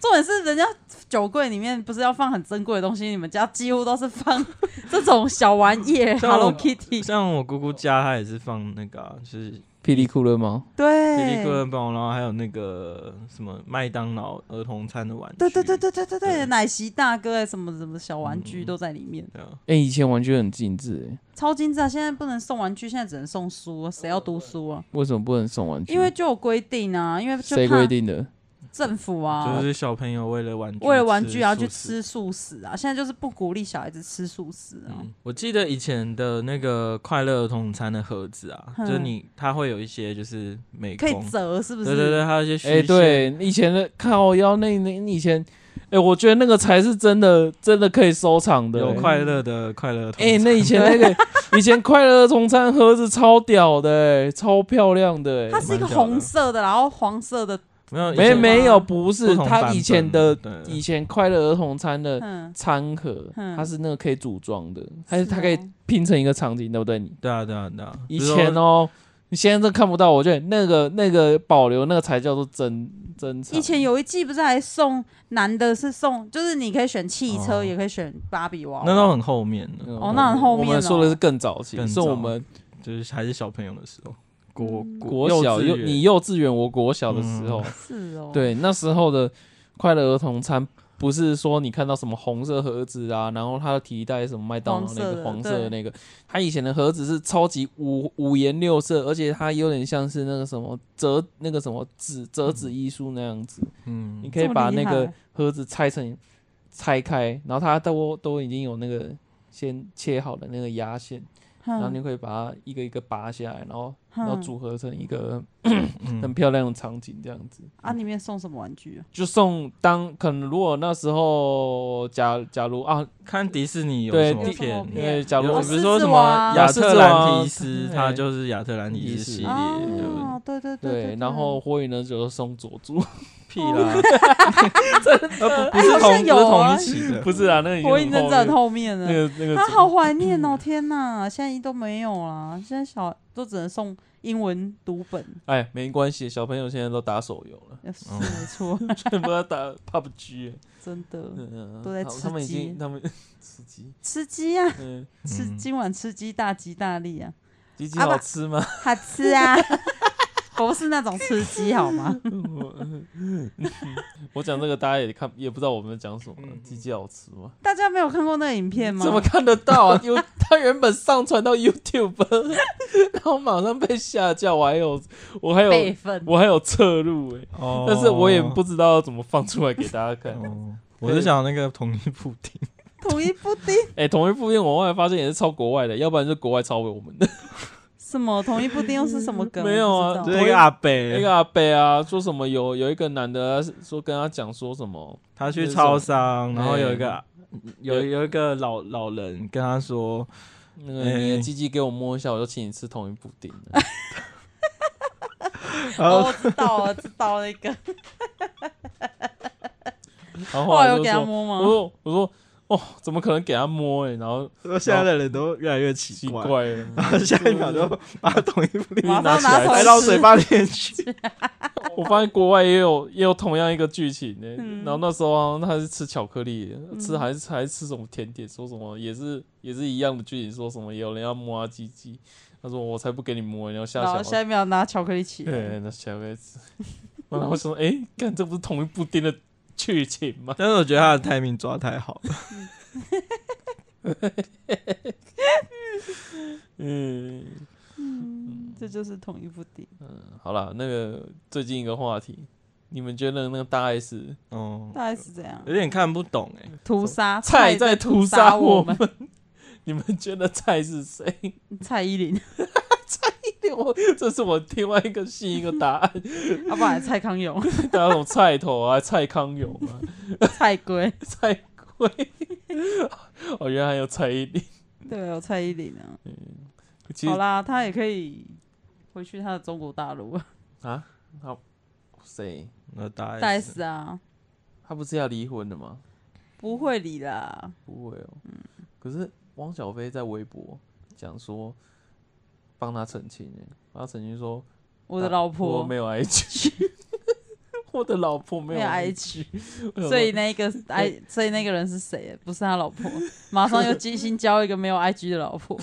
[SPEAKER 2] 重点是人家酒柜里面不是要放很珍贵的东西，你们家几乎都是放 这种小玩意儿
[SPEAKER 4] 像我
[SPEAKER 2] ，Hello Kitty，
[SPEAKER 4] 像我姑姑家她也是放那个、啊，就是
[SPEAKER 3] 霹雳酷乐吗？
[SPEAKER 4] 霹雳
[SPEAKER 2] 对
[SPEAKER 4] 哥，伦堡，然后还有那个什么麦当劳儿童餐的玩具，
[SPEAKER 2] 对对对
[SPEAKER 4] 对
[SPEAKER 2] 对对对对，
[SPEAKER 4] 对
[SPEAKER 2] 奶昔大哥、欸、什么什么小玩具
[SPEAKER 4] 嗯
[SPEAKER 2] 都在里面，
[SPEAKER 4] 啊，
[SPEAKER 3] 哎，以前玩具很精致，哎，
[SPEAKER 2] 超精致啊！现在不能送玩具，现在只能送书啊，谁要读书啊？
[SPEAKER 3] 为什么不能送玩具？
[SPEAKER 4] 嗯
[SPEAKER 2] 因为就有规定啊，因为就
[SPEAKER 3] 谁
[SPEAKER 2] 怕
[SPEAKER 3] 规定的？
[SPEAKER 2] 政府啊，
[SPEAKER 4] 就是小朋友为了玩具，
[SPEAKER 2] 为了玩具然后去。吃素食啊，现在就是不鼓励小孩子吃素食啊。
[SPEAKER 4] 嗯，我记得以前的那个快乐儿童餐的盒子啊，
[SPEAKER 2] 嗯
[SPEAKER 4] 就是你它会有一些就是美
[SPEAKER 2] 可
[SPEAKER 4] 工，
[SPEAKER 2] 以折是不是？
[SPEAKER 4] 对对对，还有一些虚
[SPEAKER 3] 哎，
[SPEAKER 4] 线，
[SPEAKER 3] 对，以前的靠腰那那你以前，哎，我觉得那个才是真的真的可以收藏的。
[SPEAKER 4] 有
[SPEAKER 3] 哎
[SPEAKER 4] 快乐的快乐儿童
[SPEAKER 3] 哎、
[SPEAKER 4] 餐，
[SPEAKER 3] 那以前 那个以前快乐儿童餐盒子超屌的、欸，超漂亮的、
[SPEAKER 2] 它
[SPEAKER 3] 欸。
[SPEAKER 2] 是一个
[SPEAKER 4] 蛮屌的
[SPEAKER 2] 红色的，然后黄色的，
[SPEAKER 4] 没有以
[SPEAKER 3] 没
[SPEAKER 4] 前
[SPEAKER 3] 没有，不是
[SPEAKER 4] 不同版
[SPEAKER 3] 它
[SPEAKER 4] 本
[SPEAKER 3] 以前的
[SPEAKER 4] 对
[SPEAKER 3] 以前快乐儿童餐的
[SPEAKER 2] 嗯，
[SPEAKER 3] 餐盒，
[SPEAKER 2] 嗯
[SPEAKER 3] 它是那个可以组装的，它
[SPEAKER 2] 是
[SPEAKER 3] 它可以
[SPEAKER 2] 哦
[SPEAKER 3] 拼成一个场景，对不对？你
[SPEAKER 4] 对啊对啊对啊，
[SPEAKER 3] 以
[SPEAKER 4] 比如说
[SPEAKER 3] 前哦、你现在真看不到，我觉得那个那个保留那个才叫做珍珍藏。
[SPEAKER 2] 以前有一季不是还送男的是送，就是你可以选汽车，
[SPEAKER 4] 哦
[SPEAKER 2] 也可以选芭比娃娃。
[SPEAKER 4] 那都很后面的，
[SPEAKER 3] 嗯
[SPEAKER 2] 哦那很后面
[SPEAKER 3] 我们说的
[SPEAKER 2] 哦
[SPEAKER 3] 是更早期，
[SPEAKER 4] 更
[SPEAKER 3] 是我们
[SPEAKER 4] 就是还是小朋友的时候，国
[SPEAKER 3] 国小幼
[SPEAKER 4] 幼稚园嗯
[SPEAKER 3] 你幼稚园，我国小的时候。
[SPEAKER 2] 是哦，，
[SPEAKER 3] 对，那时候的快乐儿童餐不是说你看到什么红色盒子啊，然后它的提袋什么麦当劳
[SPEAKER 2] 黄色
[SPEAKER 3] 那
[SPEAKER 2] 的
[SPEAKER 3] 个黄色
[SPEAKER 2] 对
[SPEAKER 3] 的那个，它以前的盒子是超级五五颜六色，而且它有点像是那个什么折那个什么纸折纸艺术那样子，
[SPEAKER 4] 嗯
[SPEAKER 3] 你可以
[SPEAKER 2] 嗯这么
[SPEAKER 3] 把
[SPEAKER 2] 厉
[SPEAKER 3] 那个
[SPEAKER 2] 害
[SPEAKER 3] 盒子拆成拆开，然后它都都已经有那个。先切好的那个压线，然后
[SPEAKER 2] 嗯
[SPEAKER 3] 你可以把它一个一个拔下来，然后然后
[SPEAKER 2] 嗯
[SPEAKER 3] 组合成一个
[SPEAKER 4] 嗯
[SPEAKER 3] 很漂亮的场景，这样子。
[SPEAKER 2] 啊，里面送什么玩具啊？
[SPEAKER 3] 就送当可能如果那时候假假如啊，
[SPEAKER 4] 看迪士尼有
[SPEAKER 3] 对啊
[SPEAKER 4] 什么
[SPEAKER 2] 有什么
[SPEAKER 4] 片，
[SPEAKER 3] 因
[SPEAKER 2] 片
[SPEAKER 3] 为假如
[SPEAKER 2] 哦
[SPEAKER 4] 有
[SPEAKER 3] 我
[SPEAKER 4] 比
[SPEAKER 3] 们
[SPEAKER 4] 如
[SPEAKER 2] 狮
[SPEAKER 4] 说
[SPEAKER 2] 子
[SPEAKER 4] 什
[SPEAKER 2] 王
[SPEAKER 4] 么亚特兰
[SPEAKER 3] 狮
[SPEAKER 4] 提斯，
[SPEAKER 3] 子王
[SPEAKER 4] 它就是亚特兰提斯系列，
[SPEAKER 2] 哦，对对对
[SPEAKER 3] 对，然后火影忍者就送佐助，
[SPEAKER 4] 屁 啦，呃不不是
[SPEAKER 2] 好像
[SPEAKER 4] 同
[SPEAKER 2] 有啊
[SPEAKER 4] 不是同一期的，
[SPEAKER 3] 不是啊，那已经
[SPEAKER 2] 火影
[SPEAKER 3] 很
[SPEAKER 2] 忍者很
[SPEAKER 3] 后
[SPEAKER 2] 后面呢
[SPEAKER 3] 面那，个那个
[SPEAKER 2] 他
[SPEAKER 3] 组
[SPEAKER 2] 好怀念哦！ 天哪，现在都没有啦，现在小都只能送英文读本，
[SPEAKER 3] 哎，没关系，小朋友现在都打手游
[SPEAKER 4] 嗯
[SPEAKER 3] 了，
[SPEAKER 2] 是没 错，
[SPEAKER 3] 全部要打 PUBG，哎
[SPEAKER 2] 真的
[SPEAKER 3] 嗯，
[SPEAKER 2] 都在
[SPEAKER 3] 他
[SPEAKER 2] 吃
[SPEAKER 3] 他们已
[SPEAKER 2] 鸡
[SPEAKER 3] 经他们 吃鸡，
[SPEAKER 2] 吃鸡啊，
[SPEAKER 3] 嗯，
[SPEAKER 2] 吃
[SPEAKER 4] 嗯
[SPEAKER 2] 今晚吃鸡大吉大利啊，
[SPEAKER 3] 鸡鸡
[SPEAKER 2] 啊不
[SPEAKER 3] 好吃吗？
[SPEAKER 2] 好吃 啊，不是那种吃鸡好吗？
[SPEAKER 3] 我讲这个大家也看也不知道我们在讲什
[SPEAKER 2] 嗯
[SPEAKER 3] 么，鸡鸡好吃吗？
[SPEAKER 2] 大家没有看过那个影片吗？
[SPEAKER 3] 怎么看得到啊？ 有他原本上传到 YouTube，然 后马上被下架，我还有我还
[SPEAKER 2] 备
[SPEAKER 3] 有
[SPEAKER 2] 份？
[SPEAKER 3] 我还有侧录哎、
[SPEAKER 4] 哦
[SPEAKER 3] 但是我也不知道要怎么放出来给大家看。
[SPEAKER 4] 哦我是想那个统一布丁，
[SPEAKER 2] 统一布丁
[SPEAKER 3] 哎、同一部片我后来发现也是抄国外的，要不然就是国外抄我们的。什
[SPEAKER 2] 什么？统一布丁又是什么梗？
[SPEAKER 3] 没有啊
[SPEAKER 2] 我不知
[SPEAKER 4] 就
[SPEAKER 2] 道
[SPEAKER 4] 是那个阿
[SPEAKER 3] 那
[SPEAKER 4] 北，
[SPEAKER 3] 个阿贝啊，说什么有有一个男的他是说跟他讲说什么，
[SPEAKER 4] 他去超商，
[SPEAKER 3] 那个什么
[SPEAKER 4] 然后有一个有
[SPEAKER 3] 有
[SPEAKER 4] 有一个老老人跟他说，
[SPEAKER 3] 那个你的
[SPEAKER 4] 哎
[SPEAKER 3] 鸡鸡给我摸一下，我就请你吃同一布丁。
[SPEAKER 4] 然
[SPEAKER 2] 哦，
[SPEAKER 4] 后
[SPEAKER 2] 我知道，我知道那 个。
[SPEAKER 3] 然
[SPEAKER 2] 后
[SPEAKER 3] 后后
[SPEAKER 2] 来
[SPEAKER 3] 来
[SPEAKER 2] 有
[SPEAKER 3] 就
[SPEAKER 2] 给他
[SPEAKER 3] 说，
[SPEAKER 2] 摸
[SPEAKER 3] 我
[SPEAKER 2] 吗？
[SPEAKER 3] 说我说哦，怎么可能给他摸哎、然后
[SPEAKER 4] 说现在的人都越来越奇
[SPEAKER 3] 奇
[SPEAKER 4] 怪，
[SPEAKER 3] 怪了。
[SPEAKER 4] 然后下一秒就把统一布丁
[SPEAKER 2] 马上
[SPEAKER 3] 拿起来
[SPEAKER 2] 拿
[SPEAKER 4] 塞
[SPEAKER 2] 手
[SPEAKER 4] 到
[SPEAKER 2] 吃
[SPEAKER 4] 嘴巴里 面去，
[SPEAKER 3] 我发现国外也有也有同样一个剧情呢、
[SPEAKER 2] 嗯
[SPEAKER 3] 然后那时候好像他是吃巧克力，吃还是还是吃什么甜点，说什么也是也是一样的剧情，说什么有人要摸他鸡鸡，他说我才不给你摸，你要瞎
[SPEAKER 2] 然后
[SPEAKER 3] 想。
[SPEAKER 2] 下一秒拿巧克力起来，
[SPEAKER 3] 对，那巧克力吃。 然后我想说，哎、干这不是同一部丁的剧情吗？
[SPEAKER 4] 但是我觉得他的 timing 抓太好 了，
[SPEAKER 3] 嗯，
[SPEAKER 2] 嗯，这就是同一部电影。
[SPEAKER 3] 嗯，好啦，那个最近一个话题，你们觉得那个大 S
[SPEAKER 4] 哦，
[SPEAKER 2] 大概是这样，
[SPEAKER 4] 有
[SPEAKER 3] 嗯
[SPEAKER 4] 点看不懂哎、
[SPEAKER 2] 屠杀
[SPEAKER 3] 蔡
[SPEAKER 2] 在
[SPEAKER 3] 在屠
[SPEAKER 2] 杀
[SPEAKER 3] 杀我
[SPEAKER 2] 们，
[SPEAKER 3] 你们觉得蔡是谁？
[SPEAKER 2] 蔡依林，
[SPEAKER 3] 我 这是我另外一个新一个答案，
[SPEAKER 2] 啊要不然蔡康永、
[SPEAKER 3] 大家有菜头啊、蔡康永啊、
[SPEAKER 2] 蔡圭，
[SPEAKER 3] 蔡圭， 哦，原来还有蔡依林。
[SPEAKER 2] 对，有蔡依林啊。
[SPEAKER 3] 其
[SPEAKER 2] 好
[SPEAKER 3] 实
[SPEAKER 2] 啦，他也可以回去他的中国大陆。
[SPEAKER 3] 啊，好，谁？
[SPEAKER 4] 那大 S,
[SPEAKER 2] 大 S 啊，
[SPEAKER 3] 他不是要离婚了吗？
[SPEAKER 2] 不会理啦。
[SPEAKER 3] 不会哦。可是汪小菲在微博讲说，帮他澄清耶，帮他澄清说，
[SPEAKER 2] 我的老
[SPEAKER 3] 啊我
[SPEAKER 2] 婆
[SPEAKER 3] 没 有 IG，我的老婆没有
[SPEAKER 2] 没有
[SPEAKER 3] IG，我 想
[SPEAKER 2] 所以
[SPEAKER 3] 说
[SPEAKER 2] 那个 I，所以那个人是谁？不是他老婆，马上又精心交一个没有 IG 的老婆。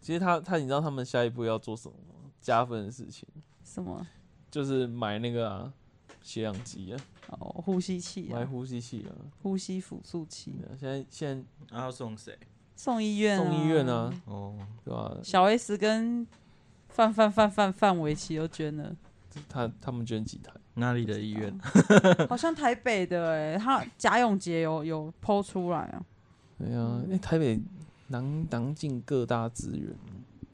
[SPEAKER 3] 其实他他你知道他们下一步要做什么吗？加分的事情
[SPEAKER 2] 什么？
[SPEAKER 3] 就是买那个啊，血氧机啊，
[SPEAKER 2] 哦，呼吸器
[SPEAKER 3] 买
[SPEAKER 2] 啊，
[SPEAKER 3] 呼吸器啊。啊
[SPEAKER 2] 呼吸辅助器，
[SPEAKER 3] 现在现
[SPEAKER 4] 然后送谁？
[SPEAKER 2] 送医院、
[SPEAKER 3] 在送医院。啊，
[SPEAKER 4] 哦，
[SPEAKER 3] 对吧、
[SPEAKER 2] 小 S 跟范范范范范玮琪都捐了，
[SPEAKER 3] 他他们捐几台？
[SPEAKER 4] 那里的医院？
[SPEAKER 2] 好像台北的哎、他贾永杰有有剖出来啊，
[SPEAKER 3] 对啊，
[SPEAKER 2] 嗯
[SPEAKER 3] 哎、台北囊囊尽各大资源，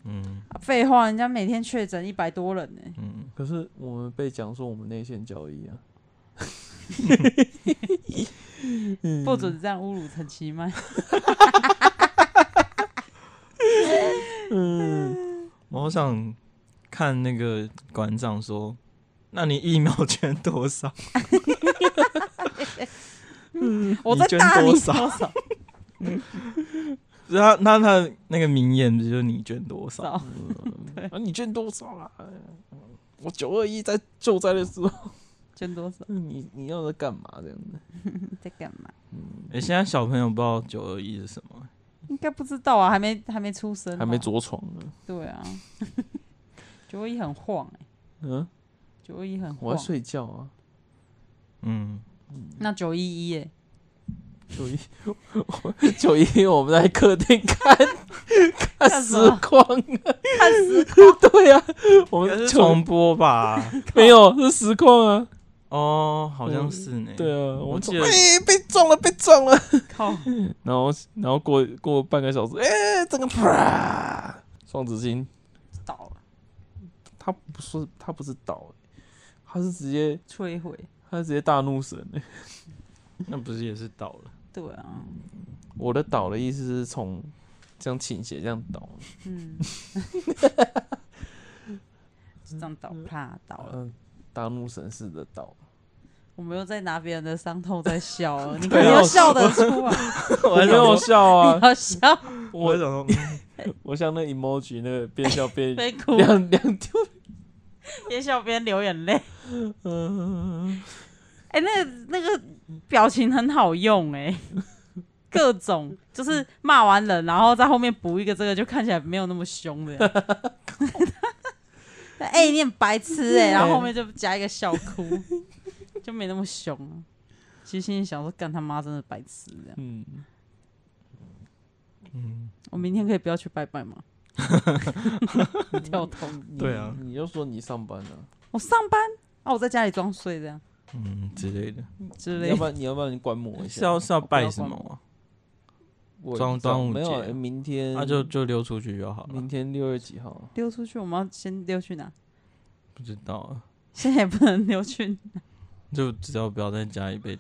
[SPEAKER 4] 嗯
[SPEAKER 2] 啊废话，人家每天确诊一百多人呢、欸
[SPEAKER 4] 嗯，
[SPEAKER 3] 可是我们被讲说我们内线交易 啊，
[SPEAKER 2] 不准这样侮辱陈其迈。
[SPEAKER 4] 我好想看那个馆长说，那你疫苗捐多少？
[SPEAKER 2] 我在
[SPEAKER 4] 捐
[SPEAKER 2] 打
[SPEAKER 4] 多
[SPEAKER 2] 你
[SPEAKER 4] 少
[SPEAKER 2] 多少？
[SPEAKER 4] 就是他那他那个名言不就是你捐多少？
[SPEAKER 2] 少
[SPEAKER 3] 啊，你捐多少啦？我九二一在救灾的时候，
[SPEAKER 2] 捐多少？
[SPEAKER 3] 你你要在干嘛这样子？
[SPEAKER 2] 你在干嘛？
[SPEAKER 4] 哎、现在小朋友不知道九二一是什么，
[SPEAKER 2] 应该不知道啊，还没还没出生，
[SPEAKER 3] 还没。着床呢，
[SPEAKER 2] 对啊， 九二一很晃哎、
[SPEAKER 3] 嗯，
[SPEAKER 2] 九二一很
[SPEAKER 3] 我
[SPEAKER 2] 晃
[SPEAKER 3] 在。睡觉啊，
[SPEAKER 4] 嗯，
[SPEAKER 2] 那九一一哎，
[SPEAKER 3] 九一九一， 我们在客厅 看看
[SPEAKER 2] 干
[SPEAKER 3] 实
[SPEAKER 2] 什么
[SPEAKER 3] 况啊，
[SPEAKER 2] 看死
[SPEAKER 3] 对啊，我
[SPEAKER 4] 应该
[SPEAKER 3] 们
[SPEAKER 4] 是
[SPEAKER 3] 九
[SPEAKER 4] 重播吧？
[SPEAKER 3] 没有是实况啊，
[SPEAKER 4] 哦，好像是呢。
[SPEAKER 3] 对啊，我们
[SPEAKER 4] 记得
[SPEAKER 3] 哎、被撞了，被撞了。
[SPEAKER 2] 靠！
[SPEAKER 3] 然后然后过过半个小时，哎、整个啪，双子星，
[SPEAKER 2] 倒了，
[SPEAKER 3] 他不是他不是倒、欸他是直接
[SPEAKER 2] 摧毁。
[SPEAKER 3] 他是直接大怒神、欸。
[SPEAKER 4] 那不是也是倒了？
[SPEAKER 2] 对啊，
[SPEAKER 3] 我的倒的意思是从这样倾斜这样倒，
[SPEAKER 2] 嗯， 这样倒啪倒了。
[SPEAKER 3] 嗯，大怒神似的倒。
[SPEAKER 2] 我们又在拿别人的伤痛在笑了，你
[SPEAKER 3] 对
[SPEAKER 2] 肯
[SPEAKER 3] 啊
[SPEAKER 2] 定要笑得出 来，
[SPEAKER 3] 我没有笑
[SPEAKER 2] 你
[SPEAKER 3] 啊，
[SPEAKER 2] 要笑
[SPEAKER 4] 我
[SPEAKER 3] 我
[SPEAKER 4] 想说，
[SPEAKER 3] 我像那 emoji 那个边笑 边
[SPEAKER 2] 边哭
[SPEAKER 3] 两两丢，
[SPEAKER 2] 边笑边流眼泪。
[SPEAKER 3] 嗯，
[SPEAKER 2] 哎、那个那个表情很好用哎、 各种就是骂完人，然后在后面补一个这个，就看起来没有那么凶的。 哎、你很白痴哎、然后后面就加一个笑 哭，就没那么凶了。其实心里想说，干他妈真的白痴这样。
[SPEAKER 3] 嗯，
[SPEAKER 4] 嗯，
[SPEAKER 2] 我明天可以不要去拜拜吗？跳通，
[SPEAKER 3] 你
[SPEAKER 4] 对啊
[SPEAKER 3] 你又说你上班呢、
[SPEAKER 2] 我上班啊，我在家里装睡这样
[SPEAKER 4] 嗯之类的，
[SPEAKER 2] 之
[SPEAKER 3] 你
[SPEAKER 2] 类
[SPEAKER 3] 要不
[SPEAKER 2] 的。
[SPEAKER 3] 然你要不然你观摩一
[SPEAKER 4] 是
[SPEAKER 3] 下
[SPEAKER 4] 要，是要拜什么啊？
[SPEAKER 3] 我
[SPEAKER 4] 端
[SPEAKER 3] 也不知道
[SPEAKER 4] 端午
[SPEAKER 3] 没有
[SPEAKER 4] 节
[SPEAKER 3] 欸，明天
[SPEAKER 4] 那、
[SPEAKER 2] 啊
[SPEAKER 4] 就就溜出去就好了
[SPEAKER 3] 明。天六月几号？
[SPEAKER 2] 溜出去，我们要先溜去哪？
[SPEAKER 4] 不知道啊，
[SPEAKER 2] 现在也不能溜去
[SPEAKER 4] 就只要不要在家里被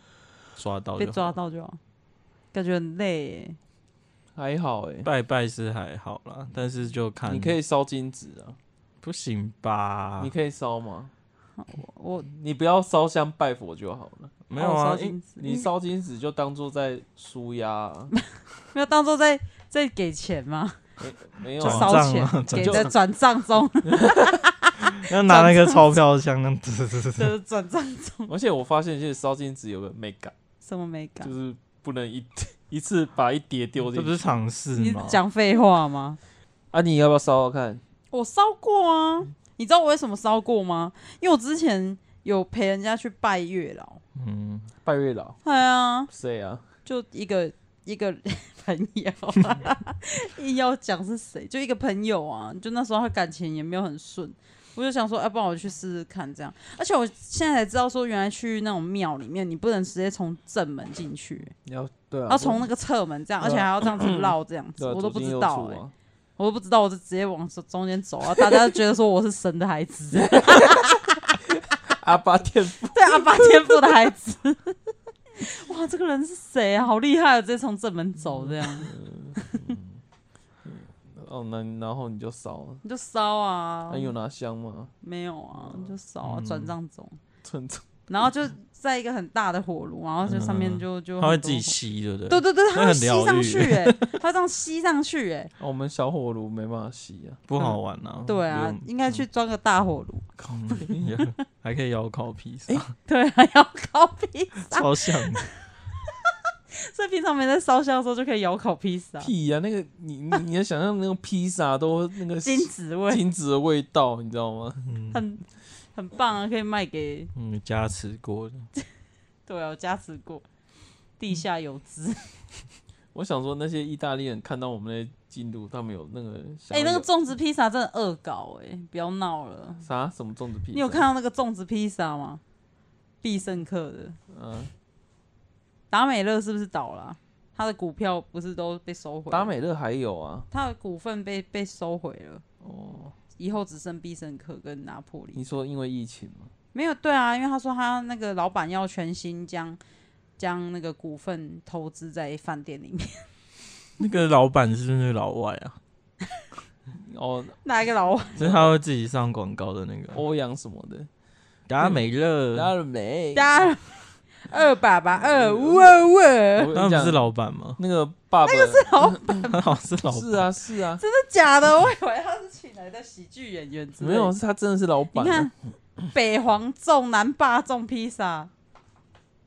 [SPEAKER 4] 抓到就好，
[SPEAKER 2] 被抓到就好，感觉很累哎耶。
[SPEAKER 3] 还好哎、
[SPEAKER 4] 拜拜是还好啦，但是就看
[SPEAKER 3] 你可以烧金纸啊，
[SPEAKER 4] 不行吧？
[SPEAKER 3] 你可以烧吗？
[SPEAKER 2] 我
[SPEAKER 3] 你不要烧香拜佛就好了，
[SPEAKER 4] 没有
[SPEAKER 2] 哦
[SPEAKER 4] 啊
[SPEAKER 2] 烧？金纸
[SPEAKER 3] 你烧金纸就当做在舒压、 啊，
[SPEAKER 2] 嗯没有当做在在给钱吗？
[SPEAKER 3] 没没有
[SPEAKER 4] 转
[SPEAKER 3] 啊
[SPEAKER 4] 账
[SPEAKER 2] 烧
[SPEAKER 4] 啊
[SPEAKER 2] 钱
[SPEAKER 4] 转
[SPEAKER 2] 给
[SPEAKER 4] 账
[SPEAKER 2] 在转账 中，
[SPEAKER 4] 因要拿那个钞票箱，那样子
[SPEAKER 2] 就是转账中
[SPEAKER 3] 而且我发现，现在烧金纸有个美感，
[SPEAKER 2] 什么美感
[SPEAKER 3] 就？是不能一 一次把一叠丢
[SPEAKER 4] 这
[SPEAKER 3] 进
[SPEAKER 4] 不是
[SPEAKER 3] 去。
[SPEAKER 4] 尝试
[SPEAKER 2] 你
[SPEAKER 4] 吗？
[SPEAKER 2] 讲废话吗？
[SPEAKER 3] 啊，你要不要烧烧看？
[SPEAKER 2] 我烧过啊，你知道我为什么烧过吗？因为我之前有陪人家去拜月老，
[SPEAKER 4] 嗯，
[SPEAKER 3] 拜月老
[SPEAKER 2] 对啊，
[SPEAKER 3] 谁啊？
[SPEAKER 2] 就一个一个 朋友，啊 硬要讲是谁，就一个朋友啊，就那时候他感情也没有很顺，我就想说，啊要、不然我去试试看这样。而且我现在才知道说，原来去那种庙里面，你不能直接从正门进去、
[SPEAKER 4] 要对啊，
[SPEAKER 2] 要从那个侧门这样，而且还要这样子绕这样子，
[SPEAKER 4] 对啊
[SPEAKER 2] 我都不
[SPEAKER 4] 左进
[SPEAKER 2] 知
[SPEAKER 4] 右
[SPEAKER 2] 道
[SPEAKER 4] 出
[SPEAKER 2] 哎、
[SPEAKER 4] 啊
[SPEAKER 2] 我都不知道，我就直接往中间走啊，大家就觉得说我是神的孩子， 欸
[SPEAKER 4] 阿巴天父，
[SPEAKER 2] 对阿爸天赋的孩子。 哇，这个人是谁啊？好厉害啊！直接从正门走这样，
[SPEAKER 3] 哦，那然后你就烧了，
[SPEAKER 2] 你就烧啊
[SPEAKER 3] 那、，
[SPEAKER 4] 哎
[SPEAKER 3] 有拿香吗？
[SPEAKER 2] 没有啊，
[SPEAKER 4] 嗯
[SPEAKER 2] 你就烧啊，转账走。
[SPEAKER 3] 村长，
[SPEAKER 2] 然后就在一个很大的火炉，然后就上面就就
[SPEAKER 4] 嗯他会
[SPEAKER 2] 很多
[SPEAKER 4] 自己
[SPEAKER 2] 火
[SPEAKER 4] 吸，对不
[SPEAKER 2] 对
[SPEAKER 4] 对？
[SPEAKER 2] 对对，
[SPEAKER 4] 那
[SPEAKER 2] 它会
[SPEAKER 4] 很
[SPEAKER 2] 吸
[SPEAKER 4] 疗
[SPEAKER 2] 上
[SPEAKER 4] 愈
[SPEAKER 2] 去、欸， 它会这样吸上去、欸，
[SPEAKER 3] 哦我们小火炉没办法洗啊，
[SPEAKER 4] 不好玩啊。
[SPEAKER 2] 对啊，
[SPEAKER 4] 不
[SPEAKER 2] 应该去装个大火炉，
[SPEAKER 4] 用，嗯还可以摇烤披萨，
[SPEAKER 2] 对啊， 要烤披萨，
[SPEAKER 4] 超像的。
[SPEAKER 2] 所以平常没在烧香的时候就可以咬烤披萨，
[SPEAKER 3] 屁呀、那个你你你要想象那个披萨都那 个
[SPEAKER 2] 金子味
[SPEAKER 3] 金子的味道，你知道吗？
[SPEAKER 2] 很很棒啊，可以卖给
[SPEAKER 4] 嗯，加持过的，
[SPEAKER 2] 对啊，我加持过，地下有
[SPEAKER 4] 嗯
[SPEAKER 2] 资，
[SPEAKER 3] 我想说那些意大利人看到我们那进度，他们有那个想
[SPEAKER 2] 哎、
[SPEAKER 3] 要
[SPEAKER 2] 那个
[SPEAKER 3] 有
[SPEAKER 2] 粽子披萨真的恶搞、欸，哎，不要闹了，
[SPEAKER 3] 啥什么粽子披萨，
[SPEAKER 2] 你有看到那个粽子披萨吗？必胜客的。
[SPEAKER 3] 嗯，
[SPEAKER 2] 达美乐是不是倒了啊、他的股票不是都被收回了？
[SPEAKER 3] 达美乐还有啊，
[SPEAKER 2] 他的股份被被收回了，
[SPEAKER 3] 哦，
[SPEAKER 2] 以后只剩必胜客跟拿破
[SPEAKER 3] 你
[SPEAKER 2] 里。
[SPEAKER 3] 说因为疫情吗？
[SPEAKER 2] 没有对啊，因为他说他那个老板要全心将将那个股份投资在饭店里面。
[SPEAKER 4] 那个老板是不是老外啊？
[SPEAKER 3] 哦，
[SPEAKER 2] 哪一个老 板？
[SPEAKER 4] 就是他会自己上广告的那个
[SPEAKER 3] 欧阳什么的，
[SPEAKER 4] 达美乐，
[SPEAKER 3] 达美，
[SPEAKER 2] 家 二爸爸
[SPEAKER 3] 嗯
[SPEAKER 2] 二五二五二，
[SPEAKER 3] 我跟
[SPEAKER 4] 他
[SPEAKER 3] 你
[SPEAKER 4] 不是
[SPEAKER 3] 讲
[SPEAKER 4] 老板吗？
[SPEAKER 3] 那个爸爸是
[SPEAKER 4] 他好像是老板，
[SPEAKER 3] 啊是啊，
[SPEAKER 2] 真的假的？ 我以为他是请来的喜剧演员之类
[SPEAKER 3] 没
[SPEAKER 2] 的。
[SPEAKER 3] 有，是他真的是老
[SPEAKER 2] 你
[SPEAKER 3] 板啊
[SPEAKER 2] 看，北黄粽、南霸粽披萨，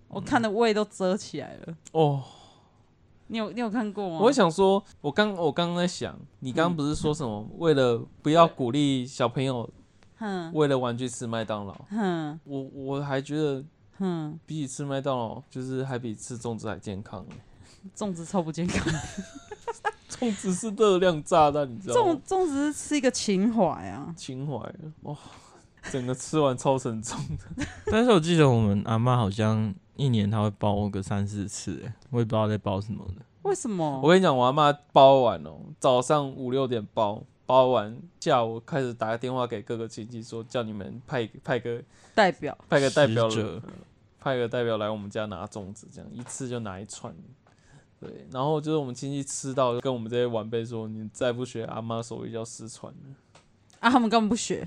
[SPEAKER 2] 我看的胃都遮起来了。
[SPEAKER 3] 哦。
[SPEAKER 2] 你有你有看过吗？
[SPEAKER 3] 我想说，我刚我刚刚在想，你
[SPEAKER 2] 嗯
[SPEAKER 3] 刚刚不是说什么？为了不要鼓励小朋友
[SPEAKER 2] 哼
[SPEAKER 3] 为了玩具吃麦当劳，
[SPEAKER 2] 哼
[SPEAKER 3] 我我还觉得
[SPEAKER 2] 哼，
[SPEAKER 3] 比起吃麦当劳，就是还比吃粽子还健康 欸。
[SPEAKER 2] 粽子超不健康。
[SPEAKER 3] 粽子是热量炸弹，你知道
[SPEAKER 2] 粽
[SPEAKER 3] 吗？
[SPEAKER 2] 粽子是吃一个情怀啊，
[SPEAKER 3] 情怀哇，整个吃完超沉重 的。
[SPEAKER 4] 但是我记得我们阿妈好像一年她会包个三四次，哎，我也不知道在包什么的。
[SPEAKER 2] 为什么？
[SPEAKER 3] 我跟你讲，我阿妈包完哦，早上五六点包，包完下午开始打电话给各个亲戚说，叫你们派派个
[SPEAKER 2] 代表
[SPEAKER 3] 派个代表
[SPEAKER 4] 使者
[SPEAKER 3] 派个代表来我们家拿粽子，这样一次就拿一串。对，然后就是我们亲戚吃到，就跟我们这些晚辈说，你再不学阿妈手艺就要失传了。
[SPEAKER 2] 啊，他们根本不 学。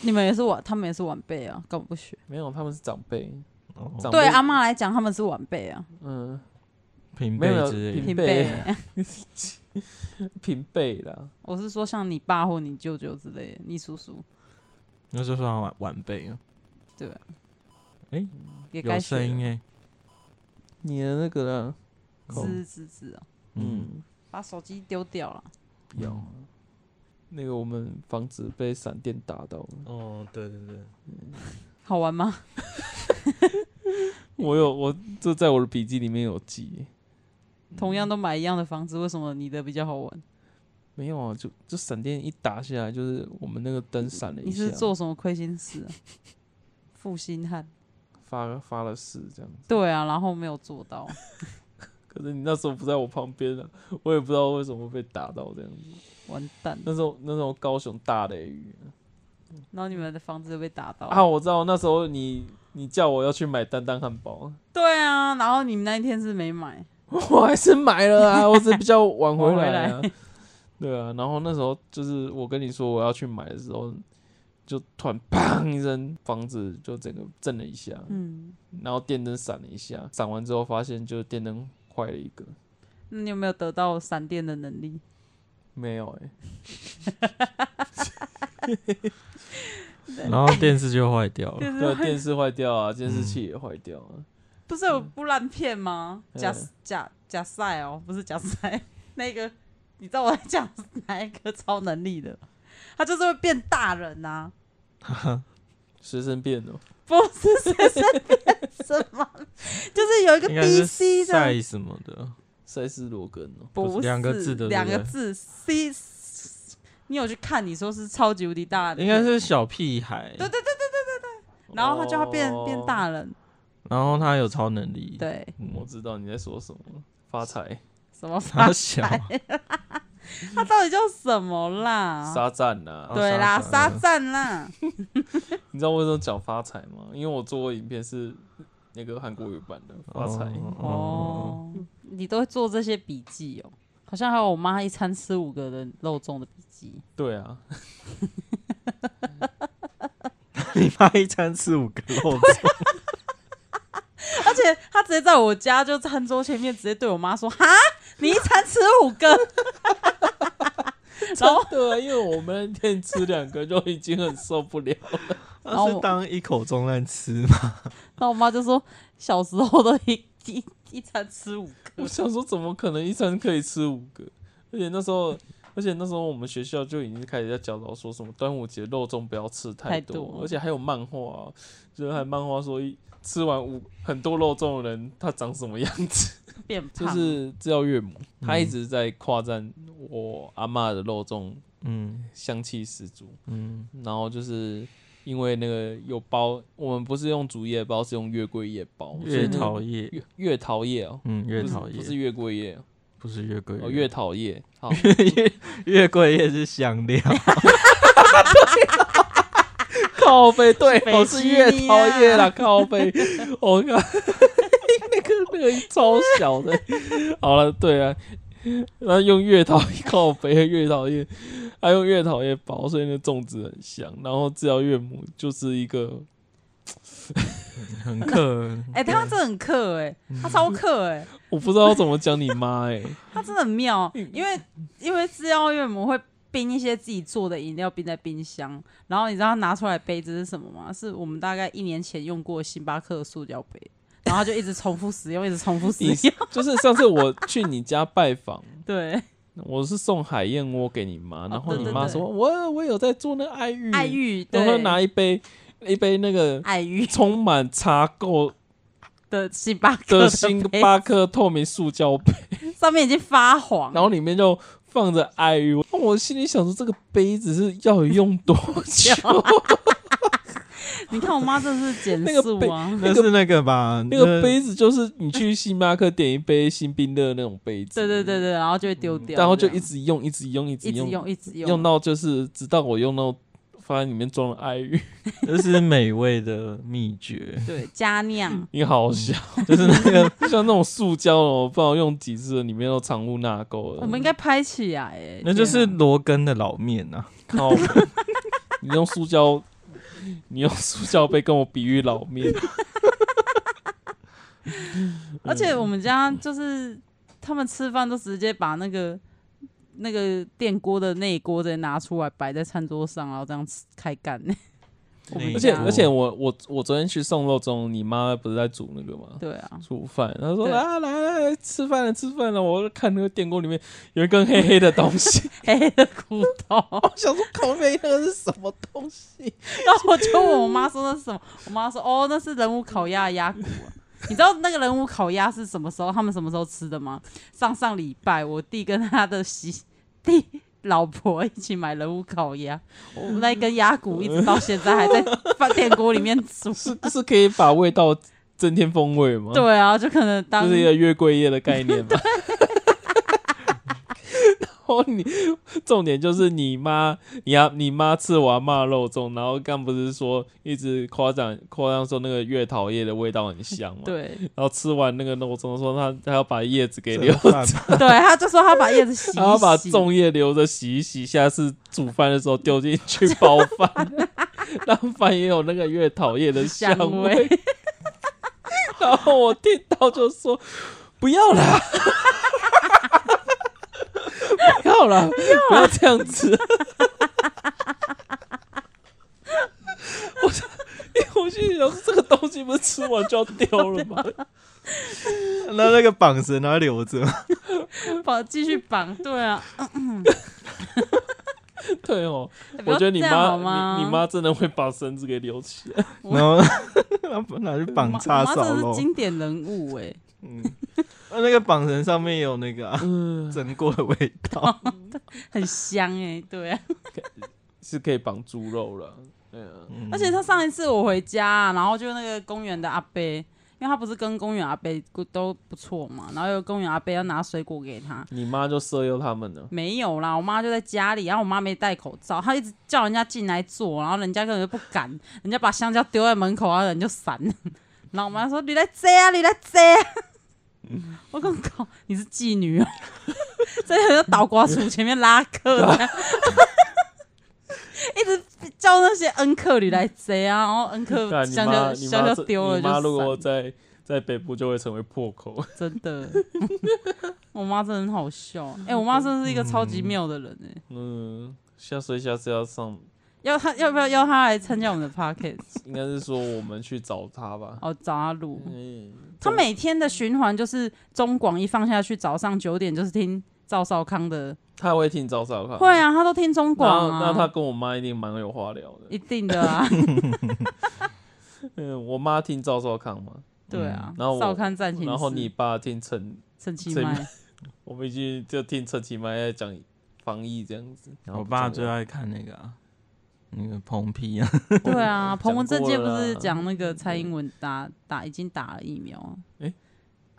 [SPEAKER 2] 你们也是晚，他们也是晚辈啊，根本不学。
[SPEAKER 3] 没有，他们是长辈，
[SPEAKER 4] 哦
[SPEAKER 3] 长辈
[SPEAKER 2] 对阿妈来讲，他们是晚辈啊，
[SPEAKER 3] 嗯，
[SPEAKER 4] 平
[SPEAKER 3] 没
[SPEAKER 4] 辈
[SPEAKER 3] 有
[SPEAKER 4] 之类
[SPEAKER 3] 平
[SPEAKER 2] 平
[SPEAKER 4] 的，
[SPEAKER 3] 辈
[SPEAKER 2] 辈。
[SPEAKER 3] 平辈啦，
[SPEAKER 2] 我是说像你爸或你舅舅之类的，你叔叔
[SPEAKER 4] 那就算晚晚辈啊。
[SPEAKER 2] 也该
[SPEAKER 4] 有
[SPEAKER 2] 学了。
[SPEAKER 4] 声音哎，
[SPEAKER 3] 你的那个啦，口
[SPEAKER 2] 吱吱吱哦，
[SPEAKER 4] 嗯，
[SPEAKER 3] 嗯，
[SPEAKER 2] 把手机丢掉了。
[SPEAKER 3] 不要啊。那个我们房子被闪电打到了，
[SPEAKER 4] 哦，对对对，
[SPEAKER 2] 好玩吗？
[SPEAKER 3] 我有我这在我的笔记里面有记，
[SPEAKER 2] 同
[SPEAKER 3] 嗯
[SPEAKER 2] 样都买一样的房子，为什么你的比较好玩？
[SPEAKER 3] 没有啊，就就闪电一打下来，就是我们那个灯闪了一
[SPEAKER 2] 你
[SPEAKER 3] 下，
[SPEAKER 2] 是做什么亏心 事、啊？负心汉。
[SPEAKER 3] 发发了誓这样子。
[SPEAKER 2] 对啊，然后没有做到。
[SPEAKER 3] 可是你那时候不在我旁边啊，我也不知道为什么被打到这样子。
[SPEAKER 2] 完蛋了，
[SPEAKER 3] 那时候那时候高雄大雷雨
[SPEAKER 2] 然后你们的房子就被打到。
[SPEAKER 3] 啊，我知道那时候你你叫我要去买丹丹汉堡，
[SPEAKER 2] 对啊，然后你们那一天是没买，
[SPEAKER 3] 我还是买了啊，我只是比较晚回来啊
[SPEAKER 2] 晚。
[SPEAKER 3] 对啊，然后那时候就是我跟你说我要去买的时候，就突然砰一声，房子就整个震了一下，
[SPEAKER 2] 嗯，
[SPEAKER 3] 然后电灯闪了一下，闪完之后发现就是电灯坏了一个，
[SPEAKER 2] 那你有没有得到闪电的能力？
[SPEAKER 3] 没有哎、
[SPEAKER 4] 然后电视就坏掉了。
[SPEAKER 2] 电视
[SPEAKER 3] 对，
[SPEAKER 2] 会
[SPEAKER 3] 电视坏掉啊，监视器也坏掉啊，
[SPEAKER 2] 不是有部烂片吗？
[SPEAKER 3] 嗯
[SPEAKER 2] 假假假赛哦，不是假赛， 那个你知道我在讲哪一个超能力的？他就是会变大人啊呐、
[SPEAKER 3] 随身变哦，
[SPEAKER 2] 不是随身变什么，就是有有一个
[SPEAKER 4] 应该是
[SPEAKER 2] DC 的，
[SPEAKER 4] 赛什么的，
[SPEAKER 3] 塞斯罗根哦，
[SPEAKER 4] 不
[SPEAKER 2] 不
[SPEAKER 4] 是
[SPEAKER 2] 是
[SPEAKER 4] 两个字的对不对
[SPEAKER 2] 两个字 C。你有去看？你说是超级无敌大
[SPEAKER 3] 啊
[SPEAKER 2] 的，
[SPEAKER 4] 应该是小屁孩。
[SPEAKER 2] 对对对对对对对。然后他就要变、
[SPEAKER 4] 哦
[SPEAKER 2] 变大人，
[SPEAKER 4] 然后他有超能力。，
[SPEAKER 2] 对，
[SPEAKER 3] 我知道你在说什么了，发财、
[SPEAKER 2] 什 么
[SPEAKER 4] 他
[SPEAKER 2] 发
[SPEAKER 4] 小，
[SPEAKER 3] 啊
[SPEAKER 2] 他到底叫什么啦？
[SPEAKER 3] 沙赞呐、
[SPEAKER 4] 哦
[SPEAKER 2] 对啦，
[SPEAKER 4] 沙
[SPEAKER 2] 沙
[SPEAKER 4] 赞
[SPEAKER 2] 赞啦，
[SPEAKER 3] 你知道为什么讲发财吗？因为我做过影片是那个韩国语版的发财。
[SPEAKER 4] 哦，
[SPEAKER 2] 哦，你都会做这些笔记哦，好像还有我妈一餐吃五个人肉粽的笔记，
[SPEAKER 3] 对啊，
[SPEAKER 4] 你妈一餐吃五个肉粽，
[SPEAKER 3] 啊
[SPEAKER 2] 而且她直接在我家就餐桌前面直接对我妈说：“哈，你一餐吃五个。” 然后
[SPEAKER 3] 对啊，因为我们那天吃两个就已经很受不了了。
[SPEAKER 2] 然后
[SPEAKER 3] 哦
[SPEAKER 4] 那是当一口中烂吃吗？
[SPEAKER 2] 那我妈就说，小时候都一一一餐吃五
[SPEAKER 3] 我
[SPEAKER 2] 个，
[SPEAKER 3] 想说，怎么可能一餐可以吃五个？而且那时候，而且那时候我们学校就已经开始在教导说什么端午节肉粽不要吃太
[SPEAKER 2] 太
[SPEAKER 3] 多，
[SPEAKER 2] 多
[SPEAKER 3] 而且还有漫画、啊，就是还漫画说一吃完五很多肉粽的人他长什么样子，
[SPEAKER 2] 变胖。
[SPEAKER 3] 就是知道岳母，她一直在夸赞我阿嬷的肉粽
[SPEAKER 4] 嗯
[SPEAKER 3] 香气十足，
[SPEAKER 4] 嗯，
[SPEAKER 3] 然后就是。因为那个有包，我们不是用竹叶包，是用月桂叶包。所以
[SPEAKER 4] 嗯越
[SPEAKER 3] 那个
[SPEAKER 4] 讨厌，
[SPEAKER 3] 月月桃叶哦，
[SPEAKER 4] 嗯越
[SPEAKER 3] 不是
[SPEAKER 4] 讨
[SPEAKER 3] 不是
[SPEAKER 4] 厌，
[SPEAKER 3] 月桂叶哦，
[SPEAKER 4] 不是越贵
[SPEAKER 3] 哦，越讨厌，好，
[SPEAKER 4] 越贵越是香 料。
[SPEAKER 3] 靠背，对，
[SPEAKER 2] 北啊
[SPEAKER 3] 我是
[SPEAKER 2] 西
[SPEAKER 3] 越
[SPEAKER 2] 尼
[SPEAKER 3] 讨厌
[SPEAKER 2] 亚
[SPEAKER 3] 啦，靠背，我靠， 那个那个超小的，好了，对啊，那用越讨厌靠背，越讨厌，他用越讨厌薄，所以那粽子很香，然后治疗岳母就是一个，
[SPEAKER 4] 很克，
[SPEAKER 2] 哎、他真的很克哎、
[SPEAKER 3] 嗯
[SPEAKER 2] 他超克哎、
[SPEAKER 3] 我不知道怎么讲你妈哎、
[SPEAKER 2] 他真的很妙，
[SPEAKER 3] 嗯
[SPEAKER 2] 因为因为制药岳母会冰一些自己做的饮料冰在冰箱，然后你知道他拿出来杯子是什么吗？是我们大概一年前用过的星巴克的塑胶杯，然后他就一直重复使用，一直重复使
[SPEAKER 3] 你
[SPEAKER 2] 用。
[SPEAKER 3] 就是上次我去你家拜访。
[SPEAKER 2] 对，
[SPEAKER 3] 我是送海燕窝给你妈，然后
[SPEAKER 2] 哦对
[SPEAKER 3] 你
[SPEAKER 2] 对
[SPEAKER 3] 妈
[SPEAKER 2] 对
[SPEAKER 3] 说：“我我有在做那爱玉，
[SPEAKER 2] 爱玉，
[SPEAKER 3] 然后
[SPEAKER 2] 对，
[SPEAKER 3] 嗯拿一杯一杯那个
[SPEAKER 2] 爱玉
[SPEAKER 3] 充满茶垢
[SPEAKER 2] 的星巴克
[SPEAKER 3] 的
[SPEAKER 2] 的
[SPEAKER 3] 星
[SPEAKER 2] 杯
[SPEAKER 3] 巴克透明塑胶杯，
[SPEAKER 2] 上面已经发黄，
[SPEAKER 3] 然后里面就放着爱 玉。我心里想说，这个杯子是要用多 久？
[SPEAKER 2] 你看我妈真的是减
[SPEAKER 3] 那个
[SPEAKER 2] 速
[SPEAKER 3] 杯
[SPEAKER 2] 啊！
[SPEAKER 4] 那是那个吧？
[SPEAKER 3] 那个杯子就是你去星巴克点一杯新冰乐那种杯子，
[SPEAKER 2] 对对对对，然后就会丢掉，
[SPEAKER 3] 然后就
[SPEAKER 2] 这
[SPEAKER 3] 一
[SPEAKER 2] 样
[SPEAKER 3] 直用，一直用，一直
[SPEAKER 2] 一直
[SPEAKER 3] 用，
[SPEAKER 2] 用，一直用，，
[SPEAKER 3] 用到就是直到我用到发现里面装了爱玉，
[SPEAKER 4] 这是美味的秘诀
[SPEAKER 2] 对加酿，
[SPEAKER 3] 你好笑，
[SPEAKER 4] 就是那
[SPEAKER 2] 嗯
[SPEAKER 4] 个
[SPEAKER 3] 像那种塑胶的，我不知道用几次了，里面都藏污纳垢了。
[SPEAKER 2] 我们应该拍起来哎，
[SPEAKER 4] 那就是
[SPEAKER 2] 天啊
[SPEAKER 4] 罗根的老面啊。
[SPEAKER 3] 靠！ 你用塑胶，你用塑胶杯跟我比喻老面，嗯
[SPEAKER 2] 而且我们家就是他们吃饭都直接把那个那个电锅的内锅直接拿出来摆在餐桌上，然后这样吃开干。我们
[SPEAKER 4] 内
[SPEAKER 3] 而且
[SPEAKER 2] 家
[SPEAKER 3] 而且我我我昨天去送肉粽，你妈不是在煮那个吗？
[SPEAKER 2] 对啊，
[SPEAKER 3] 煮饭，她说
[SPEAKER 2] 对
[SPEAKER 3] 啊来来来吃饭了吃饭了，我就看那个电锅里面有一根黑黑的东西，
[SPEAKER 2] 黑黑的骨头。
[SPEAKER 3] 我想说靠背那个是什么东西？
[SPEAKER 2] 然后我就问我妈说那是什么，我妈说哦那是人武烤鸭的鸭骨、啊。你知道那个人武烤鸭是什么时候？他们什么时候吃的吗？上上礼拜我弟跟他的媳弟老婆一起买人武烤鸭，我那一根鸭骨一直到现在还在饭电锅里面煮。
[SPEAKER 3] 是是可以把味道增添风味吗？，
[SPEAKER 2] 对啊，就可能当
[SPEAKER 3] 就是一个月桂叶的概念 嘛。然后你重点就是你妈，你阿你妈吃完骂肉粽，然后刚不是说一直夸奖夸张说那个月桃叶的味道很香嘛？。
[SPEAKER 2] 对
[SPEAKER 3] 然后吃完那个肉粽说他他要把叶子给留
[SPEAKER 4] 这，饭 吧
[SPEAKER 2] 对，他就说他把叶子洗一洗，
[SPEAKER 3] 他要把粽叶留着洗一洗，下次煮饭的时候丢进去包饭，让饭也有那个月桃叶的香
[SPEAKER 2] 香
[SPEAKER 3] 味
[SPEAKER 2] 味。
[SPEAKER 3] 然后我听到就说不要啦， 不要啦，不要这样子。 我就因为我心里想说，这个东西不是吃完就要丢了吗？
[SPEAKER 4] 那那个绑绳然后留着，
[SPEAKER 2] 绑继续绑，对啊，
[SPEAKER 3] 对哦，
[SPEAKER 2] 哎不
[SPEAKER 3] 我
[SPEAKER 2] 要
[SPEAKER 3] 觉得你
[SPEAKER 2] 这样好
[SPEAKER 3] 妈，
[SPEAKER 2] 吗？
[SPEAKER 3] 你你妈真的会把绳子给留起来。
[SPEAKER 4] 然后 然后拿去
[SPEAKER 2] 我妈
[SPEAKER 4] 绑叉
[SPEAKER 2] 我妈
[SPEAKER 4] 烧
[SPEAKER 2] 真的
[SPEAKER 4] 肉
[SPEAKER 2] 是，经典人物哎、
[SPEAKER 4] 嗯，啊那个绑绳上面有那 个啊
[SPEAKER 3] 嗯，
[SPEAKER 4] 蒸过的味道，
[SPEAKER 2] 很香哎、对啊。
[SPEAKER 3] 是可以绑猪肉了。对啊，
[SPEAKER 4] 嗯
[SPEAKER 2] 而且他上一次我回家、啊然后就那个公园的阿伯，因为他不是跟公园阿伯都不错嘛，然后有公园阿伯要拿水果给他，
[SPEAKER 3] 你妈就色诱他们呢。
[SPEAKER 2] 没有啦，我妈就在家里，然后我妈没戴口罩，她一直叫人家进来坐，然后人家根本就不 敢，人家把香蕉丢在门口，然后人就闪。然后我妈说：“你来摘啊，你来摘啊！”
[SPEAKER 3] 嗯
[SPEAKER 2] 我讲靠，你是妓女 哦、真的很像倒瓜鼠前面拉客这样， 一直叫那些恩客你来摘啊，然后恩客
[SPEAKER 3] 看你
[SPEAKER 2] 香
[SPEAKER 3] 妈，
[SPEAKER 2] 蕉
[SPEAKER 3] 你
[SPEAKER 2] 香
[SPEAKER 3] 妈
[SPEAKER 2] 蕉
[SPEAKER 3] 这
[SPEAKER 2] 丢了
[SPEAKER 3] 你
[SPEAKER 2] 就
[SPEAKER 3] 妈如果
[SPEAKER 2] 闪，
[SPEAKER 3] 在在北部就会成为破口。
[SPEAKER 2] 真的。 我妈真的很好笑，哎、我妈真的是一个超级妙的人哎、
[SPEAKER 3] 嗯，下所以下次要上，
[SPEAKER 2] 要他要不要邀他来参加我
[SPEAKER 3] 嗯
[SPEAKER 2] 们的 podcast？
[SPEAKER 3] 应该是说我们去找他吧。
[SPEAKER 2] 哦，找他录。
[SPEAKER 3] 嗯，
[SPEAKER 2] 他每天的循环就是中广一放下去，早上九点就是听赵少康的。
[SPEAKER 3] 他会听早早看。
[SPEAKER 2] 会啊，他都听中
[SPEAKER 3] 那
[SPEAKER 2] 广啊。
[SPEAKER 3] 那他跟我妈一定蛮有话聊的。
[SPEAKER 2] 一定的 啊，
[SPEAKER 3] 嗯，我妈听赵少康嘛，
[SPEAKER 2] 对啊。
[SPEAKER 3] 然嗯后我
[SPEAKER 2] 少康暂停。
[SPEAKER 3] 然后你爸听陈，
[SPEAKER 2] 陈其
[SPEAKER 3] 陈
[SPEAKER 2] 迈，
[SPEAKER 3] 我们去就听陈其迈在讲防疫这样子。然后
[SPEAKER 4] 我爸
[SPEAKER 3] 不重
[SPEAKER 4] 最
[SPEAKER 3] 要
[SPEAKER 4] 爱看那个啊，那个蓬皮 啊，
[SPEAKER 2] 对啊，
[SPEAKER 3] 讲
[SPEAKER 2] 彭文正
[SPEAKER 3] 过
[SPEAKER 2] 界不
[SPEAKER 3] 了啊
[SPEAKER 2] 是
[SPEAKER 3] 啦
[SPEAKER 2] 讲那个蔡英文打打已经打了疫苗啊，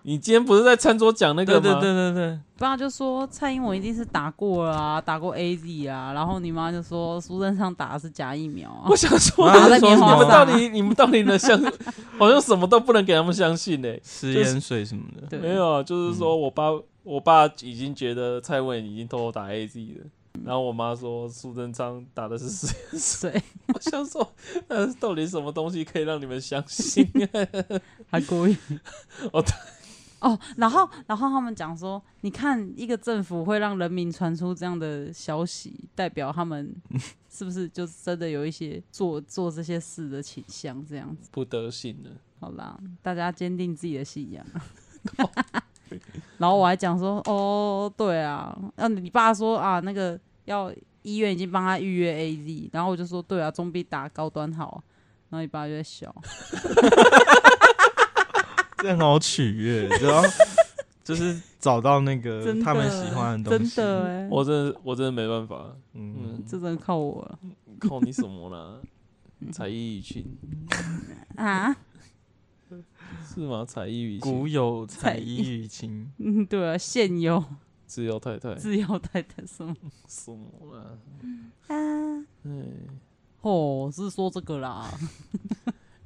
[SPEAKER 3] 你今天不是在餐桌讲那个
[SPEAKER 4] 对
[SPEAKER 3] 吗？
[SPEAKER 4] 对对对对，
[SPEAKER 2] 爸就说蔡英文一定是打过了啊，打过 A Z 啊，然后你妈就说苏贞昌打的是假疫苗啊
[SPEAKER 3] 我，想说，
[SPEAKER 2] 打在
[SPEAKER 4] 说
[SPEAKER 2] 棉
[SPEAKER 4] 什
[SPEAKER 2] 花
[SPEAKER 4] 么
[SPEAKER 2] 上
[SPEAKER 3] 你们
[SPEAKER 2] 啊
[SPEAKER 3] 到底你们到底能 相，好像什么都不能给他们相信呢、
[SPEAKER 4] 食
[SPEAKER 3] 就是
[SPEAKER 4] 盐水什么的，
[SPEAKER 2] 对
[SPEAKER 3] 没有啊，就是
[SPEAKER 4] 嗯
[SPEAKER 3] 说我爸、我爸已经觉得蔡文已经偷偷打 A Z 了，
[SPEAKER 4] 嗯
[SPEAKER 3] 然后我妈说苏贞昌打的是实验室，
[SPEAKER 2] 对，
[SPEAKER 3] 我想说，呃，到底什么东西可以让你们相 信？
[SPEAKER 2] 还故意
[SPEAKER 3] 哦对
[SPEAKER 2] 哦，然后然后他们讲说，你看一个政府会让人民传出这样的消息，代表他们是不是就真的有一些做做这些事的倾向？这样子，
[SPEAKER 3] 不得信了。
[SPEAKER 2] 好啦，大家坚定自己的信仰。 然后我还讲说，哦，对啊，那你爸说啊，那个要医院已经帮他预约 AZ，然后我就说，对啊，总比打高端好啊。然后你爸就在笑，
[SPEAKER 4] 这很好取悦，知道？就是找到那个
[SPEAKER 2] 真的
[SPEAKER 4] 他们喜欢的东
[SPEAKER 2] 真
[SPEAKER 4] 西，
[SPEAKER 2] 的哎、
[SPEAKER 3] 我真的我真的没办法，
[SPEAKER 4] 嗯，
[SPEAKER 2] 这真的靠我了
[SPEAKER 3] 靠你什么 啦？才艺与情
[SPEAKER 2] 啊。
[SPEAKER 3] 是吗？才艺与情
[SPEAKER 4] 古有
[SPEAKER 2] 才
[SPEAKER 4] 才艺与情，
[SPEAKER 2] 嗯，对啊，现有
[SPEAKER 3] 自由太太
[SPEAKER 2] 自由太太什 么？
[SPEAKER 3] 什么啦？
[SPEAKER 2] 啊，
[SPEAKER 3] 哎。
[SPEAKER 2] 哦，是说这个啦。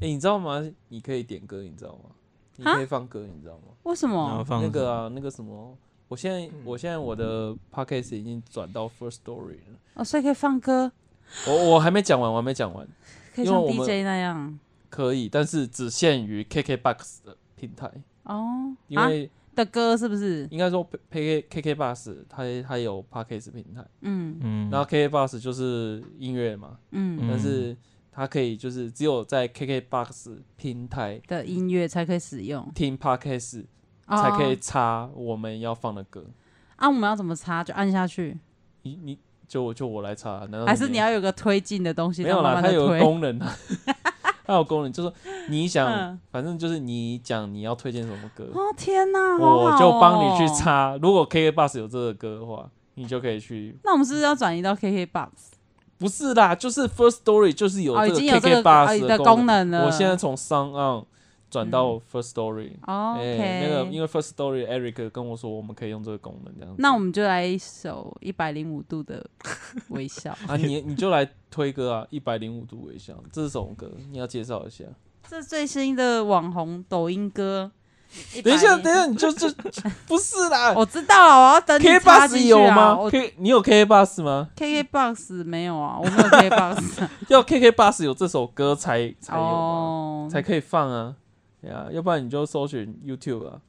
[SPEAKER 3] 哎、你知道吗？你可以点歌，你知道吗？你
[SPEAKER 2] 啊
[SPEAKER 3] 可以放歌，你知道吗？
[SPEAKER 2] 为什
[SPEAKER 4] 然后
[SPEAKER 2] 么？
[SPEAKER 4] 放
[SPEAKER 3] 那个啊，那个什么，我现在我现在我
[SPEAKER 4] 嗯
[SPEAKER 3] 的 podcast 已经转到 First Story 了。
[SPEAKER 2] 哦，所以可以放歌，
[SPEAKER 3] 我我还没讲完，我还没讲完，
[SPEAKER 2] 可以
[SPEAKER 3] 因为
[SPEAKER 2] 像
[SPEAKER 3] 我们
[SPEAKER 2] DJ 那样
[SPEAKER 3] 可以，但是只限于 KKBox 的平台，
[SPEAKER 2] 哦。
[SPEAKER 3] 因
[SPEAKER 2] 啊
[SPEAKER 3] 为
[SPEAKER 2] 的歌是不是？
[SPEAKER 3] 应该说 K K KKBox 它它有 podcast 平台，
[SPEAKER 2] 嗯
[SPEAKER 4] 嗯，
[SPEAKER 3] 然后 KKBox 就是音乐嘛，
[SPEAKER 2] 嗯，
[SPEAKER 4] 嗯
[SPEAKER 3] 但是它可以就是只有在 KKBox 平台
[SPEAKER 2] 的音乐才可以使用，
[SPEAKER 3] 听 podcast
[SPEAKER 2] 哦
[SPEAKER 3] 才可以插我们要放的歌。
[SPEAKER 2] 啊。我们要怎么插？就按下去，
[SPEAKER 3] 你你就我就我来查，难道
[SPEAKER 2] 还是你要有个推进的东西？
[SPEAKER 3] 呃没有
[SPEAKER 2] 让
[SPEAKER 3] 啦？
[SPEAKER 2] 慢
[SPEAKER 3] 它
[SPEAKER 2] 慢
[SPEAKER 3] 有
[SPEAKER 2] 地
[SPEAKER 3] 个
[SPEAKER 2] 推。
[SPEAKER 3] 功能 啊，它有功能，就是说你想，
[SPEAKER 2] 嗯
[SPEAKER 3] 反正就是你讲你要推荐什么歌，
[SPEAKER 2] 哦天哪，好
[SPEAKER 3] 我
[SPEAKER 2] 好
[SPEAKER 3] 就帮你去
[SPEAKER 2] 哦。
[SPEAKER 3] 插。如果 KK Bus 有这个歌的话，你就可以去。
[SPEAKER 2] 那我们是不是要转移到 KKBox？
[SPEAKER 3] 不是啦，就是 First Story 就是有
[SPEAKER 2] 哦，已
[SPEAKER 3] 这个
[SPEAKER 2] 经有
[SPEAKER 3] KK
[SPEAKER 2] 这个哦
[SPEAKER 3] Bus
[SPEAKER 2] 的
[SPEAKER 3] 功
[SPEAKER 2] 功。能了。嗯
[SPEAKER 3] 我现在从 Sound On 转到 First Story，
[SPEAKER 2] 哦
[SPEAKER 3] 哎、
[SPEAKER 2] OK，
[SPEAKER 3] 那个因为 First Story Eric 跟我说我们可以用这个功能这样子。
[SPEAKER 2] 那我们就来一首一百零五度的微笑。
[SPEAKER 3] 啊，你你就来推歌啊，《一百零五度微笑》这首歌你要介绍一下。
[SPEAKER 2] 这最新的网红抖音歌，
[SPEAKER 3] 等一下，
[SPEAKER 2] 100
[SPEAKER 3] 等一下，你就 就不是啦。
[SPEAKER 2] 我知道啊了，我要等你
[SPEAKER 3] K
[SPEAKER 2] 插
[SPEAKER 3] bus
[SPEAKER 2] 进去
[SPEAKER 3] 有
[SPEAKER 2] 啊。
[SPEAKER 3] 吗
[SPEAKER 2] 我
[SPEAKER 3] ？K 你有 K bus 吗？
[SPEAKER 2] KK box 没有啊，我没有 KK box
[SPEAKER 3] 要 KK bus 有这首歌才 才有啊、
[SPEAKER 2] 哦，
[SPEAKER 3] 才可以放啊。对啊，要不然你就搜寻 YouTube 啊。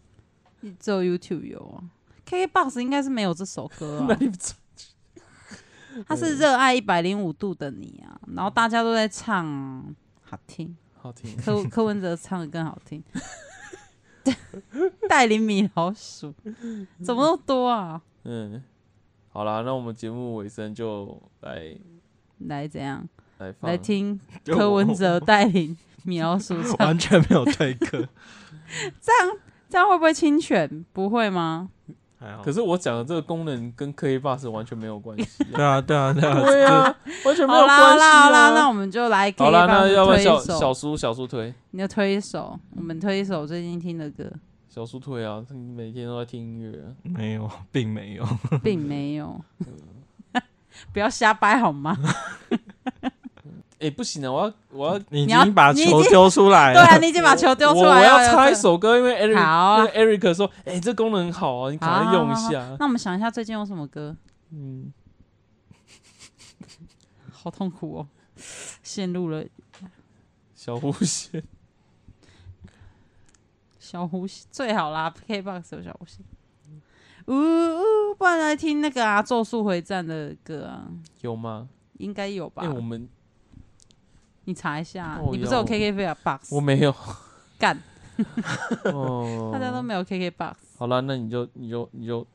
[SPEAKER 2] 只有 YouTube 有啊。KK box 应该是没有这首 歌
[SPEAKER 3] 那
[SPEAKER 2] 啊，
[SPEAKER 3] 你
[SPEAKER 2] 它是热爱一百零五度的你啊，然后大家都在唱啊，好听，
[SPEAKER 3] 好听。
[SPEAKER 2] 柯柯文哲唱的更好听。 带领米老鼠，怎么那么多啊？
[SPEAKER 3] 嗯，好啦，那我们节目尾声就来
[SPEAKER 2] 来怎样？
[SPEAKER 3] 来放
[SPEAKER 2] 来听
[SPEAKER 4] 就
[SPEAKER 2] 柯
[SPEAKER 4] 我
[SPEAKER 2] 文哲带领米老鼠唱
[SPEAKER 4] 完全没有推歌，
[SPEAKER 2] 这样会不会侵权？不会吗？
[SPEAKER 4] 还好
[SPEAKER 3] 可是我讲的这个功能跟 K bus 完全没有关 系、
[SPEAKER 4] 对啊，对啊，对啊，
[SPEAKER 3] 对啊，完全没有
[SPEAKER 2] 好啦
[SPEAKER 3] 关
[SPEAKER 2] 好
[SPEAKER 3] 系、
[SPEAKER 2] 啦
[SPEAKER 3] 啊。
[SPEAKER 2] 好啦，那我们就来给
[SPEAKER 3] 好啦，那要不要
[SPEAKER 2] 推
[SPEAKER 3] 小
[SPEAKER 2] 一首，
[SPEAKER 3] 小叔小叔推
[SPEAKER 2] 你就推一首，我们推一首最近听的 歌，
[SPEAKER 3] 小叔推啊？他每天都在听音乐、啊，
[SPEAKER 4] 没有，并没有。
[SPEAKER 2] 并没有。
[SPEAKER 3] 嗯
[SPEAKER 2] 不要瞎掰好 吗？
[SPEAKER 3] 哎、不行啊，我要我要。
[SPEAKER 4] 你已
[SPEAKER 2] 你要
[SPEAKER 4] 经把
[SPEAKER 2] 你已
[SPEAKER 4] 球
[SPEAKER 2] 经
[SPEAKER 4] 丢出来
[SPEAKER 2] 对
[SPEAKER 4] 了，
[SPEAKER 2] 啊，你已嗯经把球丢出
[SPEAKER 3] 哎我
[SPEAKER 2] 来
[SPEAKER 3] 我
[SPEAKER 2] 了。
[SPEAKER 3] 要插一首歌，因为 Eric、
[SPEAKER 2] 好啊
[SPEAKER 3] 因为 Eric 说，哎、这功能好啊，你
[SPEAKER 2] 好，
[SPEAKER 3] 赶快用一
[SPEAKER 2] 好。
[SPEAKER 3] 下。
[SPEAKER 2] 好好那我们想一下最近有什么歌？
[SPEAKER 3] 嗯，
[SPEAKER 2] 好痛苦哦，陷入了
[SPEAKER 3] 小呼 吸，
[SPEAKER 2] 小呼吸最好啦，KBox 有小呼吸。呜、呜，不然来听那个啊，《咒术回战》的歌啊，
[SPEAKER 3] 有吗？
[SPEAKER 2] 应该有吧
[SPEAKER 3] 哎、？我们
[SPEAKER 2] 你查一下啊、
[SPEAKER 3] 哦
[SPEAKER 2] 你不是有
[SPEAKER 3] 有
[SPEAKER 2] KK Box？
[SPEAKER 3] 我 没有。
[SPEAKER 2] 干，
[SPEAKER 3] 哦，
[SPEAKER 2] 大家都没有 KK Box
[SPEAKER 3] 好啦，那你就你就你就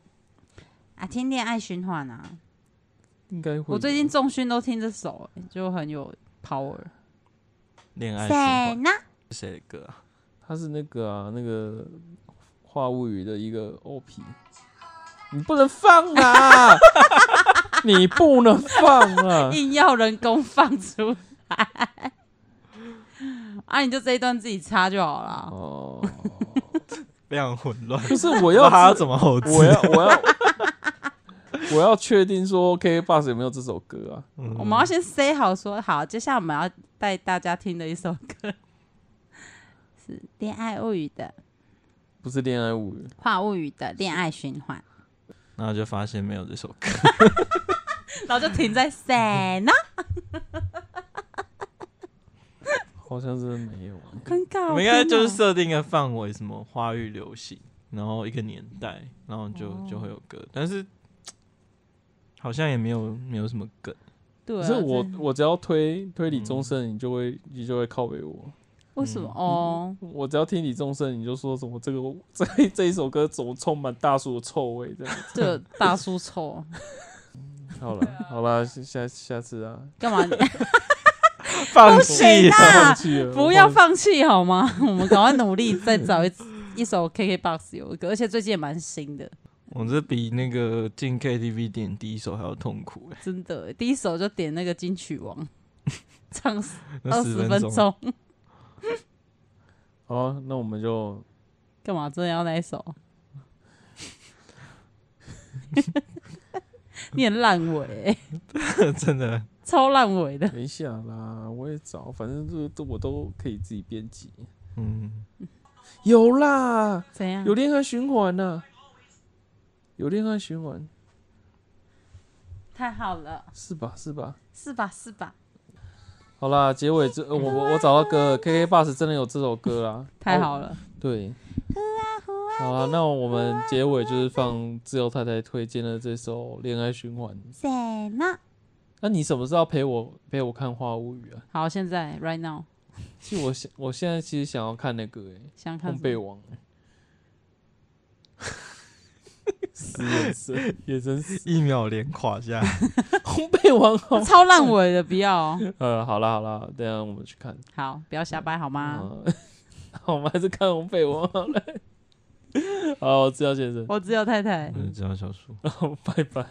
[SPEAKER 2] 啊，听恋爱循环啊。
[SPEAKER 3] 应该会。
[SPEAKER 2] 我最近重训都听这首、就很有 power。
[SPEAKER 4] 恋爱循
[SPEAKER 2] 谁
[SPEAKER 4] 环
[SPEAKER 2] 呢？
[SPEAKER 4] 是谁的歌啊？
[SPEAKER 3] 他是那个啊，那个《话物语》的一个 OP，你不能 放啊！你不能放啊！
[SPEAKER 2] 硬要人工放出来。 啊，你就这一段自己插就好了。
[SPEAKER 3] 哦，
[SPEAKER 4] 非常混 乱，
[SPEAKER 3] 不是我
[SPEAKER 4] 不知
[SPEAKER 3] 要
[SPEAKER 4] 道他要
[SPEAKER 3] 知
[SPEAKER 4] 怎么吼字。
[SPEAKER 3] 我要我要 我要确定说 K Bus 有没有这首歌啊？
[SPEAKER 2] 我们要
[SPEAKER 4] 嗯
[SPEAKER 2] 先 say 好说好，接下来我们要带大家听的一首歌 是《恋爱物语》的
[SPEAKER 3] 不是恋爱物语，
[SPEAKER 2] 《话物语》的恋爱循环，
[SPEAKER 4] 然后就发现没有这首歌，
[SPEAKER 2] 然后就停 在谁呢？
[SPEAKER 3] 好像真的没有、啊。
[SPEAKER 2] 尴尬，
[SPEAKER 4] 我们应该就
[SPEAKER 2] 天
[SPEAKER 4] 是
[SPEAKER 2] 哪
[SPEAKER 4] 设定一个范围，什么花语流行，然后一个年代，然后就
[SPEAKER 2] 哦
[SPEAKER 4] 就会有歌，但是好像也没有没有什么梗。
[SPEAKER 2] 对
[SPEAKER 3] 可
[SPEAKER 2] 啊，
[SPEAKER 3] 是我
[SPEAKER 2] 真的
[SPEAKER 3] 我只要推推李宗盛，你就会你就会靠背我。
[SPEAKER 2] 为什么
[SPEAKER 4] 嗯
[SPEAKER 2] 哦？
[SPEAKER 3] 我只要听李宗盛，你就说什么这个 这这一首歌怎么充满大叔的臭味这样。
[SPEAKER 2] 这大叔臭
[SPEAKER 3] 好
[SPEAKER 2] 啊
[SPEAKER 3] 了，好了，下下下次啊，
[SPEAKER 2] 干嘛？
[SPEAKER 4] 放
[SPEAKER 2] 谁呢
[SPEAKER 4] 弃了，
[SPEAKER 3] 放弃了，
[SPEAKER 2] 不要放弃好吗？我们赶快努力再找一一首 KKBOX 有一个，而且最近也蛮新的。
[SPEAKER 4] 我这比那个进 KTV 点第一首还要痛苦哎、
[SPEAKER 2] 真的，第一首就点那个金曲王，唱
[SPEAKER 4] 那
[SPEAKER 2] 二
[SPEAKER 4] 十
[SPEAKER 2] 十
[SPEAKER 4] 分
[SPEAKER 2] 分
[SPEAKER 4] 钟
[SPEAKER 2] 钟，
[SPEAKER 3] 好啊，那我们就
[SPEAKER 2] 干嘛？真的要那一首？ 你很烂尾欸、
[SPEAKER 4] 真的
[SPEAKER 2] 超烂尾的。
[SPEAKER 3] 等一下啦，我也找，反正这这我都可以自己编辑。
[SPEAKER 4] 嗯，
[SPEAKER 3] 有啦，
[SPEAKER 2] 怎样
[SPEAKER 3] 有？恋爱循环呐、有恋爱循环
[SPEAKER 2] 太好了，
[SPEAKER 3] 是吧？是吧？
[SPEAKER 2] 是吧？是吧？
[SPEAKER 3] 好啦，结尾这呃我我我找到歌了，KK Bus 真的有这首歌啦， 哦
[SPEAKER 2] 太好了，
[SPEAKER 3] 对。好啦，那我们结尾就是放自由太太推荐的这首《恋爱循环》。
[SPEAKER 2] 谁呢？
[SPEAKER 3] 那你什么时候要陪我陪我看《花无语》啊？
[SPEAKER 2] 好，现在 right now
[SPEAKER 3] 其实我现我现在其实想要看那个诶、
[SPEAKER 2] 想看
[SPEAKER 3] 烘
[SPEAKER 2] 什么
[SPEAKER 3] 焙 王、欸，死眼神，眼神死。
[SPEAKER 4] 一秒脸垮下来。
[SPEAKER 3] 烘焙王好，
[SPEAKER 2] 超烂尾的，不要哦
[SPEAKER 3] 呃，好啦好啦，等一下我们去看。
[SPEAKER 2] 好，不要瞎掰好吗？
[SPEAKER 3] 嗯， 我们还是看烘焙王好了。 好，志尧先生，
[SPEAKER 2] 我只有太太。
[SPEAKER 4] 我是知道小叔。
[SPEAKER 3] 好，拜拜。